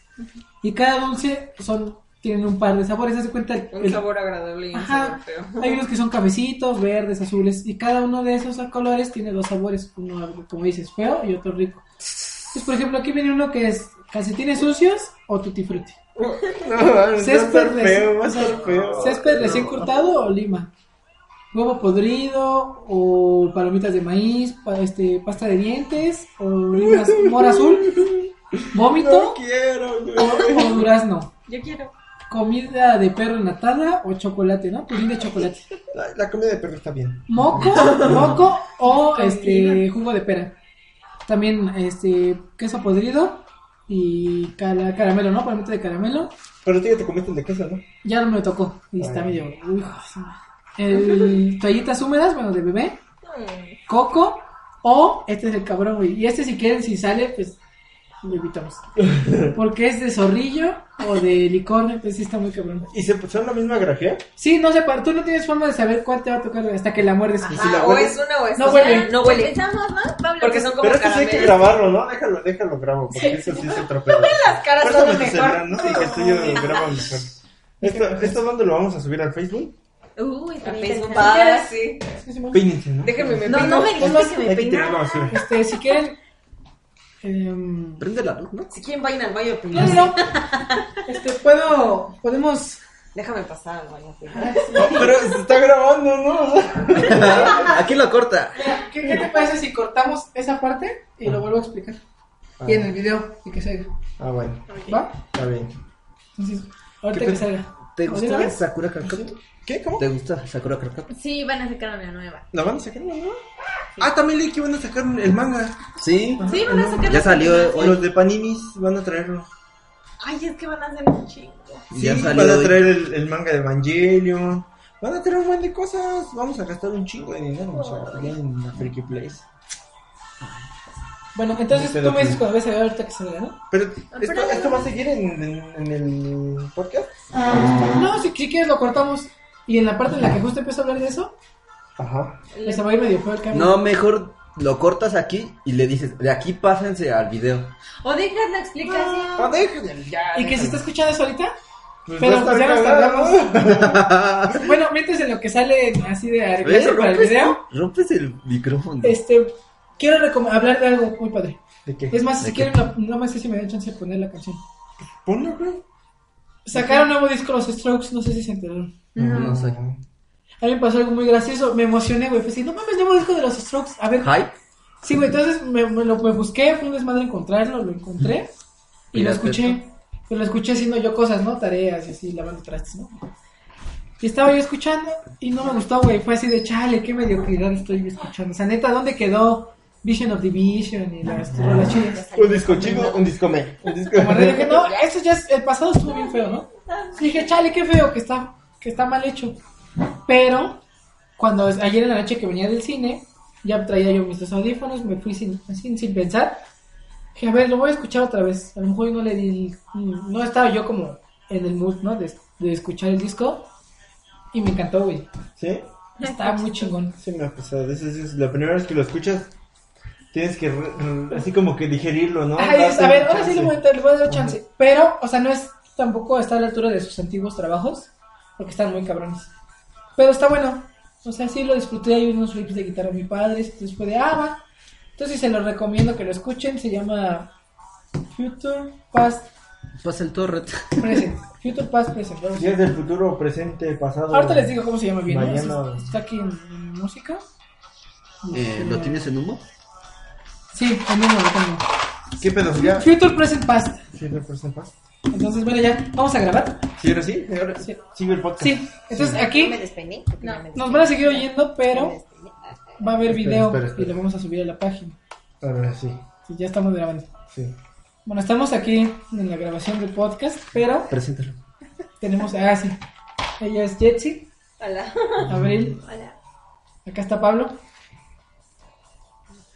S3: Y cada dulce son tienen un par de sabores. Haz de cuenta el-
S5: Un
S3: el-
S5: sabor agradable y un
S3: Ajá.
S5: sabor feo.
S3: Hay unos que son cafecitos, verdes, azules, y cada uno de esos colores tiene dos sabores, uno como dices, feo y otro rico. Entonces, por ejemplo, aquí viene uno que es calcetines sucios o tutti frutti.
S4: No,
S3: Césped
S4: va a Ah, estar
S3: recién,
S4: feo, va a estar feo.
S3: césped recién cortado o lima. Huevo podrido o palomitas de maíz, pa- este, pasta de dientes o limas mora azul,
S4: No
S3: vómito
S4: quiero, güey.
S3: o durazno.
S5: Yo quiero.
S3: comida de perro enlatada o chocolate, ¿no? Pudín de chocolate.
S4: La, la comida de perro está bien.
S3: Moco, moco o este jugo de pera. También este queso podrido y cala- caramelo, ¿no? Palmito de caramelo.
S4: Pero tú ya te comiste el de queso, ¿no?
S3: Ya no me tocó. Y está medio. uy, el- toallitas húmedas, bueno, de bebé. Coco. O este es el cabrón, güey. Y este, si quieren, si sale, pues lo evitamos. Porque es de zorrillo o de licor, entonces sí está muy cabrón.
S4: ¿Y se son la misma grajea?
S3: Sí, no sé, pero tú no tienes forma de saber cuál te va a tocar hasta que la muerdes.
S5: Ajá,
S4: si la
S5: Ah, o
S4: huele?
S5: es una o es
S3: No
S5: otra.
S3: huele.
S5: No huele.
S6: Empezamos, ¿no, Ah, Pablo?
S5: Porque son como
S4: Pero es que sí hay que
S5: caramelos.
S4: grabarlo, ¿no? Déjalo, déjalo grabo, porque eso sí es otro pedo.
S5: Las caras son
S4: Préstame
S5: lo
S4: tu
S5: mejor.
S4: celular, ¿no? Y que esto yo lo grabo mejor. ¿Esto, ¿Esto dónde lo vamos a subir al Facebook?
S6: Uy,
S5: A
S6: también
S5: Facebook,
S6: está interesante.
S5: ah, sí.
S4: Peínense, ¿no?
S5: Déjenme me
S6: No,
S5: peino.
S6: no me dijiste que me
S4: Hay que tirar la
S6: peinaba.
S4: basura.
S3: Este, si quieren. em,
S7: Prende la luz, ¿no?
S5: Si quieren vayan al baño
S3: no,
S5: a
S3: no,
S5: peinarse.
S3: no. Este, puedo. Podemos. ah,
S5: Déjame pasar al baño a peinarse.
S4: No, pero se está grabando, ¿no?
S7: Aquí lo corta.
S3: Mira, ¿qué, qué te parece si cortamos esa parte y lo vuelvo a explicar?
S7: Ah.
S3: Y en el video, y que salga.
S4: Ah, bueno,
S3: ¿Va?
S4: está bien.
S3: Entonces, ahorita
S7: ¿Qué
S3: que
S7: te-
S3: salga.
S7: ¿Te
S3: ¿De una
S7: gusta
S3: vez?
S7: Sakura Kakato?
S4: ¿Qué? ¿Cómo?
S7: ¿Te gusta Sakura Kakato?
S6: Sí, van a sacar una nueva.
S4: ¿La van a sacar, no? Ah, también leí que van a sacar el manga.
S7: Sí.
S6: Sí, van a sacar
S7: Ya salió
S4: Los
S7: hoy.
S4: de Paninis van a traerlo.
S6: Ay, es que van a hacer un chingo.
S4: Sí,
S7: Ya
S4: van
S7: salió
S4: a
S7: hoy.
S4: traer el, el manga de Evangelion. Van a traer un buen de cosas. Vamos a gastar un chingo de dinero. Vamos a
S3: Oh.
S4: gastar en la Freaky Place.
S3: Bueno, entonces
S4: Este
S3: tú me
S4: documento.
S3: dices cuando ves el video ahorita que salga, ¿no?
S4: Pero,
S6: pero-
S4: ¿esto, esto va a seguir en, en- en el podcast?
S3: No, si, si quieres lo cortamos. Y en la parte en la que justo empiezo a hablar de eso,
S4: Ajá.
S3: pues se va a ir medio feo el cambio.
S7: No, mejor lo cortas aquí y le dices, de aquí pásense al video.
S6: O dejas la explicación.
S4: Ah, déjale, ya.
S3: Y que si está escuchando eso ahorita,
S4: Pues
S3: pero
S4: va a
S3: pues ya
S4: estar
S3: nos
S4: cagado.
S3: tardamos. bueno, mientras en lo que sale así de
S7: ¿Ves?
S3: arreglarse para el
S7: Rompes,
S3: video,
S7: rompes el micrófono.
S3: este, quiero recom- hablar de algo muy padre.
S4: ¿De qué?
S3: Es más, si
S7: ¿De qué?
S3: quieren, la- no más sé si me dan chance de poner la canción.
S4: Ponlo, güey.
S3: Sacaron un nuevo disco los Strokes, no sé si se enteraron.
S7: No sé.
S3: A mí me pasó algo muy gracioso, me emocioné, güey. Fue así, no mames, nuevo disco de los Strokes. A ver,
S7: Hype.
S3: Sí, güey, entonces me, me lo me busqué, fue un desmadre encontrarlo, lo encontré y lo
S7: Mira,
S3: escuché. Pues lo escuché haciendo yo cosas, ¿no? Tareas y así, lavando trastes, ¿no? Y estaba yo escuchando y no me gustó, güey. Fue así de, chale, qué mediocridad estoy yo escuchando. O sea, neta, ¿dónde quedó Vision of Division y las rolas chidas?
S4: Un disco chido, un disco me. Un disco
S3: Como le dije, no, esto ya es, el pasado estuvo bien feo, ¿no? Y dije, chale, qué feo que está, que está mal hecho. Pero, cuando ayer en la noche que venía del cine, ya traía yo mis dos audífonos, me fui sin, sin, sin pensar. Dije, a ver, lo voy a escuchar otra vez. A lo mejor no le di, no estaba yo como en el mood, ¿no? De, de escuchar el disco. Y me encantó, güey.
S4: ¿Sí?
S3: Estaba muy chingón.
S4: Sí, me ha pasado. Esa es la primera vez que lo escuchas. Tienes que re- re- así como que digerirlo, ¿no?
S3: Ajá, y dices,
S4: Darte
S3: a ver,
S4: un
S3: ahora sí le voy a
S4: chance.
S3: dar, le voy a dar chance. Pero, o sea, no es tampoco está a la altura de sus antiguos trabajos, porque están muy cabrones. Pero está bueno. O sea, sí lo disfruté, hay unos riffs de guitarra muy padres, entonces fue de ah, va. Entonces se los recomiendo que lo escuchen, se llama Future Past
S7: Pasa el torret.
S3: Present. Future Past Present. vamos.
S4: Si es del futuro, presente, pasado.
S3: Ahorita les digo cómo se llama bien. ¿no?
S4: Mañana.
S3: Está aquí en, en música.
S7: Eh, ¿Lo tienes en humo?
S3: Sí, en uno lo tengo.
S4: ¿Qué pedo? ¿Ya?
S3: Future Present Past.
S4: ¿Sí del presente paz?
S3: Entonces, bueno, ya, vamos a grabar.
S4: ¿Sí ahora sí? ¿Ahora
S3: Sí.
S4: Sigue el podcast.
S3: Sí, entonces aquí
S5: Me despeiné.
S6: No,
S3: Nos van a seguir oyendo,
S5: Me
S3: pero
S5: despeiné.
S3: va a haber
S4: Espera,
S3: video
S4: espera, espera.
S3: y lo vamos a subir a la página.
S4: Ahora sí.
S3: Sí, ya estamos grabando.
S4: Sí.
S3: Bueno, estamos aquí en la grabación del podcast, pero
S4: Preséntalo.
S3: tenemos a Asi. Ella es Jetsi,
S5: Hola.
S3: Abril. Acá está Pablo.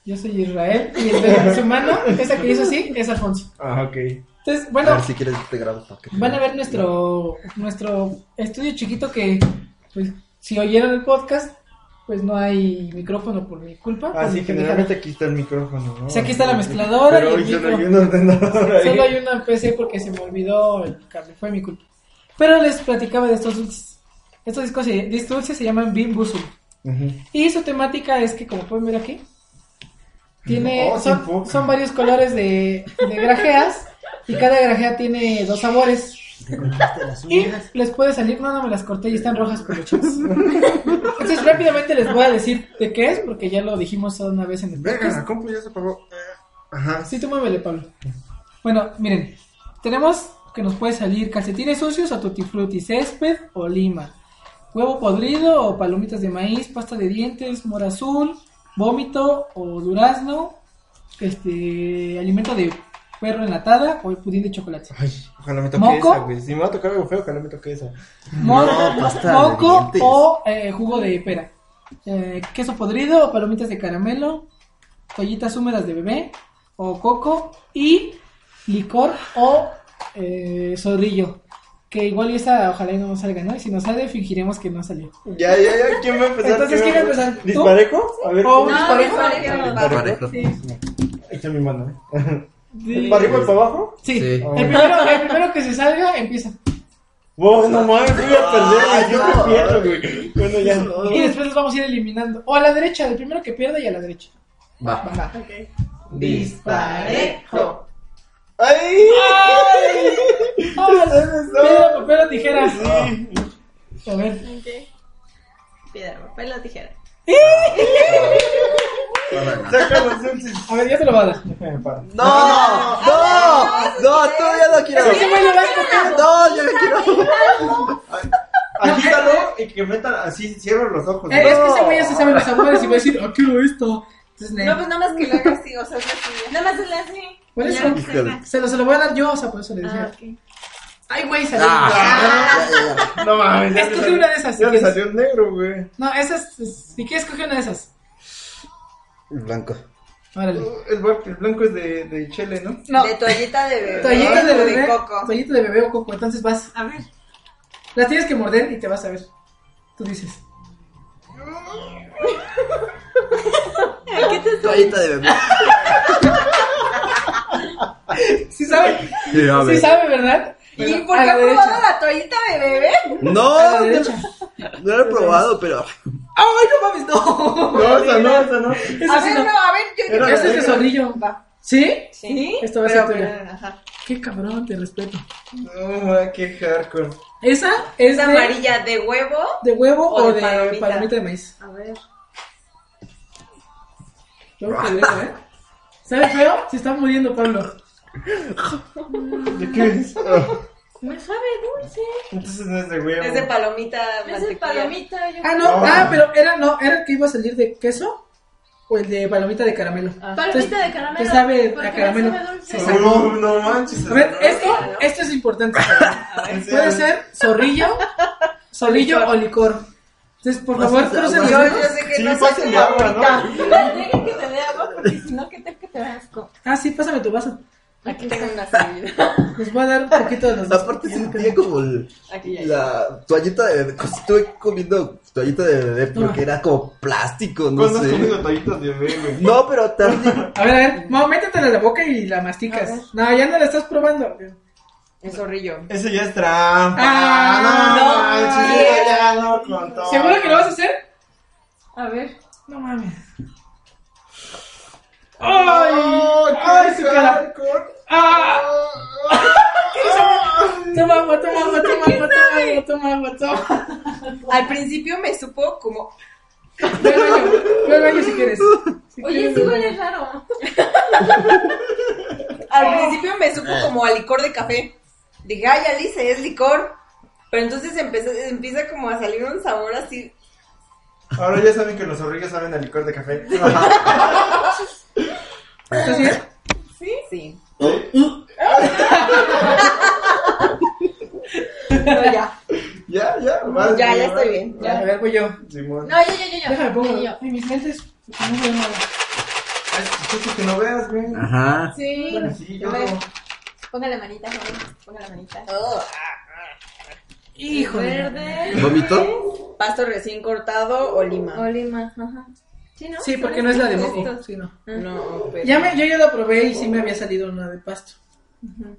S3: Yo soy Israel. Y el de su mano, esa que hizo así, es Alfonso.
S4: Ah, ok.
S3: Entonces,
S7: A
S4: Ah,
S3: bueno,
S7: ver si quieres te grabo para que te-
S3: van a ver nuestro, nuestro estudio chiquito que, pues, si oyeron el podcast, pues no hay micrófono por mi culpa. por
S4: Ah, sí,
S3: mi
S4: generalmente aquí está el micrófono, ¿no?
S3: Sí, aquí está la mezcladora
S4: Pero
S3: y el
S4: hoy solo
S3: micro.
S4: hay un ordenador ahí.
S3: Solo hay una PC porque se me olvidó el cable, fue mi culpa. Pero les platicaba de estos dulces. Estos discos, se- de estos dulces se llaman Bim Buzul.
S4: Ujú.
S3: Y su temática es que, como pueden ver aquí, tiene,
S4: Oh, sí,
S3: son,
S4: poca.
S3: son varios colores de, de grajeas y cada grajea tiene dos sabores. Y les puede salir, no, no me las corté y están rojas por Entonces rápidamente les voy a decir de qué es porque ya lo dijimos una vez en el
S4: Verga,
S3: podcast.
S4: la compu ya se apagó. Ajá.
S3: Sí, tú muévele, Pablo. Bueno, miren, tenemos que nos puede salir calcetines sucios a tutti frutti, césped o lima, huevo podrido o palomitas de maíz, pasta de dientes, mora azul, vómito o durazno, este alimento de perro enlatada o el pudín de chocolate.
S4: Ay, ojalá me toque
S3: ¿Moco?
S4: esa, güey. Si me va a tocar algo feo, ojalá me toque esa.
S3: Mo-
S7: No, pues, pasta de
S3: moco
S7: dientes.
S3: o eh, jugo de pera. Eh, queso podrido o palomitas de caramelo. Toallitas húmedas de bebé o coco. Y licor o eh, zorrillo. Que igual y esa ojalá y no nos salga, ¿no? Y si nos sale, fingiremos que no salió.
S4: Ya, ya, ya. ¿Quién va a empezar?
S3: Entonces, ¿quién va a empezar? ¿Tú?
S4: ¿Disparejo? A ver.
S3: O
S4: ¿cómo?
S3: un
S5: No,
S3: parejo.
S5: parejo.
S7: Parejo.
S3: Sí.
S4: Ahí está mi mano, ¿eh?
S3: Sí.
S4: ¿Para arriba y para abajo?
S3: Sí.
S7: Sí.
S3: El, primero, el primero que se salga empieza.
S4: Wow, no mames, voy a perder, güey. Yo me pierdo, güey. Bueno, ya
S3: Y
S4: no.
S3: después los vamos a ir eliminando. O a la derecha, el primero que pierda y a la derecha.
S7: Va.
S3: Va.
S4: Disparejo. ¡Ay!
S3: Ahora, Piedra, papel o tijera.
S4: Sí.
S3: A ver.
S6: Piedra, papel o tijera.
S4: Sácanos un sis-
S3: A ver, ya te lo va a dar.
S4: Déjame parar.
S7: No, no, no, todavía no quiero.
S3: Ese güey lo va a escoger.
S7: No, yo no quiero.
S4: Agítalo y que metan así, cierro los ojos.
S3: Eh, Es que ese güey ya se sabe los sabores y va a decir, ah, quiero esto. Entonces,
S5: No,
S3: ne.
S5: pues nada más que lo haga así, o sea, es así.
S6: Nada más hazle así.
S3: Por
S6: Ya,
S3: eso.
S6: saca.
S3: Se lo, se lo voy a dar yo, o sea, por eso le
S6: Ah,
S3: decía.
S6: ok.
S3: Ay, güey, salió.
S7: Ah, ya, ya, ya.
S4: No mames, ya le
S3: Escoge
S4: salió-
S3: una de esas, si
S4: Ya le
S3: quieres.
S4: salió un negro, güey.
S3: No, esas, es- si quieres, coge una de esas.
S7: Blanco.
S3: Órale.
S4: El, blan- el blanco es de, de Chele, ¿no?
S3: No,
S5: De toallita de bebé.
S3: toallita de
S5: o
S3: bebé.
S5: coco.
S3: Toallita de bebé o coco. Entonces vas,
S6: A ver.
S3: las tienes que morder y te vas a ver. Tú dices.
S7: Toallita de bebé.
S3: Sí sabe,
S7: Sí, a
S3: sí sabe, ¿verdad?
S5: ¿Y
S3: A
S5: por qué
S3: la
S5: ha
S3: derecha.
S5: probado la toallita de bebé?
S3: A
S7: No,
S3: la
S7: no
S3: derecha.
S7: lo he probado, pero. ¡Ay, no mames, no!
S4: No, esa no, esa no.
S3: Eso
S5: A
S3: sí
S5: ver,
S3: no.
S5: no, a ver, yo
S4: Era-
S3: Eso es de zorrillo. ¿Sí?
S5: Sí,
S3: Esto va a
S5: pero-
S3: ser tuyo.
S5: pero- ajá.
S3: Qué cabrón, te respeto.
S4: No, ah, qué hardcore.
S3: Esa es
S5: Es
S3: de,
S5: amarilla de huevo.
S3: de huevo
S5: o
S3: o
S5: de
S3: de palomita,
S5: palomita.
S3: de maíz.
S5: A ver.
S3: Yo creo que de eso, ¿eh? ¿Sabe feo? Se está muriendo Pablo.
S4: ¿De qué es? Ah,
S6: Me sabe dulce.
S4: Entonces no es de huevo.
S5: Es de palomita.
S6: Me hace
S5: mantequilla.
S6: palomita. Yo...
S3: Ah, no, ah, pero era, no, era el que iba a salir de queso o el de palomita de caramelo.
S5: Ah.
S6: Palomita de
S3: Te
S6: caramelo.
S3: sabe
S6: porque
S3: a
S6: me
S3: caramelo.
S6: sabe dulce.
S3: Sí, sabe.
S4: Uh, no manches.
S3: A ver,
S4: no.
S3: esto, esto es importante. Puede ser zorrillo, zorrillo o licor. Entonces, por
S7: Más
S3: favor,
S7: agua.
S3: crucen los
S5: Yo,
S3: dedos.
S5: yo sé que
S4: Sí,
S5: no soy
S4: pasen de agua, ¿no?
S6: Dejen que te dé agua porque si no, ¿qué tal que te da asco?
S3: Ah, sí, pásame tu vaso.
S5: Aquí tengo una salida.
S3: Les voy a dar un poquito de los dos.
S7: Aparte sentía como el-
S5: Aquí ya.
S7: la toallita de bebé. Como si Estuve comiendo toallita de bebé porque era como plástico, no
S4: ¿Cuándo has
S7: sé.
S4: comido toallitas de bebé, güey?
S7: No, pero también.
S3: A ver, a ver, no, métetela en la boca y la masticas. No, ya no la estás probando.
S5: Es zorrillo.
S4: Eso ya es trampa.
S3: Ah,
S4: no,
S3: no.
S4: manches, ya, ya, no, con todo.
S3: ¿Seguro que lo vas a hacer?
S6: A ver.
S3: No mames. ¡Ay! ¡Ay, su cara! ¡Ah! Toma agua, toma agua, toma agua, toma agua, toma agua, toma agua.
S5: Al principio me supo como.
S3: Ve al baño, ve al baño si quieres. Si
S6: Oye,
S3: quieres,
S6: sí
S3: ve al
S6: huele
S3: baño.
S6: raro.
S5: Al principio me
S7: Eh.
S5: supo como a licor de café. Dije, ay, Alice, es licor. Pero entonces empezó- empieza como a salir un sabor así.
S4: Ahora ya saben que los zorrillos saben a licor de café.
S3: ¿Estás bien?
S5: Sí. Sí.
S3: No, ya.
S4: ya, ya, vas,
S5: Ya,
S4: güey,
S5: ya
S4: vas.
S5: estoy bien.
S3: A ver, voy yo.
S4: Simón.
S6: No, yo, yo, yo, yo.
S3: Déjame pongo.
S6: Yo, yo.
S3: Ay, mis lentes. No veo nada.
S4: Ay, justo que no veas, güey.
S7: Ajá.
S6: Sí.
S4: Bueno, sí, yo
S6: A ver.
S4: no.
S6: Póngale manita, joven. Póngale manita.
S5: Oh,
S3: Hijo
S6: Verde.
S7: ¿Vomito?
S5: pasto recién cortado o lima.
S6: Olima. Ajá. Sí, ¿no?
S3: Sí, porque no es la de moco.
S6: Estos.
S3: Sí, no.
S5: No, pero.
S3: Ya me, yo ya la probé y sí me había salido una de pasto.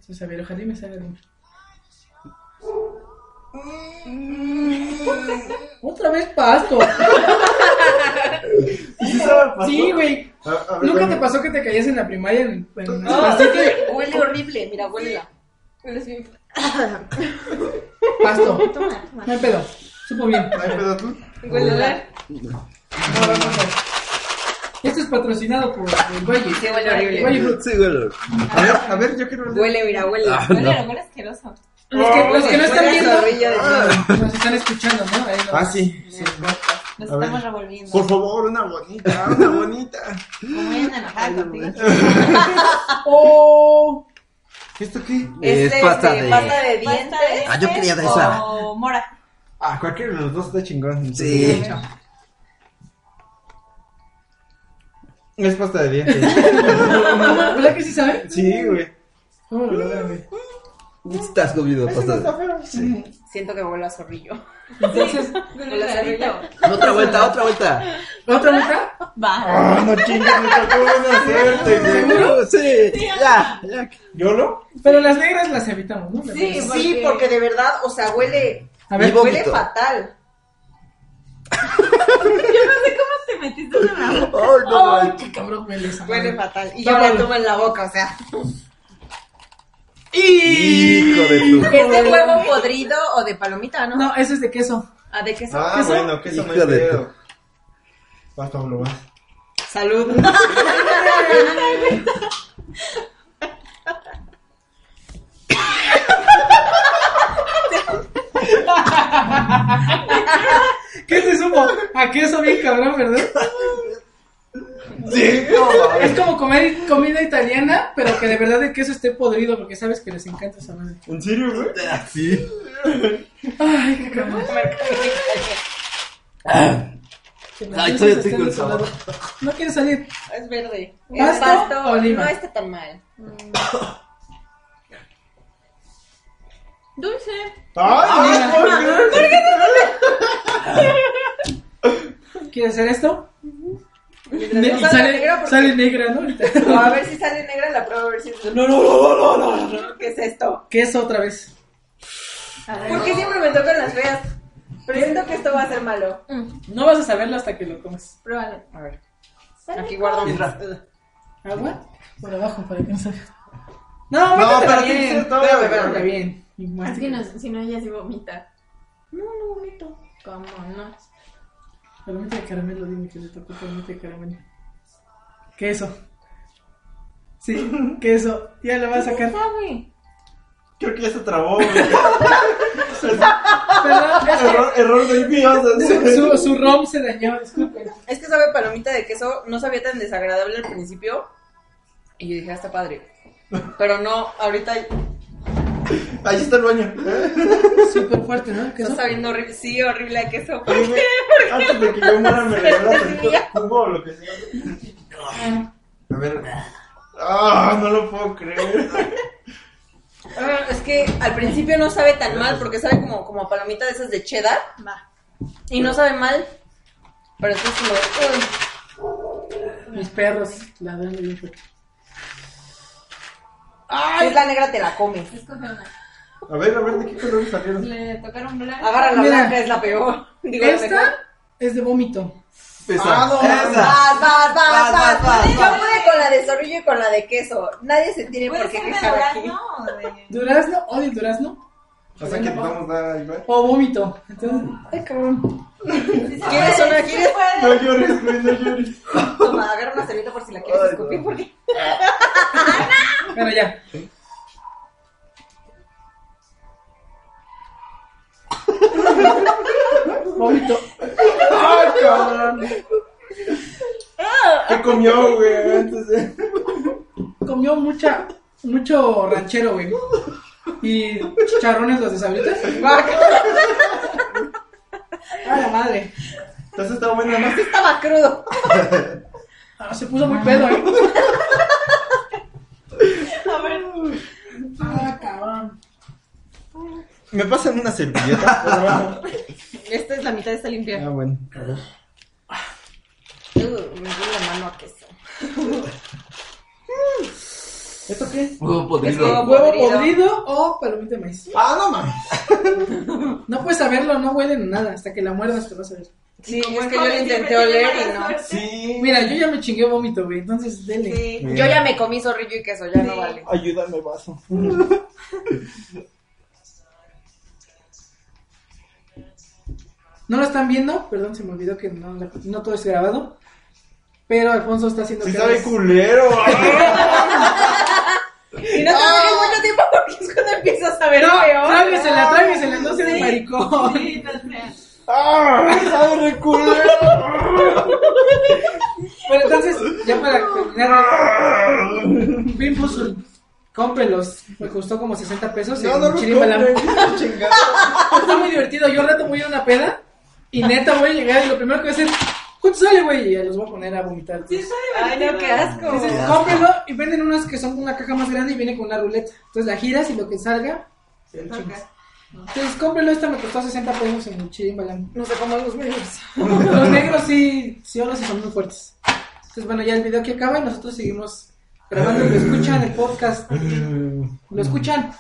S3: Se sabía, ojalá y me salga de Mm. Otra vez pasto.
S4: ¿Sí sabe, pasó?
S3: Sí, güey.
S4: A- a ver,
S3: ¿Nunca
S4: dame.
S3: te pasó que te caías en la primaria? En, en- este,
S5: Así que huele horrible. Mira, huélela.
S6: Hueles bien.
S3: Pasto.
S6: Toma, toma.
S3: No hay pedo. Supo bien.
S4: Ay, pedo, tú.
S5: Huélela.
S3: Esto es para patrocinado por el Valle.
S5: Sí, huele horrible.
S3: El Valle.
S7: Sí, güey.
S4: A ver, a ver, yo quiero ver.
S5: Huele, mira, huele.
S7: Ah,
S6: Huele,
S7: no.
S6: huele asqueroso.
S3: Oh, Los que, los que no están
S5: Huele a
S3: viendo,
S5: zorrilla de-
S7: Ah.
S3: nos están escuchando, ¿no? Ahí lo-
S4: Ah, sí.
S3: Sí.
S6: Nos
S4: A ver.
S6: estamos revolviendo.
S4: Por favor, una bonita, una bonita.
S6: Como vayan a enojar contigo.
S3: Oh,
S4: ¿Esto qué?
S5: Es,
S7: Es
S5: de-
S7: pasta
S5: de,
S7: de-
S5: este, pasta de
S6: Pasta
S5: dientes.
S7: Ah, yo quería de
S6: o
S7: esa.
S6: mora.
S4: Ah, cualquiera de los dos está chingón.
S7: Sí.
S4: Es pasta de dientes.
S3: ¿verdad que sí saben?
S4: Sí, güey.
S3: ¿Cómo lo logran, güey?
S7: Estás comiendo
S4: Eso no está
S7: pasta.
S4: feo.
S7: Sí.
S5: Siento que huele a zorrillo.
S3: Entonces,
S5: Huele a zorrillo.
S7: Otra vuelta, otra vuelta.
S3: ¿otra vuelta?
S6: Va.
S4: Ah, no chingas, me tocó buena suerte, güey.
S7: Sí, ya. ya.
S4: ¿Yolo?
S3: Pero las negras las evitamos, ¿no? Las
S6: Sí,
S3: negras.
S5: Sí, porque de verdad, o sea, huele.
S3: A ver,
S7: Y vos-
S5: Huele
S7: vómito.
S5: fatal.
S6: Yo no sé cómo te metiste en la boca.
S7: Ay, no,
S3: Ay,
S7: ay.
S3: qué cabrón huele esa
S5: Huele
S3: madre.
S5: fatal. Y yo la tomo en la boca, o sea.
S7: Hijo de tu.
S5: ¿Es de huevo podrido o de palomita, no?
S3: No, eso es de queso.
S5: Ah, ¿de queso?
S4: Ah,
S3: ¿Queso?
S4: bueno, que eso no
S7: Hijo
S4: es
S7: de
S4: pedo. Vas, Pablo, vas.
S5: Salud.
S3: ¿Qué te supo? A queso bien cabrón, ¿verdad?
S4: Sí,
S3: Es como comer comida italiana, pero que de verdad el queso esté podrido, porque sabes que les encanta esa madre.
S4: ¿En serio, güey?
S7: Sí.
S3: Ay, qué cabrón.
S7: Ay, todavía
S3: Están
S7: tengo el
S3: desolados. este, No quiero salir.
S5: es verde. Es
S3: ¿Pasto
S5: pasto.
S3: o lima?
S5: No está tan mal.
S6: Dulce.
S4: ¡Ay, no puedo creer.
S3: ¿Quieres hacer esto?
S5: Mientras
S3: Ne-
S5: no
S3: y
S5: salga
S3: sale,
S5: negra, porque-
S3: sale negra, ¿no? Ahorita.
S5: O a ver si sale negra la prueba, a ver si es
S3: No, no, no, no, no, no.
S5: ¿Qué es esto?
S3: Queso otra vez.
S5: ¿Por qué siempre me tocan las feas? Pero siento que esto va a ser malo.
S3: No vas a saberlo hasta que lo comas.
S6: Mm, Pruébalo.
S3: A ver.
S5: Aquí guardo mis...
S3: ¿Agua? Por abajo, para que no salga. No, métetela
S4: pero tiene que
S3: bien.
S4: ser todo,
S3: Espérame,
S4: güey.
S3: espérame, bien. Y más.
S6: Es que no, si no, ella sí vomita. No, no vomito. ¿Cómo no?
S3: Palomita de caramelo, dime que le tocó palomita de caramelo. Queso. Sí, queso. Ya la vas a sacar.
S6: sabe?
S4: Creo que ya se trabó, güey.
S3: Perdón, es
S4: Error, error de
S3: que
S4: envíos.
S3: su, su rom se dañó, disculpen.
S5: Es que sabe palomita de queso, no sabía tan desagradable al principio. Y yo dije, ah, está padre. Pero no, ahorita
S4: Ahí está el baño.
S3: Súper fuerte, ¿no?
S5: está
S3: Queso.
S5: sabiendo horrible. Sí, horrible a queso.
S4: Antes de que yo muera me regalas tantito cubo o lo que sea. A ver. Ah, no lo puedo creer.
S5: Ah, Es que al principio no sabe tan mal porque sabe como, como a palomita de esas de cheddar.
S6: Va.
S5: Y no sabe mal. Pero esto es como. uy.
S3: Mis perros ladrando bien fuerte.
S5: Si es la negra, te la comes.
S6: Escoge una.
S4: A ver, a ver, ¿de qué color salieron?
S6: Le tocaron blanco.
S5: Agarra la
S3: Mira.
S5: blanca, es la peor. Digo, la mejor.
S3: Esta es de vómito.
S4: Pesado.
S5: Vas, vas, vas,
S7: Vas,
S5: vas,
S7: vas, vas,
S5: Yo
S6: vas.
S5: pude con la de zorrillo y con la de queso. Nadie se tiene
S3: Pues
S5: por
S6: ¿Puede
S5: qué
S6: ser de
S5: quejar aquí.
S6: durazno o de...?
S3: Durazno, odio el durazno.
S4: O sea que podemos dar igual.
S3: O vómito. Entonces,
S5: ¿Quieres una? ¿Quieres?
S4: No llores, güey, no llores.
S5: Toma, agarra una servilleta por si la quieres
S7: Ay,
S5: escupir.
S7: no.
S5: Porque...
S3: bueno, ya. Vómito.
S4: ¡Ay, cabrón! ¿Qué comió, güey? Antes de...
S3: Comió mucha, mucho ranchero, güey. Y chicharrones los deshabilitas. A la madre.
S4: Entonces está buena, ¿no?
S5: Estaba crudo.
S3: Ah, se puso muy pedo, ¿eh? Ah, cabrón.
S4: ¿Me pasan una servilleta? por favor?
S5: Esta es la mitad, está limpia.
S4: Ah, bueno. A ver.
S5: Uh, me dio la mano a queso.
S4: ¿Esto qué?
S7: Huevo
S5: Es
S7: podrido.
S5: que-
S3: Huevo
S5: Podrido.
S3: podrido o palomita de maíz.
S4: Ah, no mames.
S3: No puedes saberlo, no huele nada. Hasta que la muerdas te vas a ver.
S5: Sí,
S6: Como
S5: es
S6: el
S5: que yo
S6: joven
S5: le intenté
S6: siempre tiene
S5: oler y
S6: mala
S5: no.
S6: suerte.
S4: Sí.
S3: Mira, yo ya me chingué vómito, güey. Entonces, dele.
S6: Sí.
S5: Yo ya me comí zorrillo y queso, ya no
S6: Sí.
S5: vale.
S4: Ayúdame, vaso.
S3: No lo están viendo, perdón, se me olvidó que no, no todo es grabado. Pero Alfonso está haciendo
S4: Sí
S3: caras.
S4: sabe culero.
S5: Y no te tienes mucho tiempo porque es cuando empiezas a ver
S3: No,
S5: peor.
S3: tráguesela, tráguesela, no seas maricón.
S6: Sí, estás fea.
S4: ¡Ah! ¡Sabe re culero!
S3: Bueno, entonces, ya para terminar, Bimbus, cómprelos. Me costó como 60 pesos.
S4: No,
S3: en
S4: no lo
S3: Chirimalam.
S4: compren, chingada.
S3: Está muy divertido. Yo al rato voy a ir a una peda y neta voy a llegar y lo primero que voy a hacer, ¿cuánto sale, güey? Y ya los voy a poner a vomitar. Entonces,
S5: Ay, no, qué asco.
S3: entonces, cómprelo y venden unas que son con una caja más grande y viene con una ruleta. Entonces la giras y lo que salga, se lo chingas. Entonces, cómprelo. Esta me costó 60 pesos en Chirimbalam.
S5: No sé cómo los medios.
S3: Los negros sí, sí, ahora sí son muy fuertes. Entonces, bueno, ya el video que acaba y nosotros seguimos grabando. Lo escuchan el podcast. Lo escuchan.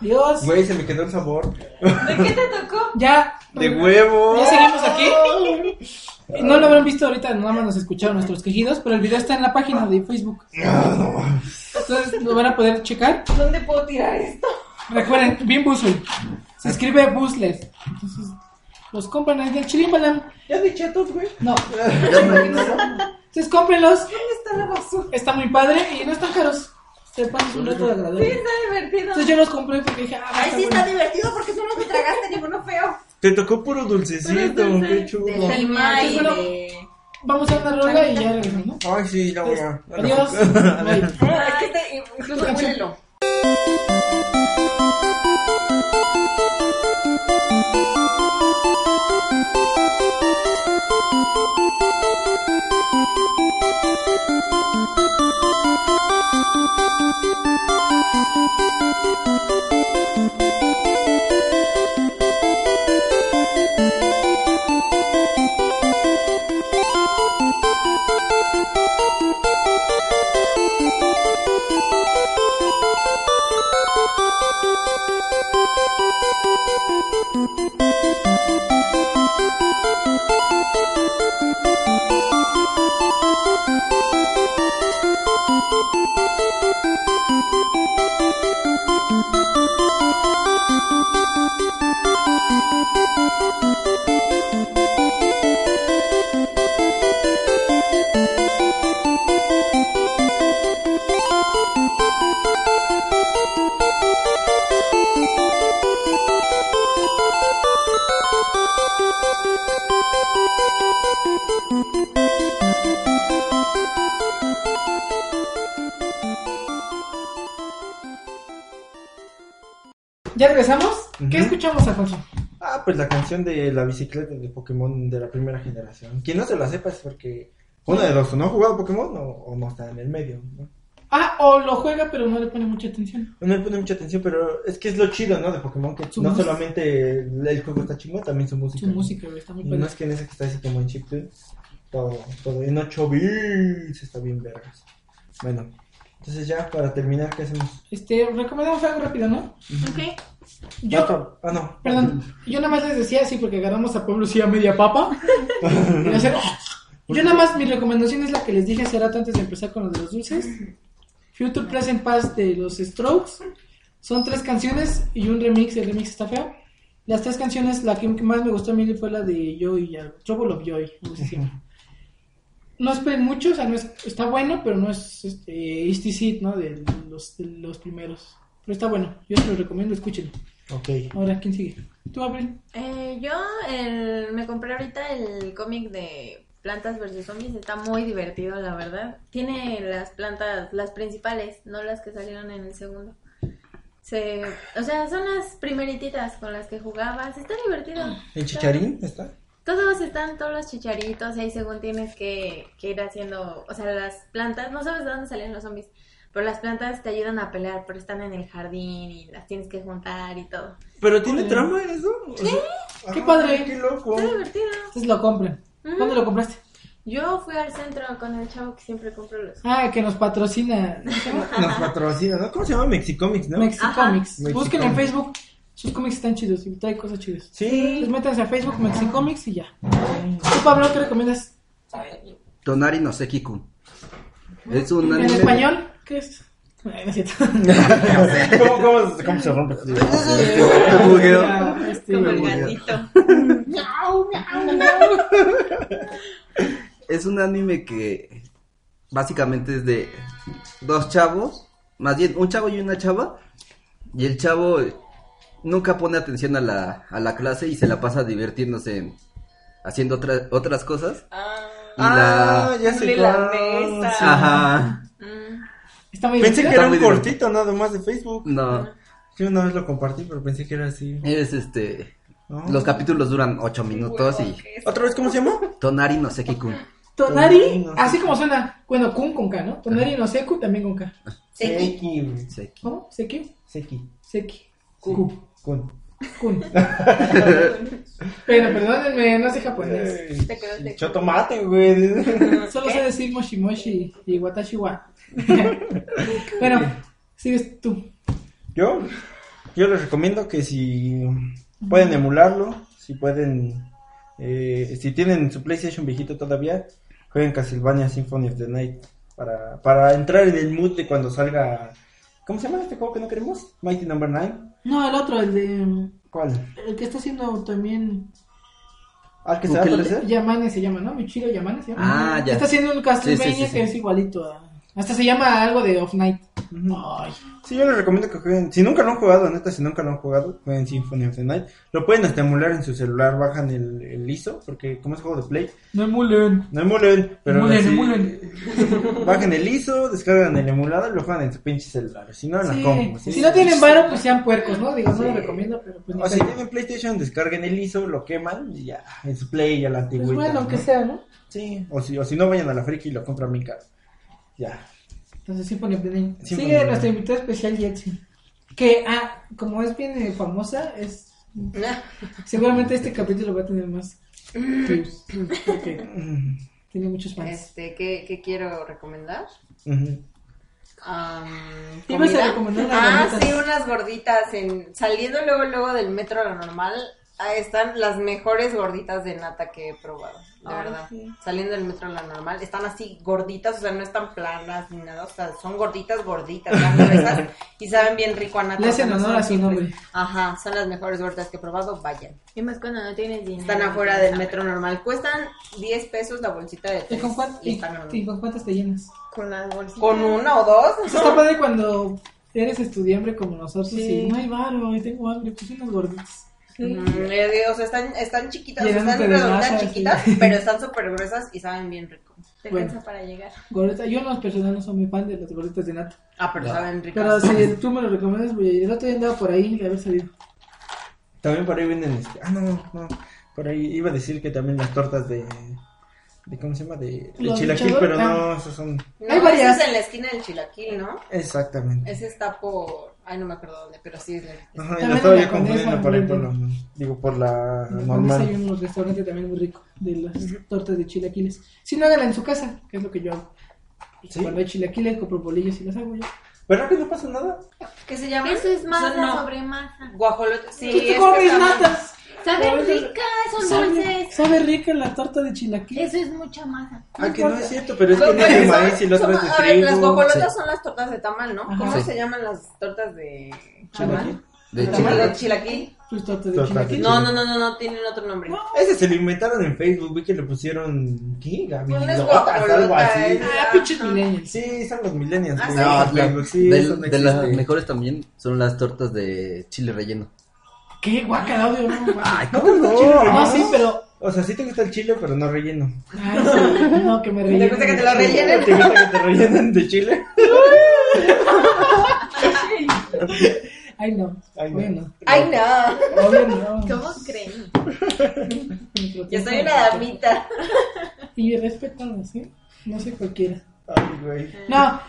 S3: Dios.
S4: Mm, Güey, se me quedó el sabor.
S6: ¿De qué te tocó?
S3: Ya.
S4: De huevo.
S3: Ya seguimos aquí. Y No lo habrán visto ahorita, nada más nos escucharon nuestros quejidos, pero el video está en la página de Facebook. Entonces lo van a poder checar.
S5: ¿Dónde puedo tirar esto?
S3: Recuerden, bien Buzzle. Se escribe Buzzlet. Entonces, los compran ahí del Chirimbalam.
S4: Ya de chatos, güey.
S3: No. Entonces cómprenlos.
S5: ¿Dónde está la basura?
S3: Está muy padre y no están caros. Se pasan un rato de agradable.
S5: Está divertido.
S3: Entonces yo los compré porque dije, ah,
S5: Ay,
S3: está
S5: sí,
S3: bueno.
S5: está divertido porque solo me tragaste ninguno feo.
S4: Te tocó puro dulcecito, qué chulo.
S5: Del
S3: Ay, bueno. Vamos a una rola y ya regresamos. ¿no?
S4: Ay, sí, la voy a.
S3: Pues, Adiós. Bye.
S5: Es que este, incluso
S3: Canción.
S5: huélelo.
S3: ¿Ya regresamos? ¿Qué
S4: Ujú.
S3: escuchamos, Alfonso?
S4: Ah, pues la canción de la bicicleta de Pokémon de la primera generación. Quien no se la sepa es porque uno de los o no ha jugado Pokémon o, o no está en el medio. ¿no?
S3: Ah, o lo juega, pero no le pone mucha atención.
S4: No le pone mucha atención, pero es que es lo chido, ¿no? De Pokémon, que
S3: Su
S4: no
S3: música.
S4: solamente el juego está chingón, también su música.
S3: Su
S4: ¿no?
S3: música, güey, está muy
S4: Y no
S3: buena.
S4: es que en ese que está así como en chiptune, todo, todo en 8 bits está bien vergas. Bueno, entonces ya para terminar, ¿qué hacemos?
S3: Este, recomendamos algo rápido, ¿no?
S6: Ok.
S3: Yo,
S4: Otro- Ah, no.
S3: perdón, yo nada más les decía así porque agarramos a Pueblo Lucía media papa. Y hacer- Yo nada más, mi recomendación es la que les dije hace rato antes de empezar con lo de los dulces. Future Present Past de los Strokes. Son tres canciones y un remix, el remix está feo. Las tres canciones, la que más me gustó a mí fue la de Joy y algo, Trouble of Joy, algo así se llama. No esperen mucho, o sea, no es- está bueno, pero no es este, Easty Seed, ¿no? De los, de los primeros. Pero está bueno, yo se lo recomiendo, escúchenlo.
S4: Ok.
S3: Ahora, ¿quién sigue? Tú, Abril.
S6: Eh, yo el- me compré ahorita el cómic de Plantas versus Zombies. Está muy divertido, la verdad. Tiene las plantas, las principales, no las que salieron en el segundo. Se, o sea, son las primerititas con las que jugabas. Está divertido.
S4: ¿El chicharín está?
S6: Todos están, todos los chicharitos, y ahí según tienes que, que ir haciendo, o sea, las plantas, no sabes de dónde salen los zombies, pero las plantas te ayudan a pelear, pero están en el jardín y las tienes que juntar y todo.
S4: ¿Pero tiene trama eso? Sí.
S3: Qué padre.
S4: Eh, Ah, ¡Qué loco!
S6: Está divertido.
S3: Entonces lo compran. ¿Cuándo lo compraste?
S6: Yo fui al centro con el chavo que siempre compro los.
S3: Ah, que nos patrocina
S4: Nos patrocina, ¿no? ¿Cómo se llama? Mexicomics, ¿no?
S3: Mexicomics.
S4: Ajá.
S3: Busquen en
S4: Mexicomics.
S3: Facebook. Sus cómics están chidos y trae cosas chidas.
S4: sí.
S3: Entonces métanse a Facebook Mexicomics y ya. ¿Tú, Pablo, qué recomiendas?
S7: Tonari no Sekiku. Es un
S3: ¿En
S7: anime.
S3: español? ¿Qué es? Ay, no es cierto.
S4: ¿Cómo, cómo, cómo se rompe?
S7: Me bugueó.
S3: Ya, este,
S6: Como el
S7: muy
S6: gatito.
S7: Es es un anime que básicamente es de dos chavos, más bien un chavo y una chava, y el chavo nunca pone atención a la, a la clase y se la pasa divirtiéndose en- haciendo otra- otras cosas.
S6: Ah,
S7: Y la-
S4: Ah, ya sé
S6: Cumple la
S4: cuál,
S6: meta.
S4: sí.
S7: Ajá.
S6: mm.
S3: Está muy
S4: Pensé
S3: bien.
S4: que
S7: Está
S4: era
S7: muy
S4: un
S7: divertido.
S4: cortito nada más de Facebook.
S7: No,
S4: Yo una vez lo compartí, pero pensé que era así.
S7: es este...
S4: No.
S7: Los capítulos duran ocho minutos y
S4: ¿Otra vez cómo se llama?
S7: Tonari no sé qué... cum-
S3: Tonari,
S4: Tonari, no sé.
S3: así como suena. Bueno, Kun con K, ¿no? Tonari no Seku también con K.
S5: Seki.
S4: Seki.
S7: sé qué.
S3: ¿Cómo? Seki.
S4: Seki.
S3: Seki. Kun.
S4: Kun.
S3: Kun. Pero perdónenme, no sé japonés.
S4: Ay,
S6: Pues, Te quedó de-
S4: Chotomate, güey.
S3: Solo sé decir Moshimoshi y Watashi wa. bueno, sigues tú.
S4: Yo, yo les recomiendo que si pueden emularlo, si pueden, eh, si tienen su PlayStation viejito todavía, jueguen Castlevania Symphony of the Night para, para entrar en el mood de cuando salga. ¿Cómo se llama este juego que no queremos? Mighty Number 9.
S3: No, el otro, el de.
S4: ¿Cuál?
S3: El que está haciendo también.
S4: ¿Al que se va a
S7: Ukelele.
S4: aparecer?
S3: Yamane se llama, ¿no? Michiro Yamane se llama.
S7: Ah, ya.
S3: Está haciendo un Castlevania
S7: Sí, sí, sí, sí.
S3: que es igualito a. Hasta se llama algo de Off Night.
S4: Ah,
S3: Ay.
S4: Sí, yo les recomiendo que jueguen. Si nunca lo han jugado, neta, si nunca lo han jugado, jueguen Symphony of the Night. Lo pueden hasta emular en su celular, bajan el, el ISO, porque como es juego de Play,
S3: No emulen.
S4: No emulen, pero
S3: Emulen,
S4: así-
S3: emulen.
S4: bajen el ISO, descargan el emulador y lo juegan en su pinche celular. Si no, en la compu.
S3: Sí.
S4: ¿sí?
S3: Si no tienen varo, pues sean puercos, ¿no? Digo, no lo recomiendo, pero pues ni
S4: O si
S3: pedo.
S4: tienen PlayStation, descarguen el ISO, lo queman y ya, en su Play ya la
S3: Pues
S4: antigüita.
S3: bueno, aunque
S4: ¿no?
S3: sea, ¿no?
S4: Sí, o si, o si no, vayan a la friki y lo compran bien caro. Ya.
S3: Entonces sí pone play.
S4: Sí,
S3: Sigue
S4: pone-
S3: nuestra invitada especial Jetsi. Que ah, como es bien eh, famosa, es seguramente este capítulo va a tener más views, porque
S4: Mm,
S3: tiene muchos fans.
S5: Este, ¿qué, ¿qué quiero recomendar?
S4: ujú.
S5: Am,
S3: Te ibas a
S5: comida.
S3: recomendar unas
S5: Ah,
S3: gorditas.
S5: sí, unas gorditas. En, saliendo luego, luego del metro a lo normal, ahí están las mejores gorditas de nata que he probado, de
S6: Ay,
S5: verdad.
S6: sí.
S5: Saliendo del metro a lo normal, están así gorditas, o sea, no están planas ni nada, o sea, son gorditas, gorditas, las gruesas, y saben bien rico a nata.
S3: Le
S5: o sea,
S3: hacen
S5: no
S3: honor
S5: son
S3: a su
S5: simples.
S3: nombre.
S5: Ajá, son las mejores gorditas que he probado, vayan.
S6: Y más cuando no tienes dinero.
S5: Están afuera del metro normal, cuestan 10 pesos la bolsita de
S3: ¿Y
S5: tres,
S3: con, cuán-
S5: y
S3: y-
S5: están
S3: y con cuántas te llenas?
S6: Con las bolsitas.
S5: Con una o dos,
S3: Eso está padre cuando eres estudiante como nosotros
S6: Sí.
S3: y no hay varo, y tengo hambre, pues unas gorditas.
S6: Sí.
S5: Mm, eh, digo, o sea, están, están chiquitas, o sea, están
S3: Llenándote de
S5: redondas,
S3: masa,
S5: chiquitas,
S3: sí.
S5: pero están súper gruesas y saben bien rico.
S6: Te
S3: Bueno.
S6: alcanza para llegar.
S3: Gorditas. Yo en los personal no soy muy fan de las gorditas de nata.
S5: Ah, pero saben
S3: Pero
S5: ricas.
S3: si tú me lo recomiendas, voy a ir. El otro día andaba por ahí de haber salido.
S4: También por ahí venden. este- Ah, no, no. Por ahí iba a decir que también las tortas de. de ¿Cómo se llama? De, de
S3: Los
S4: chilaquil,
S3: luchadores,
S4: pero no,
S5: ah.
S4: esos son.
S5: No,
S3: Hay varias.
S5: ese es en la esquina del chilaquil, ¿no?
S4: Exactamente.
S5: Ese está por... Ay, no me acuerdo dónde, pero sí es la... es-
S4: Ajá, y
S3: También
S4: lo estaba
S3: en la
S4: yo confundiendo
S3: Condesa,
S4: por ahí
S3: ¿no?
S4: por la. Digo, por la
S3: En
S4: Ah, normal.
S3: Condesa Hay un restaurante también muy rico de las tortas de chilaquiles. Si no, háganla en su casa, que es lo que yo hago.
S4: Sí.
S3: Cuando hay chilaquiles, compro bolillos y las hago yo.
S4: ¿Verdad que no pasa nada?
S5: ¿Qué se llama?
S6: Eso es masa
S5: Son- no,
S6: sobre masa.
S5: Guajolote. Sí,
S3: Pues, Tú
S5: es
S3: te
S5: que
S3: comes
S5: saben-
S3: natas.
S6: Saben
S3: Saben-
S6: ricas, son
S3: Sabe,
S6: dulces.
S3: sabe rica la torta de chilaquiles.
S6: Eso es mucha masa.
S4: Ah, que no es cierto, pero es que
S5: Son-
S4: no es de maíz y la otra
S5: son-
S4: es de
S5: A ver, las
S4: trigo.
S5: guajolotas
S7: Sí.
S5: son las tortas de tamal, ¿no? ¿Cómo
S3: Ajá.
S5: se llaman las tortas de
S4: Chilaquil.
S7: De hecho,
S5: ¿Tamal? ¿De chilaquil?
S3: Sus tortas Pues, de
S4: Tortas de
S3: chilaquiles.
S5: No, no, no, no, no, tienen otro nombre.
S4: Ese se lo inventaron en Facebook, vi que le pusieron. ¿Qué?
S5: Unas
S4: Gavilotas, algo
S5: guajolotas.
S4: así.
S5: es-
S3: Ah, pinches millennials.
S4: Sí, son los millennials.
S5: Ah,
S4: que
S5: sí.
S4: usan
S7: No, la-
S4: Facebook, sí,
S7: del-
S4: eso no
S7: de las
S4: existe.
S7: mejores también son las tortas de chile relleno.
S3: Qué guacala, audio. No, guácala.
S4: No, no,
S3: no,
S4: no.
S3: sí, pero.
S4: Ah, O sea, sí te gusta el chile, pero no relleno.
S3: Ay, sí, no, que me rellenen.
S5: ¿Te gusta que te lo rellenen?
S4: ¿Te gusta que te rellenen de chile?
S3: Ay, no.
S4: Ay, no.
S3: Obvio no.
S5: Ay, no.
S3: Obvio no.
S6: ¿Cómo creen?
S5: Yo soy una damita.
S3: Y respetamos, ¿sí? No soy cualquiera.
S4: Ay, güey.
S3: No.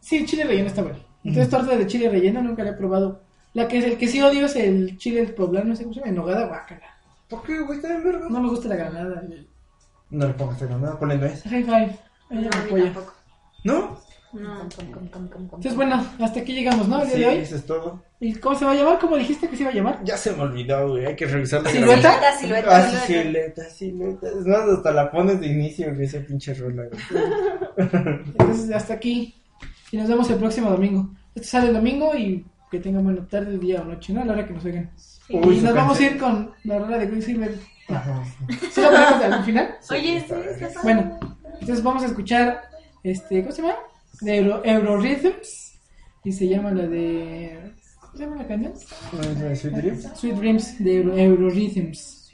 S3: Sí, chile relleno está bueno. Entonces,
S4: Mm.
S3: torta de chile relleno nunca la he probado. La que, el que sí odio es el chile poblano, no sé cómo se llama, en nogada guácala.
S4: ¿Por qué, güey? Está bien verga.
S3: No me gusta la granada. el-
S4: No le pongas nada, no, ponle nuez.
S3: High five. Ella
S4: pues
S3: me apoya.
S4: ¿No?
S6: No.
S3: Entonces, bueno, hasta aquí llegamos, ¿no? El día
S4: Sí,
S3: de hoy.
S4: eso es todo.
S3: ¿Y cómo se va a llamar? ¿Cómo dijiste que se iba a llamar?
S4: Ya se me olvidó, güey. Hay que revisar la
S3: ¿Silueta?
S5: Silueta, silueta.
S4: Ah,
S5: silueta.
S4: sí, silueta, silueta. Es más, hasta la pones de inicio, güey, esa pinche rola, güey.
S3: Entonces, hasta aquí. Y nos vemos el próximo domingo. Esto sale el domingo y que tengan buena tarde, día o noche, ¿no? A la hora que nos oigan.
S4: Uy,
S3: y
S4: su
S3: nos vamos a
S4: canción.
S3: ir con la rola de Quicksilver. ¿Sí lo ponemos al final?
S6: Oye, sí, está padre.
S3: Bueno, entonces vamos a escuchar, este, ¿cómo se llama? De Euro, Eurorhythms. Y se llama la de... ¿Cómo se llama la canción?
S4: ¿Sweet Dreams?
S3: Sweet Dreams de Euro, Eurorhythms.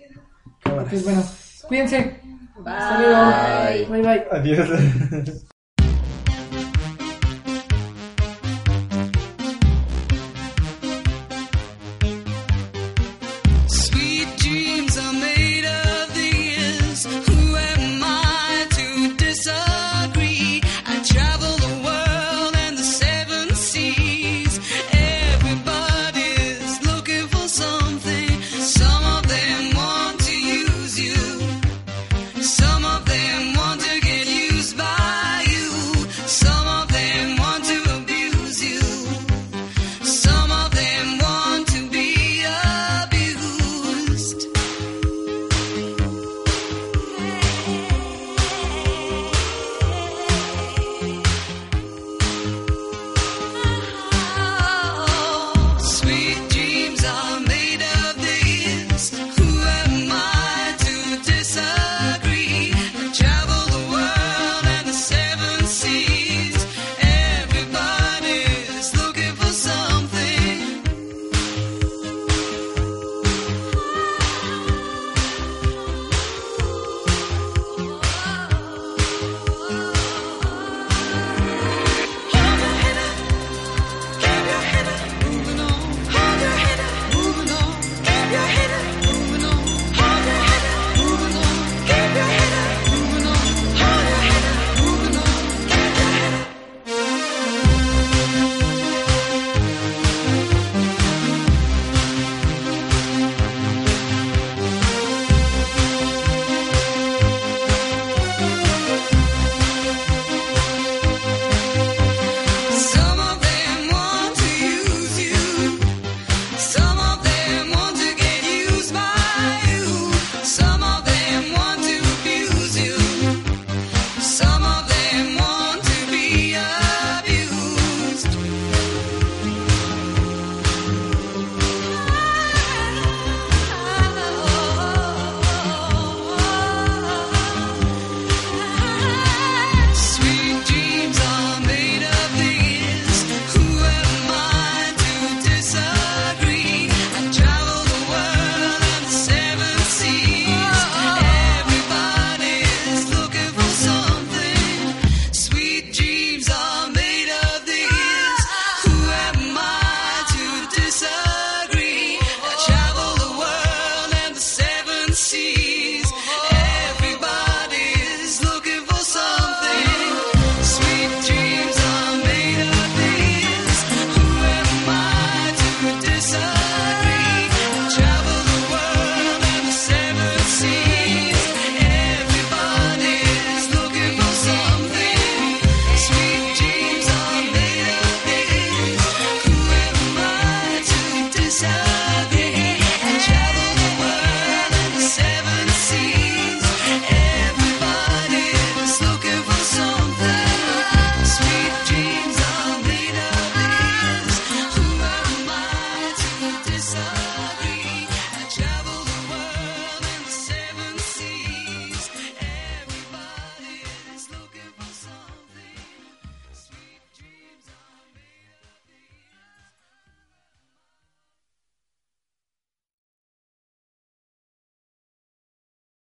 S4: Cámara.
S3: Entonces, bueno, cuídense.
S6: Bye.
S3: Saludos. Bye bye.
S4: Adiós.